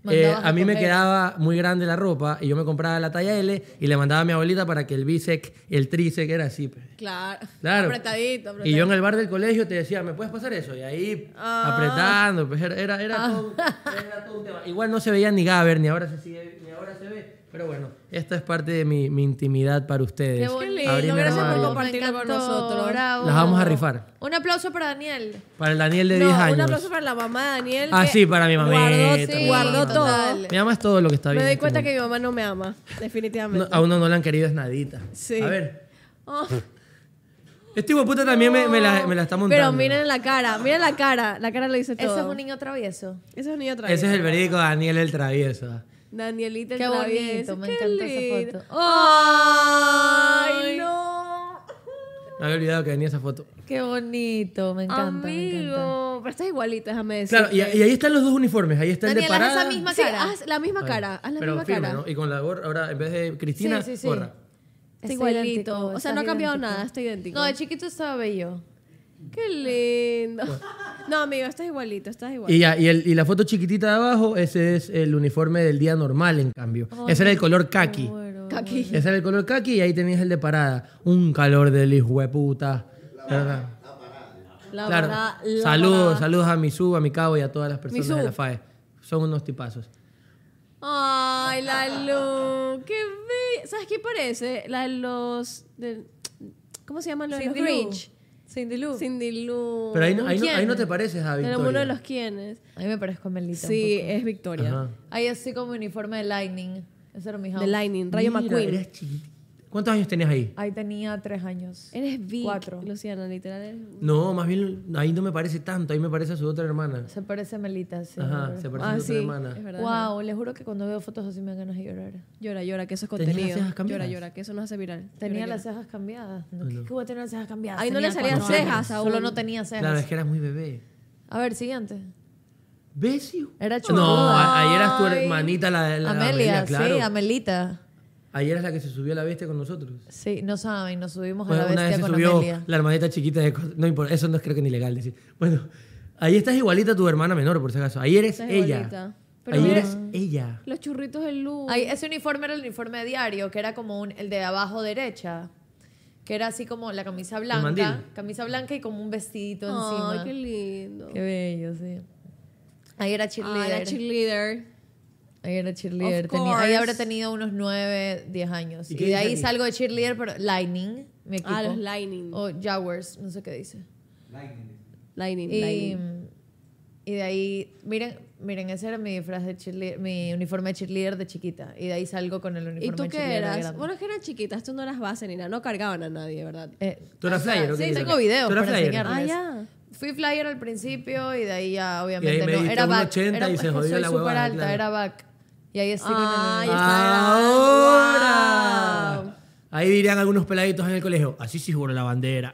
eh,
Mandabas
a
a
mí me
comer.
quedaba muy grande la ropa y yo me compraba la talla L y le mandaba a mi abuelita para que el bíceps, el tríceps era así. pues.
Claro.
Claro.
Apretadito, apretadito. Ah.
Y yo en el bar del colegio te decía, ¿me puedes pasar eso? Y ahí apretando, pues era, era, era todo, era todo un tema. Igual no se veía ni Gaber, ni ahora se sigue, ni ahora se ve. Pero Pero bueno, esta es parte de mi, mi intimidad para ustedes.
Qué bonito.
Abrí mi
gracias por
armario.
compartir. compartirlo
Me encantó,
con nosotros.
bravo.
Las vamos a rifar.
Un aplauso para Daniel.
Para el Daniel de
No,
10
un
años.
aplauso para la mamá de Daniel.
Ah,
que
sí, para mi mamita,
Guardó,
mi
sí,
mamita.
guardó todo.
Total.
Mi mamá es todo lo que está bien.
Me
en
doy
este
cuenta que
mundo.
mi mamá no me ama, definitivamente.
No, a uno no le han querido es nadita.
Sí.
A ver,
Oh,
este hijo de puta también me, me la, me la está montando.
Pero miren la cara, miren la cara. La cara lo dice todo.
Ese es un niño travieso.
Ese es un niño
Ese es el verídico Daniel el travieso.
Danielita el
Qué bonito,
travieso,
me
qué
encantó esa
lindo.
foto.
¡Ay, no!
Me había olvidado que venía esa foto.
Qué bonito, me encanta, me encanta.
Amigo, pero estás igualita, déjame decir.
Claro, y, y ahí están los dos uniformes. Ahí está el de
Daniela, haz
parada.
esa misma
Sí,
cara.
haz la misma cara, haz la
Pero
misma
firme,
cara.
¿no? Y con la gorra, ahora en vez de Cristina,
Sí, sí, sí.
gorra.
Está
Está
igualito.
idéntico,
o sea,
estás
no ha cambiado
idéntico.
nada, está idéntico.
No, de chiquito estaba bello.
Qué lindo. No, amigo, estás igualito, estás igual.
Y, ya, y, el- y la foto chiquitita de abajo, ese es el uniforme del día normal, en cambio. ese era el color kaki.
Aquí.
Ese era el color kaki y ahí tenías el de parada. Un calor del hijo de puta. ¿Verdad?
La
Claro.
verdad, la
saludos,
verdad.
saludos a Misu, a mi cabo y a todas las personas
Misu.
de la FAE. Son unos tipazos.
Ay, la luz. Qué bello. ¿Sabes qué parece? La de los. de- ¿Cómo se llaman los, de los
Cindy Lou.
Grinch?
Cindy Lou.
Cindy Lou.
Pero ahí no, ahí no,
¿Quién?
ahí no te pareces a
Pero
Victoria.
uno de los quienes.
A mí me parezco a Melita.
Sí,
un
es Victoria.
Ajá.
poco. Ahí así como uniforme de Lightning. Ese era mi house.
De Lightning, Rayo
Mira,
McQueen. Eres,
eras chiquitita. ¿Cuántos años tenías ahí?
Ahí tenía tres años.
Vic,
Cuatro.
Luciana, literal. eres-
No, más bien ahí no me parece tanto, ahí me parece a su otra hermana.
Se parece a Melita, este, sí.
Ajá, se parece a
Ah,
su
sí,
otra hermana.
es verdad.
Wow, les juro que cuando veo fotos así me dan ganas de llorar.
Llora, llora, que eso es
Tenía las
contenido.
cejas cambiadas.
Llora, llora, que eso nos hace viral.
Tenía
Llora,
las cejas cambiadas. No, ¿qué- ¿Qué voy a tener las cejas cambiadas?
Ahí no
Tenía
le salían
cuatro años.
cejas aún.
Solo no tenía cejas.
Claro, es que eras muy bebé.
A ver, siguiente.
¿Ves, hijo?
Era
No,
chonguda.
a- ahí eras tu hermanita, la, la
Amelia,
Amelia, claro.
sí, Amelita.
Ahí eras la que se subió a la bestia con nosotros.
Sí, no saben, nos subimos
Bueno,
a la
una vez
bestia
se
con
subió
Amelia.
la hermanita chiquita de... co- No importa, eso no es creo que ni legal decir. Bueno, ahí estás igualita a tu hermana menor, por si acaso. Ahí eres
Estás
ella.
igualita. Pero
Ahí
mira-
eres ella.
Los churritos del luz.
Ahí, ese uniforme era el uniforme diario, que era como un- el de abajo derecha, que era así como la camisa blanca,
mandil.
camisa blanca y como un vestidito
Ay,
encima.
qué
Qué,
lindo.
bello, sí. Ahí era
Ah,
cheerleader.
la cheerleader.
ahí era cheerleader.
Of
Tenía- ahí
course.
habré tenido unos 9, 10 años.
¿Y
Y,
qué
de
dice
ahí
ahí?
salgo de cheerleader, pero Lightning, mi equipo.
Ah, los Lightning.
O Jaguars, no sé qué dice.
Lightning,
Y,
Lightning.
Em, y de ahí, miren, miren, ese era mi disfraz de cheerleader, mi uniforme de cheerleader de chiquita. Y de ahí salgo con el uniforme
¿Y tú
de
qué
cheerleader de
eras?
grande.
Bueno, es que eran chiquitas, tú no eras base ni nada, no cargaban a nadie, ¿verdad?
Eh,
Tú eras
ajá,
flyer, ¿o qué
Sí,
dices?
tengo videos
Tú eras
para
flyer.
enseñarles.
Ah, ya.
Fui flyer al principio y de ahí ya,
me
obviamente, no.
diste
Era
un
back.
80
era,
y se jodió
soy
la
súper
huevada,
alta,
claro.
era back. Y ahí estoy
Ay,
con el...
está.
¡Ahora! Ahí dirían algunos peladitos en el colegio, así sí juro la bandera.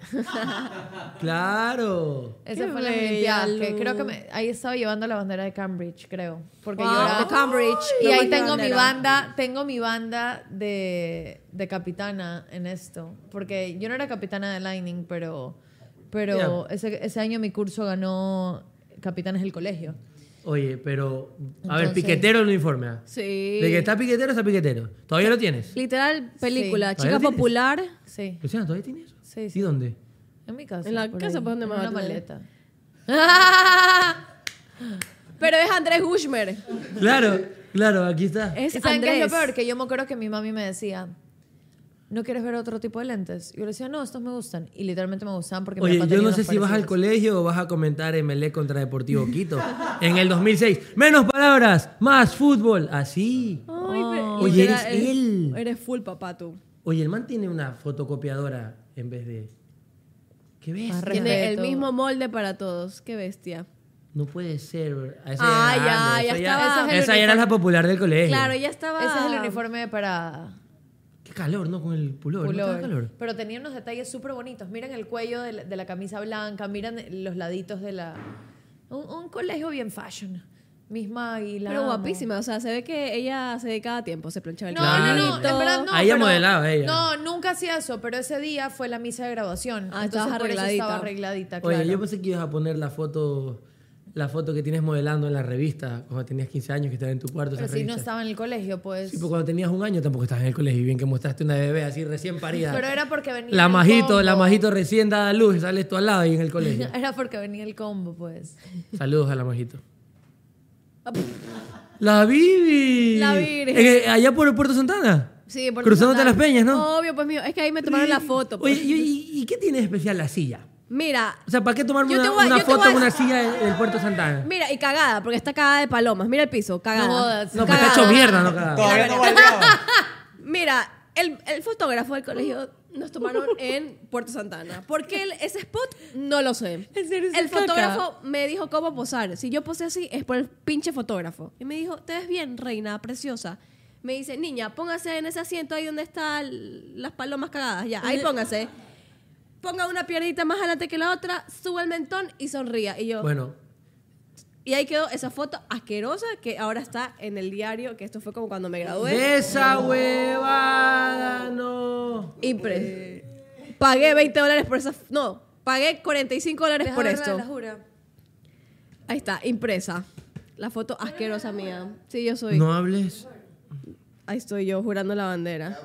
¡Claro!
Esa
Qué
fue la
bella,
Olimpiada, que
Lu.
creo que me- ahí estaba llevando la bandera de Cambridge, creo. Porque
Wow,
yo era...
Ah, de Cambridge.
Y
Qué
ahí
buena
tengo mi
bandera.
banda, tengo mi banda de, de capitana en esto. Porque yo no era capitana de Lightning, pero, pero ese, ese año mi curso ganó capitanes del colegio.
Oye, pero... A ver,
Entonces-
piquetero el uniforme. ¿ah?
Sí.
De que está piquetero, está piquetero. ¿Todavía lo tienes?
Literal, película.
Sí.
Chica
¿Todavía tienes?
popular.
Sí,
Luciana, ¿todavía tienes eso?
Sí,
¿Y
sí.
dónde?
en mi casa.
En la
por
casa,
ahí,
¿por dónde
en
más
Una
va a tener?
maleta.
Pero es Andrés Gushmer.
Claro, claro, aquí está.
Es
¿Y saben qué
Andrés.
es lo peor? Que yo me acuerdo que mi mami me decía, ¿no quieres ver otro tipo de lentes? Y yo le decía, no, estos me gustan. Y literalmente me gustaban porque mi
Oye,
papá
yo
tenía
no sé
unos
si vas al
parecidos.
colegio o vas a comentar MLE contra Deportivo Quito en el 2006. Menos palabras, más fútbol. Ah, Así.
Ay, pero-
Oh. Oye,
literal,
eres él.
Eres full papá tú.
Oye, el man tiene una fotocopiadora en vez de... ¿Qué ves?
Ah, re-
Tiene el
Respeto.
mismo molde para Qué Qué bestia.
No puede ser. bro. A esa
Ah,
era
ya,
grande,
ya
esa
estaba.
Esa,
Ese es el
ya era
uniforme.
la popular del colegio.
Claro, ya estaba.
Ese es
Ah.
el uniforme para
Qué calor, ¿no? Con el pullover. ¿no te da
pullover.
calor?
Pero tenía unos detalles súper bonitos. Miren el cuello de la, de la camisa blanca, miren los laditos de la... Un, un colegio bien fashion. Misma águila.
Pero guapísima, o sea, se ve que ella se dedicaba a tiempo, se planchaba el
No,
Claro.
no, no, en verdad no.
Ahí ella
pero-
modelaba, ella.
No, nunca hacía eso, pero ese día fue la misa de graduación.
Ah,
entonces
estabas
por eso
arregladita.
estaba arregladita,
Oye,
claro.
yo pensé que ibas a poner la foto, la foto que tienes modelando en la revista cuando tenías 15 años que estaba en tu cuarto.
pero
esa
si no
revista.
estaba en el colegio, pues...
Sí, pues cuando tenías un año tampoco estabas en el colegio. y Bien que mostraste una bebé así recién parida.
Pero era porque venía
La
el
majito,
combo.
la majito recién dada a luz y sales tú al lado y en el colegio.
Era porque venía el combo, pues.
Saludos a la majito. La Bibi.
La Virgen.
Eh, eh, allá por el Puerto Santana.
Sí, por
Cruzándote
Santana.
las peñas, ¿no?
Obvio, pues mío. Es que ahí me tomaron la foto.
Oye,
pues.
¿y, y- y qué tiene de especial la silla?
Mira,
O sea, ¿para qué tomarme
Yo te
una,
voy a-
una
yo te
foto
voy a-
en una silla del, del Puerto Santana?
mira, y cagada, porque está cagada de palomas. Mira el piso, cagada.
No jodas.
No, pues está hecho mierda, ¿no? cagada?
Todavía no volvió.
Mira, el, el fotógrafo del colegio nos tomaron en Puerto Santana. ¿Por qué el- ese spot? No lo sé.
¿En serio se
El
saca?
fotógrafo me dijo cómo posar. Si yo posé así, es por el pinche fotógrafo. Y me dijo, te ves bien, reina, preciosa. Me dice, niña, póngase en ese asiento ahí donde están las palomas cagadas. Ya,
Eh.
ahí póngase. Ponga una piernita más adelante que la otra, suba el mentón y sonría. Y yo,
Bueno,
y ahí quedó esa foto asquerosa que ahora está en el diario, que esto fue como cuando me gradué.
de esa huevada, no.
Impres. Eh, Pagué 20 dólares por esa. No, pagué 45 dólares por esto. Ahí está, impresa. La foto asquerosa mía. Sí, yo soy.
No hables.
Ahí estoy yo jurando la bandera.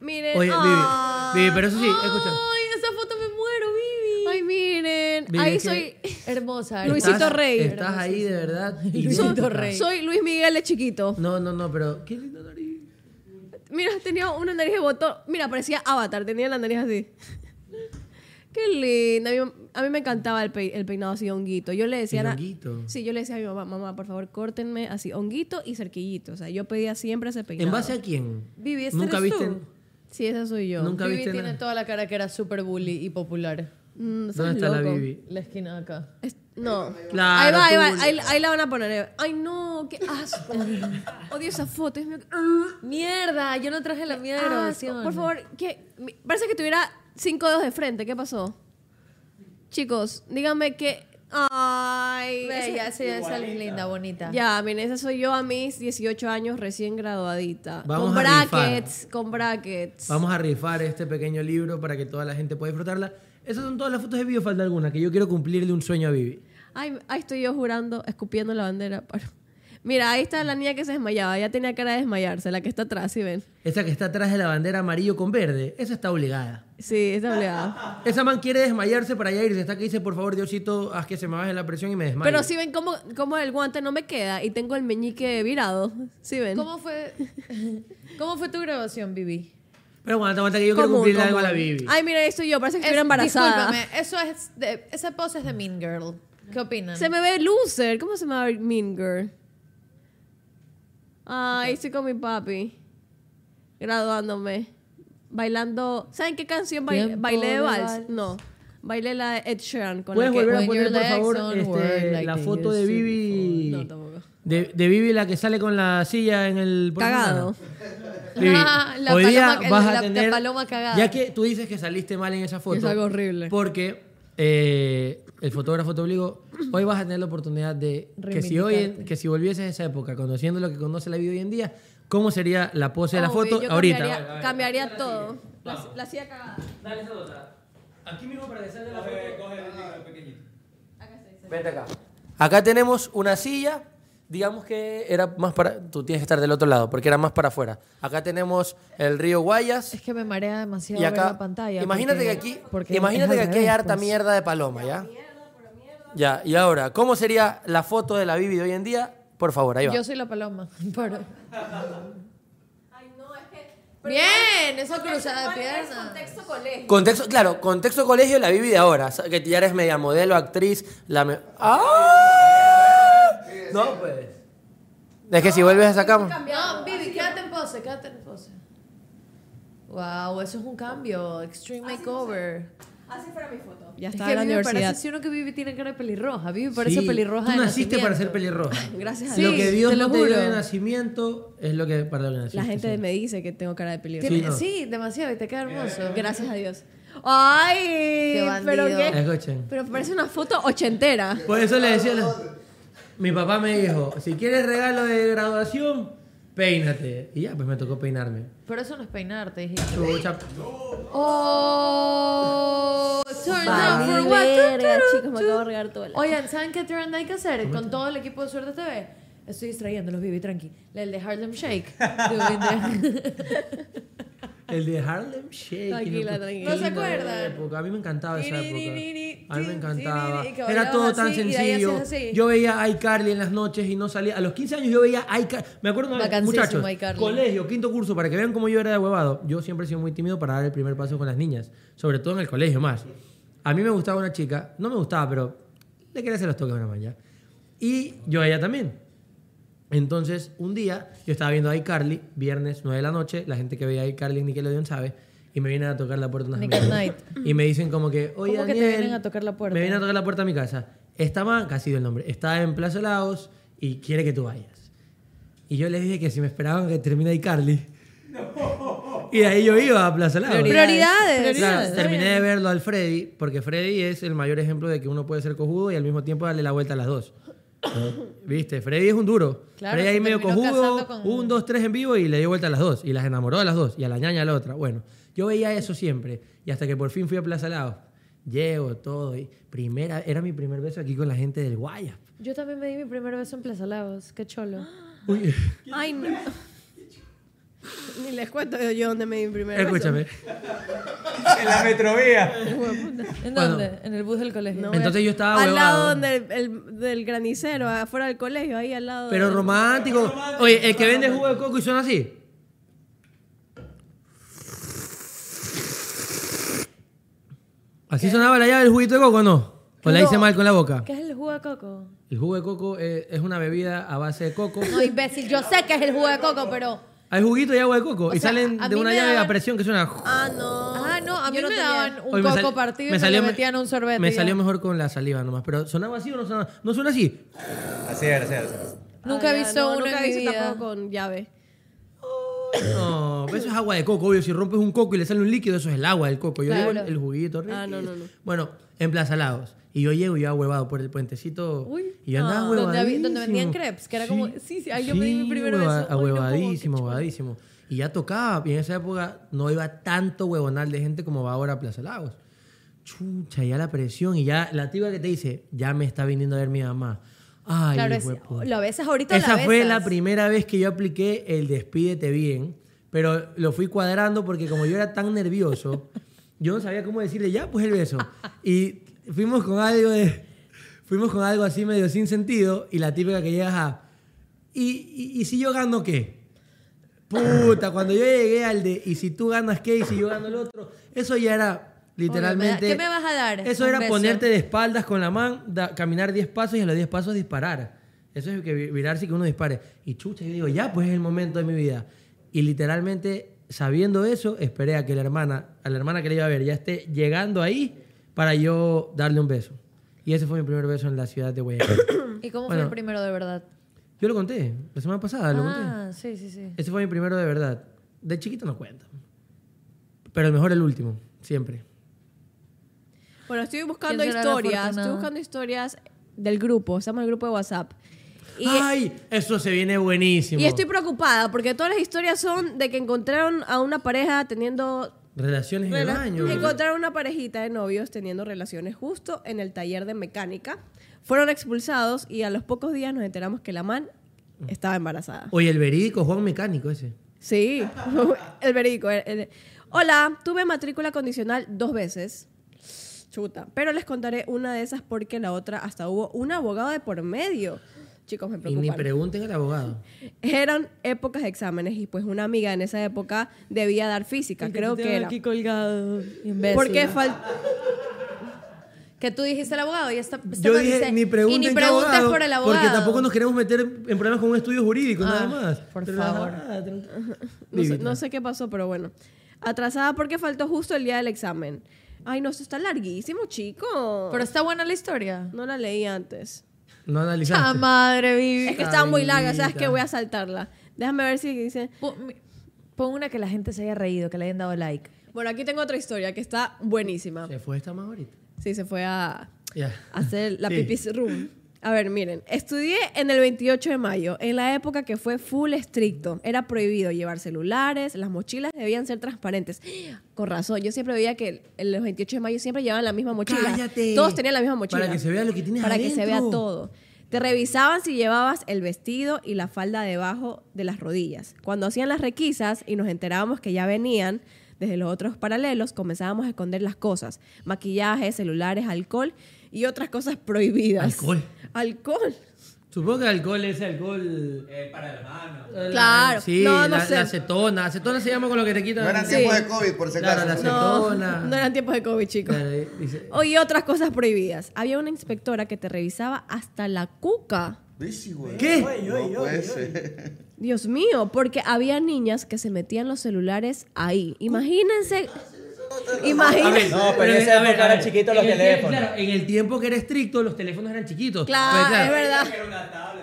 Miren.
Oye, Vivi,
ay,
Vivi, pero eso sí, escucha.
Ay, esa foto me muero, Vivi.
Ay, miren.
Vivi,
ahí
es que-
soy.
Hermosa.
Luisito
Estás-
Rey.
Estás ahí de verdad.
soy,
idéntica.
soy Luis Miguel de chiquito.
No, no, no, pero qué lindo nariz.
Mira, tenía una nariz de botón. Mira, parecía Avatar, tenía la nariz así. Qué linda. A mí, a mí me encantaba el, pe- el peinado así honguito. Yo le decía
El
a-
honguito.
Sí, yo le decía a mi mamá, mamá, por favor, córtenme así honguito y cerquillito. O sea, yo pedía siempre ese peinado.
¿En base a quién?
Vivi, ¿este
¿Nunca
eres tú?
viste?
Sí, esa soy yo.
Nunca
Vivi
viste
tiene
nada?
toda la cara que era súper bully y popular.
Mm,
¿Dónde
¿sabes
está la
loco?
Bibi?
La esquina de acá.
Es- no.
Claro,
ahí va, ahí
tú-
va. Ahí, ahí la van a poner. eh. Ay, no, qué asco. Odio esa foto. Es mi-
Mierda, yo no traje la mierda de
Asco.
grabación.
Por favor, que parece que tuviera cinco dedos de frente. ¿Qué pasó? Chicos, díganme que. Ay.
Ve,
ese-
ya, esa, esa es linda, bonita.
Ya, miren, esa soy yo a mis 18 años recién graduadita.
Vamos
con
a rifar.
brackets, con brackets.
Vamos a rifar este pequeño libro para que toda la gente pueda disfrutarla. Esas son todas las fotos de Vivi, o falta alguna, que yo quiero cumplirle un sueño a Vivi.
Ay, ahí estoy yo jurando, escupiendo la bandera. para- Mira, ahí está la niña que se desmayaba. Ya tenía cara de desmayarse, la que está atrás, ¿sí ven?
Esa que está atrás de la bandera amarillo con verde, esa está obligada.
Sí, está obligada.
Esa man quiere desmayarse para ya irse. Está que dice, por favor, Diosito, haz que se me baje la presión y me desmaye.
Pero si ven cómo, cómo el guante no me queda y tengo el meñique virado. ¿Sí ven?
¿Cómo fue, ¿Cómo fue tu grabación, Vivi?
Pero aguanta, aguanta, que yo quiero
Común,
cumplirle algo a la
común.
Vivi.
Ay, mira, esto yo, parece que estuviera
Es-
embarazada.
Discúlpame, eso es de- esa pose es de Mean Girl. ¿Qué opinan?
Se me ve loser. ¿Cómo se me ve Mean Girl? Ay, estoy con mi papi. Graduándome. Bailando. ¿Saben qué canción bail-
Tiempo
bailé de
de
vals?
vals.
No. Bailé la de Ed Sheeran con
¿Puedes
la que.
volver a
When
poner,
your
por
legs
favor,
don't
este,
work like
la
they
foto de
used to
Vivi?
No, tampoco.
De, de Vivi, la que sale con la silla en el... por
Cagado.
semana. Vivi,
Ah, la
hoy día
paloma que-
vas a
la- la
tener...
paloma cagada.
Ya que tú dices que saliste mal en esa foto.
Es algo horrible.
Porque eh, el fotógrafo te obligó. Hoy vas a tener la oportunidad de... Que si, hoy, en- que si volvieses a esa época, conociendo lo que conoce la Vivi hoy en día, ¿cómo sería la pose de la
Obvio,
foto
yo
ahorita?
Cambiaría, cambiaría todo. La, la hacía cagada.
Dale esa nota. Aquí mismo para que salga la foto.
Vente acá. Acá tenemos una silla, digamos que era más para... Tú tienes que estar del otro lado, porque era más para afuera. Acá tenemos el río Guayas.
Es que me marea demasiado
y
ver
acá,
la pantalla.
imagínate
porque-
que aquí,
porque
imagínate
es
que
al
aquí hay
revés,
harta
pues.
mierda de paloma, ¿ya? Ya, y ahora, ¿cómo sería la foto de la Bibi de hoy en día? Por favor, ahí va.
Yo soy la paloma. Pero- Bien, esa cruzada de piernas.
Contexto, claro, contexto colegio, la Bibi de ahora, o sea, que ya eres media modelo, actriz, la... me- ¡Ah! No, pues. Es que si vuelves a esa cama...
No, Vivi, quédate en pose, quédate en pose. Wow, eso es un cambio. Extreme makeover.
Así fuera mi foto. Ya
Es
está
que
en la
Vivi
universidad.
parece, si uno que Vivi tiene cara de pelirroja. Vivi parece
Sí,
pelirroja
Tú
de
naciste para ser
nacimiento.
pelirroja.
Gracias a
Sí,
lo que Dios
te
no
lo
te dio de
juro.
nacimiento es lo que para lo que naciste.
La gente
sí.
me dice que tengo cara de peligro.
Tiene-
Sí, no.
Sí, demasiado, y te queda hermoso.
Gracias a Dios. Ay, pero
bandido.
qué
Escuchen.
Pero parece una foto ochentera.
Por eso le decía... a los- Mi papá me dijo, si quieres regalo de graduación, peínate. Y ya, pues me tocó peinarme.
Pero eso no es peinarte, dijiste.
Chucha.
Oh, turn down for what?
Verga, chicos, me acabo de regar todo el...
Oigan, ¿saben qué trend hay que hacer con todo el equipo de Suerte TV? Estoy distrayéndolos, Vivi, tranqui. El de Harlem Shake. De Winter.
El de Harlem Shake.
Tranquila,
loco.
tranquila.
¿No
Qué
se
linda era
acuerdan?
época. A mí me encantaba esa
Ni, ni,
época.
ni, ni,
A mí me
tin,
encantaba.
ni, ni, que
Era todo
bailabas
tan
así, y de ahí
sencillo.
hacías así.
Yo veía a iCarly en las noches y no salía. A los 15 años yo veía a iCarly. Me acuerdo una vez,
Bacanísimo,
muchachos,
iCarly.
colegio, quinto curso, para que vean cómo yo era de huevado. Yo siempre he sido muy tímido para dar el primer paso con las niñas, sobre todo en el colegio más. A mí me gustaba una chica, no me gustaba, pero le quería hacer los toques a una mañana. Y yo a ella también. Entonces, un día yo estaba viendo a iCarly, viernes 9 de la noche, la gente que veía a iCarly en Nickelodeon sabe, y me vienen a tocar la puerta unas
Nickel
amigas.
Night.
Y me dicen como que, oye,
¿Cómo que te
Daniel,
vienen a tocar la puerta?
Me vienen a tocar la puerta a mi casa. Esta man, casi dio el nombre, está en Plaza Lagos y quiere que tú vayas. Y yo les dije que si me esperaban que termine iCarly. Y de ahí yo iba a Plaza Lagos.
Prioridades.
Claro, terminé de verlo al Freddy, porque Freddy es el mayor ejemplo de que uno puede ser cojudo y al mismo tiempo darle la vuelta a las dos. ¿Viste? Freddy es un duro.
Claro,
Freddy
se
ahí medio
terminó
cojudo,
casando con-
un, dos, tres en vivo y le dio vuelta a las dos. Y las enamoró a las dos y a la ñaña a la otra. Bueno, yo veía eso siempre y hasta que por fin fui a Plaza Lagos. Llego todo y primera, era mi primer beso aquí con la gente del Guayas.
Yo también me di mi primer beso en Plaza Lagos. Qué cholo.
Uy,
Ay, no. Ni les cuento yo- yo dónde me di mi primer beso.
escúchame.
En la metrovía.
Hijo de puta.
¿En
Bueno.
dónde? En el bus del colegio.
No,
Entonces
voy a-
yo estaba
Al
huevado.
lado donde el- el- del granicero, afuera del colegio, ahí al lado.
Pero
del-
romántico. Oye, el que vende jugo de coco y suena así. ¿Así sonaba la llave del juguito de coco o no? ¿O la hice mal con la boca?
¿Qué es el jugo de coco?
El jugo de coco eh, es una bebida a base de coco.
No, imbécil. Yo sé que es el jugo de coco, pero...
Hay juguito y agua de coco.
O
y
sea,
salen
a
de
mí
una
me
llave a
daban-
presión que suena.
Ah, no.
Ah, no. A mí
Yo
me
tenía-
daban un
Oye, me
coco
sal-
partido y me,
me salió
lo
me-
metían a un sorbete.
Me
ya.
salió mejor con la saliva nomás. Pero ¿sonaba así o no sonaba? No suena así.
Así era, así era. así era.
Nunca
Ah,
he
ya,
visto
no,
uno
nunca
en mi
hice
vida.
tampoco con llave.
No, pero eso es agua de coco, obvio. Si rompes un coco y le sale un líquido, eso es el agua del coco. Yo
Claro.
digo el, el juguito. rico.
Ah, no, no, no.
Bueno, en Plaza Lagos. Y yo llego y yo huevado por el puentecito.
Uy.
y yo andaba
Ah.
huevadísimo.
Donde había- donde vendían crepes, que era como- sí, sí, ahí yo me di mi primer beso. Ay, no puedo, qué
Huevadísimo,
chulo.
huevadísimo. Y ya tocaba. Y en esa época no iba tanto huevonal de gente como va ahora a Plaza Lagos. Chucha, ya la presión. Y ya la tía que te dice, ya me está viniendo a ver mi mamá. Ay,
Claro, es-
hueputa.
lo besas ahorita o la
Esa fue
besas.
la primera vez que yo apliqué el despídete bien, pero lo fui cuadrando porque como yo era tan nervioso, yo no sabía cómo decirle ya, pues el beso. Y fuimos con algo de, fuimos con algo así medio sin sentido y la típica que llegas a, ¿y, y, y si yo gano qué? Puta, cuando yo llegué al de, ¿y si tú ganas qué? ¿Y si yo gano el otro? Eso ya era... Literalmente.
¿qué me vas a dar?
Eso
Un
era
beso.
ponerte de espaldas con la man, da- caminar 10 pasos y a los 10 pasos disparar. Eso es que vi- virarse y que uno dispare. Y chucha, yo digo, ya, pues es el momento de mi vida. Y literalmente, sabiendo eso, esperé a que la hermana, a la hermana que le iba a ver, ya esté llegando ahí para yo darle un beso. Y ese fue mi primer beso en la ciudad de Guayaquil.
¿Y cómo fue
Bueno.
el primero de verdad?
yo lo conté, la semana pasada lo conté.
Ah, sí, sí, sí.
Ese fue mi primero de verdad. De chiquito no cuenta. Pero el mejor el último, siempre.
Bueno, estoy buscando
¿Quién será la
historias.
afortunada?
Estoy buscando historias del grupo. Estamos en el grupo de WhatsApp. Y,
¡Ay! Eso se viene buenísimo.
y estoy preocupada porque todas las historias son de que encontraron a una pareja teniendo.
Relaciones en el
rela-
baño.
Encontraron una parejita de novios teniendo relaciones justo en el taller de mecánica. Fueron expulsados y a los pocos días nos enteramos que la man estaba embarazada.
Oye, el verídico Juan Mecánico ese.
Sí, el verico. el- el- Hola, tuve matrícula condicional dos veces. Chuta. Pero les contaré una de esas porque la otra hasta hubo un abogado de por medio. Chicos, me
Y ni
preocupan.
pregunten al abogado.
Eran épocas de exámenes y pues una amiga en esa época debía dar física, creo que era.
Aquí colgado, imbécil.
Porque fal-
Que tú dijiste al abogado y esta,
Este
esta
Yo
man
dije,
dice,
ni pregunten
y ni
qué
preguntes
abogado,
por el abogado.
Porque tampoco nos queremos meter en problemas con un estudio jurídico,
Ah,
nada más.
por favor.
nada, tranqui-
no, sé,
Divina.
no sé qué pasó, pero bueno. Atrasada porque faltó justo el día del examen. Ay, no, esto está larguísimo, chico.
Pero está buena la historia.
no la leí antes.
No
¡Ah,
analizaste.
madre,
Es
Vivi!
que estaba muy larga, ¿sabes
Carita.
que Voy a saltarla. Déjame ver si dice.
Pon mi- pon una que la gente se haya reído, que le hayan dado like.
Bueno, aquí tengo otra historia que está buenísima.
Se fue esta más ahorita.
Sí, se fue a
Ya.
a hacer la
Sí.
pipis room. A ver, miren, estudié en el 28 de mayo, en la época que fue full estricto. Era prohibido llevar celulares, las mochilas debían ser transparentes. Con razón, yo siempre veía que el- los 28 de mayo siempre llevaban la misma mochila.
Cállate.
Todos tenían la misma mochila.
Para que se vea lo que tienes
Para que se vea
adentro.
todo. Te revisaban si llevabas el vestido y la falda debajo de las rodillas. Cuando hacían las requisas y nos enterábamos que ya venían desde los otros paralelos, comenzábamos a esconder las cosas. Maquillaje, celulares, alcohol y otras cosas prohibidas.
Alcohol.
Alcohol.
Supongo que alcohol es alcohol.
Eh, para la mano.
eh,
Claro.
Sí,
No, no
la,
sé.
la acetona. Acetona se llama con lo que te quitan.
No eran
Sí.
tiempos de COVID, por si
Claro,
acaso.
la
No,
acetona.
no eran tiempos de COVID, chicos.
Claro, eh, dice-
O- Y otras cosas prohibidas. Había una inspectora que te revisaba hasta la cuca.
Bici, güey.
¿Qué?
No puede ser.
Dios mío, porque había niñas que se metían los celulares ahí. Imagínense. Imagínense.
No, pero en esa
a ver,
época
a ver,
eran chiquitos
en
los
el tie-
teléfonos.
Claro, en el tiempo que era estricto, los teléfonos eran chiquitos.
Claro,
Pero
es verdad.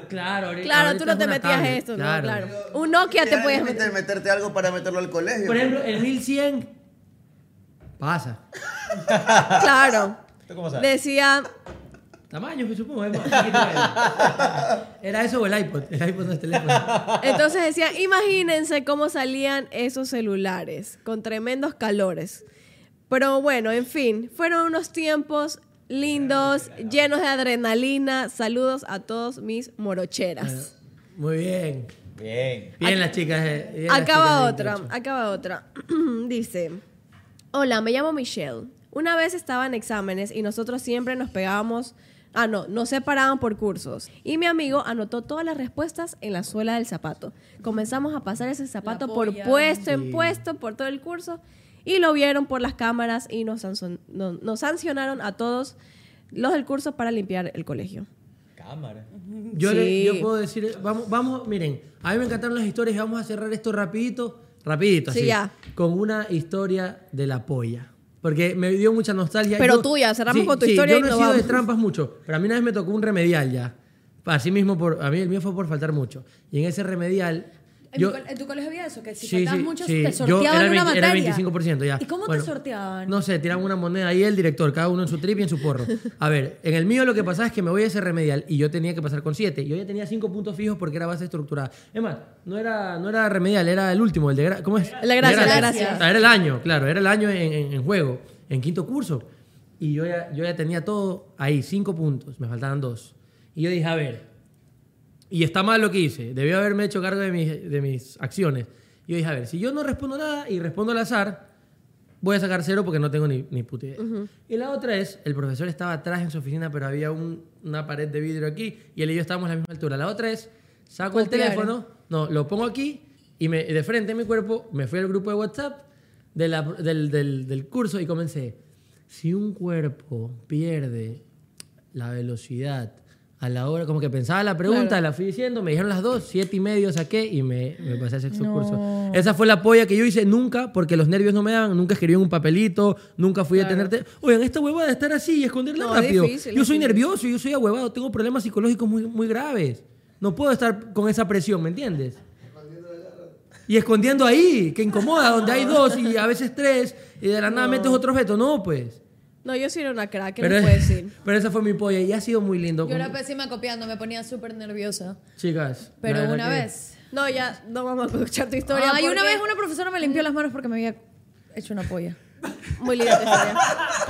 Claro, ahorita-
Claro,
ahorita
tú no
es
te
una
metías
tablet,
esto, no, claro. Un Nokia te
Era
podías
el límite de
meter.
meterte algo para meterlo al colegio.
Por ejemplo, el 1100 pasa.
Claro.
¿Tú cómo sabes?
Decía,
Tamaño, que supongo. es más chiquito era. Era eso o el iPod. El iPod no es teléfono.
entonces decía, imagínense cómo salían esos celulares con tremendos calores. Pero bueno, en fin, fueron unos tiempos lindos, llenos de adrenalina. Saludos a todos mis morocheras.
Muy bien.
Bien.
Bien las chicas. eh, bien las chicas
Acaba
de
otra,
28.
acaba otra. Dice, hola, me llamo Michelle. Una vez estaba en exámenes y nosotros siempre nos pegábamos, ah, no, nos separaban por cursos. Y mi amigo anotó todas las respuestas en la suela del zapato. Comenzamos a pasar ese zapato por puesto en puesto, por todo el curso, y lo vieron por las cámaras y nos, sanso- no- nos sancionaron a todos los del curso para limpiar el colegio.
Cámara.
Yo, le-
Sí.
yo puedo decir, vamos, vamos, miren, a mí me encantaron las historias y vamos a cerrar esto rapidito, rapidito,
Sí,
así,
ya.
con una historia de la polla. Porque me dio mucha nostalgia.
Pero
Yo-
tuya, cerramos con tu historia
Yo
y
no he
nos
sido de
vamos.
trampas mucho, pero a mí una vez me tocó un remedial ya. Así mismo, por, a mí el mío fue por faltar mucho. Y en ese remedial...
¿En,
yo-
mi col- en tu colegio había eso? Que si
Sí,
faltaban
sí,
muchos,
sí.
te
Yo
sorteaban
era el 20
una
Era
materia.
el 25%, ya.
¿Y cómo
Bueno,
te sorteaban?
No sé, tiraban una moneda ahí el director, cada uno en su trip y en su porro. A ver, en el mío lo que pasaba es que me voy a ese remedial y yo tenía que pasar con 7. Yo ya tenía 5 puntos fijos porque era base estructurada. Es más, no era, no era remedial, era el último, el de gra- ¿Cómo es?
El de gracia,
De
el de gracia.
O sea, era el año, claro, era el año en, en- en juego, en quinto curso. Y yo ya, yo ya tenía todo ahí, 5 puntos, me faltaban 2. Y yo dije, a ver, y está mal lo que hice. Debió haberme hecho cargo de mis, de mis acciones. Yo dije, a ver, si yo no respondo nada y respondo al azar, voy a sacar cero porque no tengo ni, ni puta idea. Y la otra es, el profesor estaba atrás en su oficina, pero había un- una pared de vidrio aquí y él y yo estábamos a la misma altura. La otra es, saco el teléfono, no, lo pongo aquí y me, de frente a mi cuerpo me fui al grupo de WhatsApp de la- del, del- del curso y comencé. Si un cuerpo pierde la velocidad a la hora, como que pensaba la pregunta, la fui diciendo, me dijeron las dos, siete y medio saqué y me, me pasé a sexto curso. Esa fue la polla que yo hice nunca, porque los nervios no me daban, nunca escribí en un papelito, nunca fui a tenerte. Oigan, esta huevada de estar así y esconderla
No, es
rápido.
difícil,
yo
es
soy
difícil.
nervioso, yo soy ahuevado, tengo problemas psicológicos muy, muy graves. No puedo estar con esa presión, ¿me entiendes? Y escondiendo ahí, que incomoda, donde hay dos y a veces tres, y de la nada metes otro objeto. No, pues.
No, yo sí era una crack, ¿qué
Pero,
les puedo decir?
pero esa fue mi polla y ha sido muy lindo.
Yo era
Como-
pésima copiando, me ponía súper nerviosa.
Chicas. la
Pero
verdad
una
que-
vez.
No, ya no vamos a escuchar tu historia.
Ay, una
porque-
vez una profesora me limpió las manos porque me había hecho una polla.
Muy linda tu historia.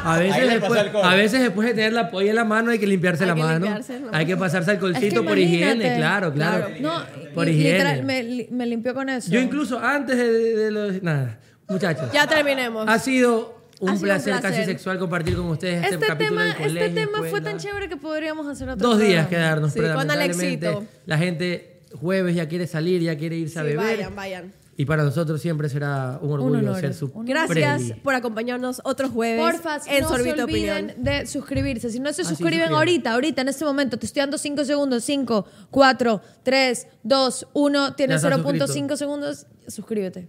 A
Ahí
veces,
le pasó
después,
alcohol.
a veces después de tener la polla en la mano hay que limpiarse,
Hay
la,
que
mano.
limpiarse la
Hay
mano.
que pasarse alcoholcito
Es que
por higiene,
imagínate.
claro, claro.
No,
por
y-
higiene.
literal, me, li- me limpió con eso.
Yo incluso antes de, de- de los... Nada, muchachos.
Ya terminemos.
Ha sido un,
Ha sido un
placer, casi
placer.
sexual compartir con ustedes este,
Este,
capítulo
tema,
del colegio.
este tema fue
escuela.
tan chévere que podríamos hacer otro
Dos días
programa.
quedarnos,
Sí,
pero
con
lamentablemente
Alexito.
la gente jueves ya quiere salir, ya quiere irse a
Sí,
beber.
vayan, vayan.
Y para nosotros siempre será un orgullo
honor,
ser su
Gracias
preli.
por acompañarnos otros jueves
Porfa,
en
no se
Sorbito
olviden
Opinión.
de suscribirse. Si no se
Ah, sí,
suscriben
suscríbanse.
ahorita, ahorita, en este momento, te estoy dando 5 segundos. 5, 4, 3, 2, 1.
Ya
Tienes
estás
0.5 segundos. Suscríbete.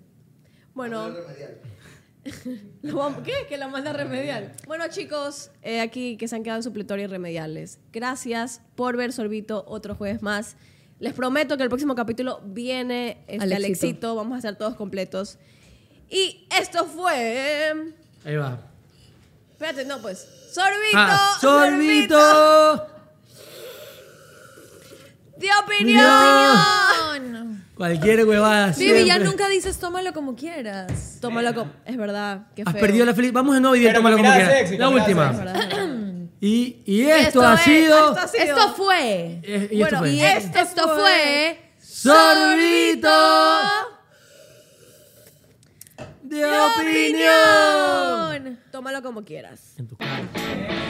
Bueno. Lo vamos- ¿Qué? Que la manda a remedial. Bueno, chicos, eh, aquí que se han quedado en supletorio y remediales. Gracias por ver Sorbito otro jueves más. Les prometo que el próximo capítulo viene este
Alexito.
Alexito. Vamos a estar todos completos. Y esto fue.
Ahí va.
Espérate, no, pues. Sorbito.
Ah,
sorbito.
sorbito.
De opinión.
Cualquier huevada.
Vivi, ya
siempre.
nunca dices tómalo como quieras.
Tómalo como. Es verdad. Qué
Has
feo.
perdido la felicidad. Vamos de nuevo y
Pero
tómalo como
combinada
quieras.
sexy,
La
combinada
última.
Es verdad, es verdad.
Y, y esto,
esto
ha
es-
sido...
esto ha sido-
Esto fue.
Eh, y esto
Bueno,
fue.
y esto,
Esto
fue...
fue.
Sorbito de opinión.
Tómalo como quieras.
En tu cara.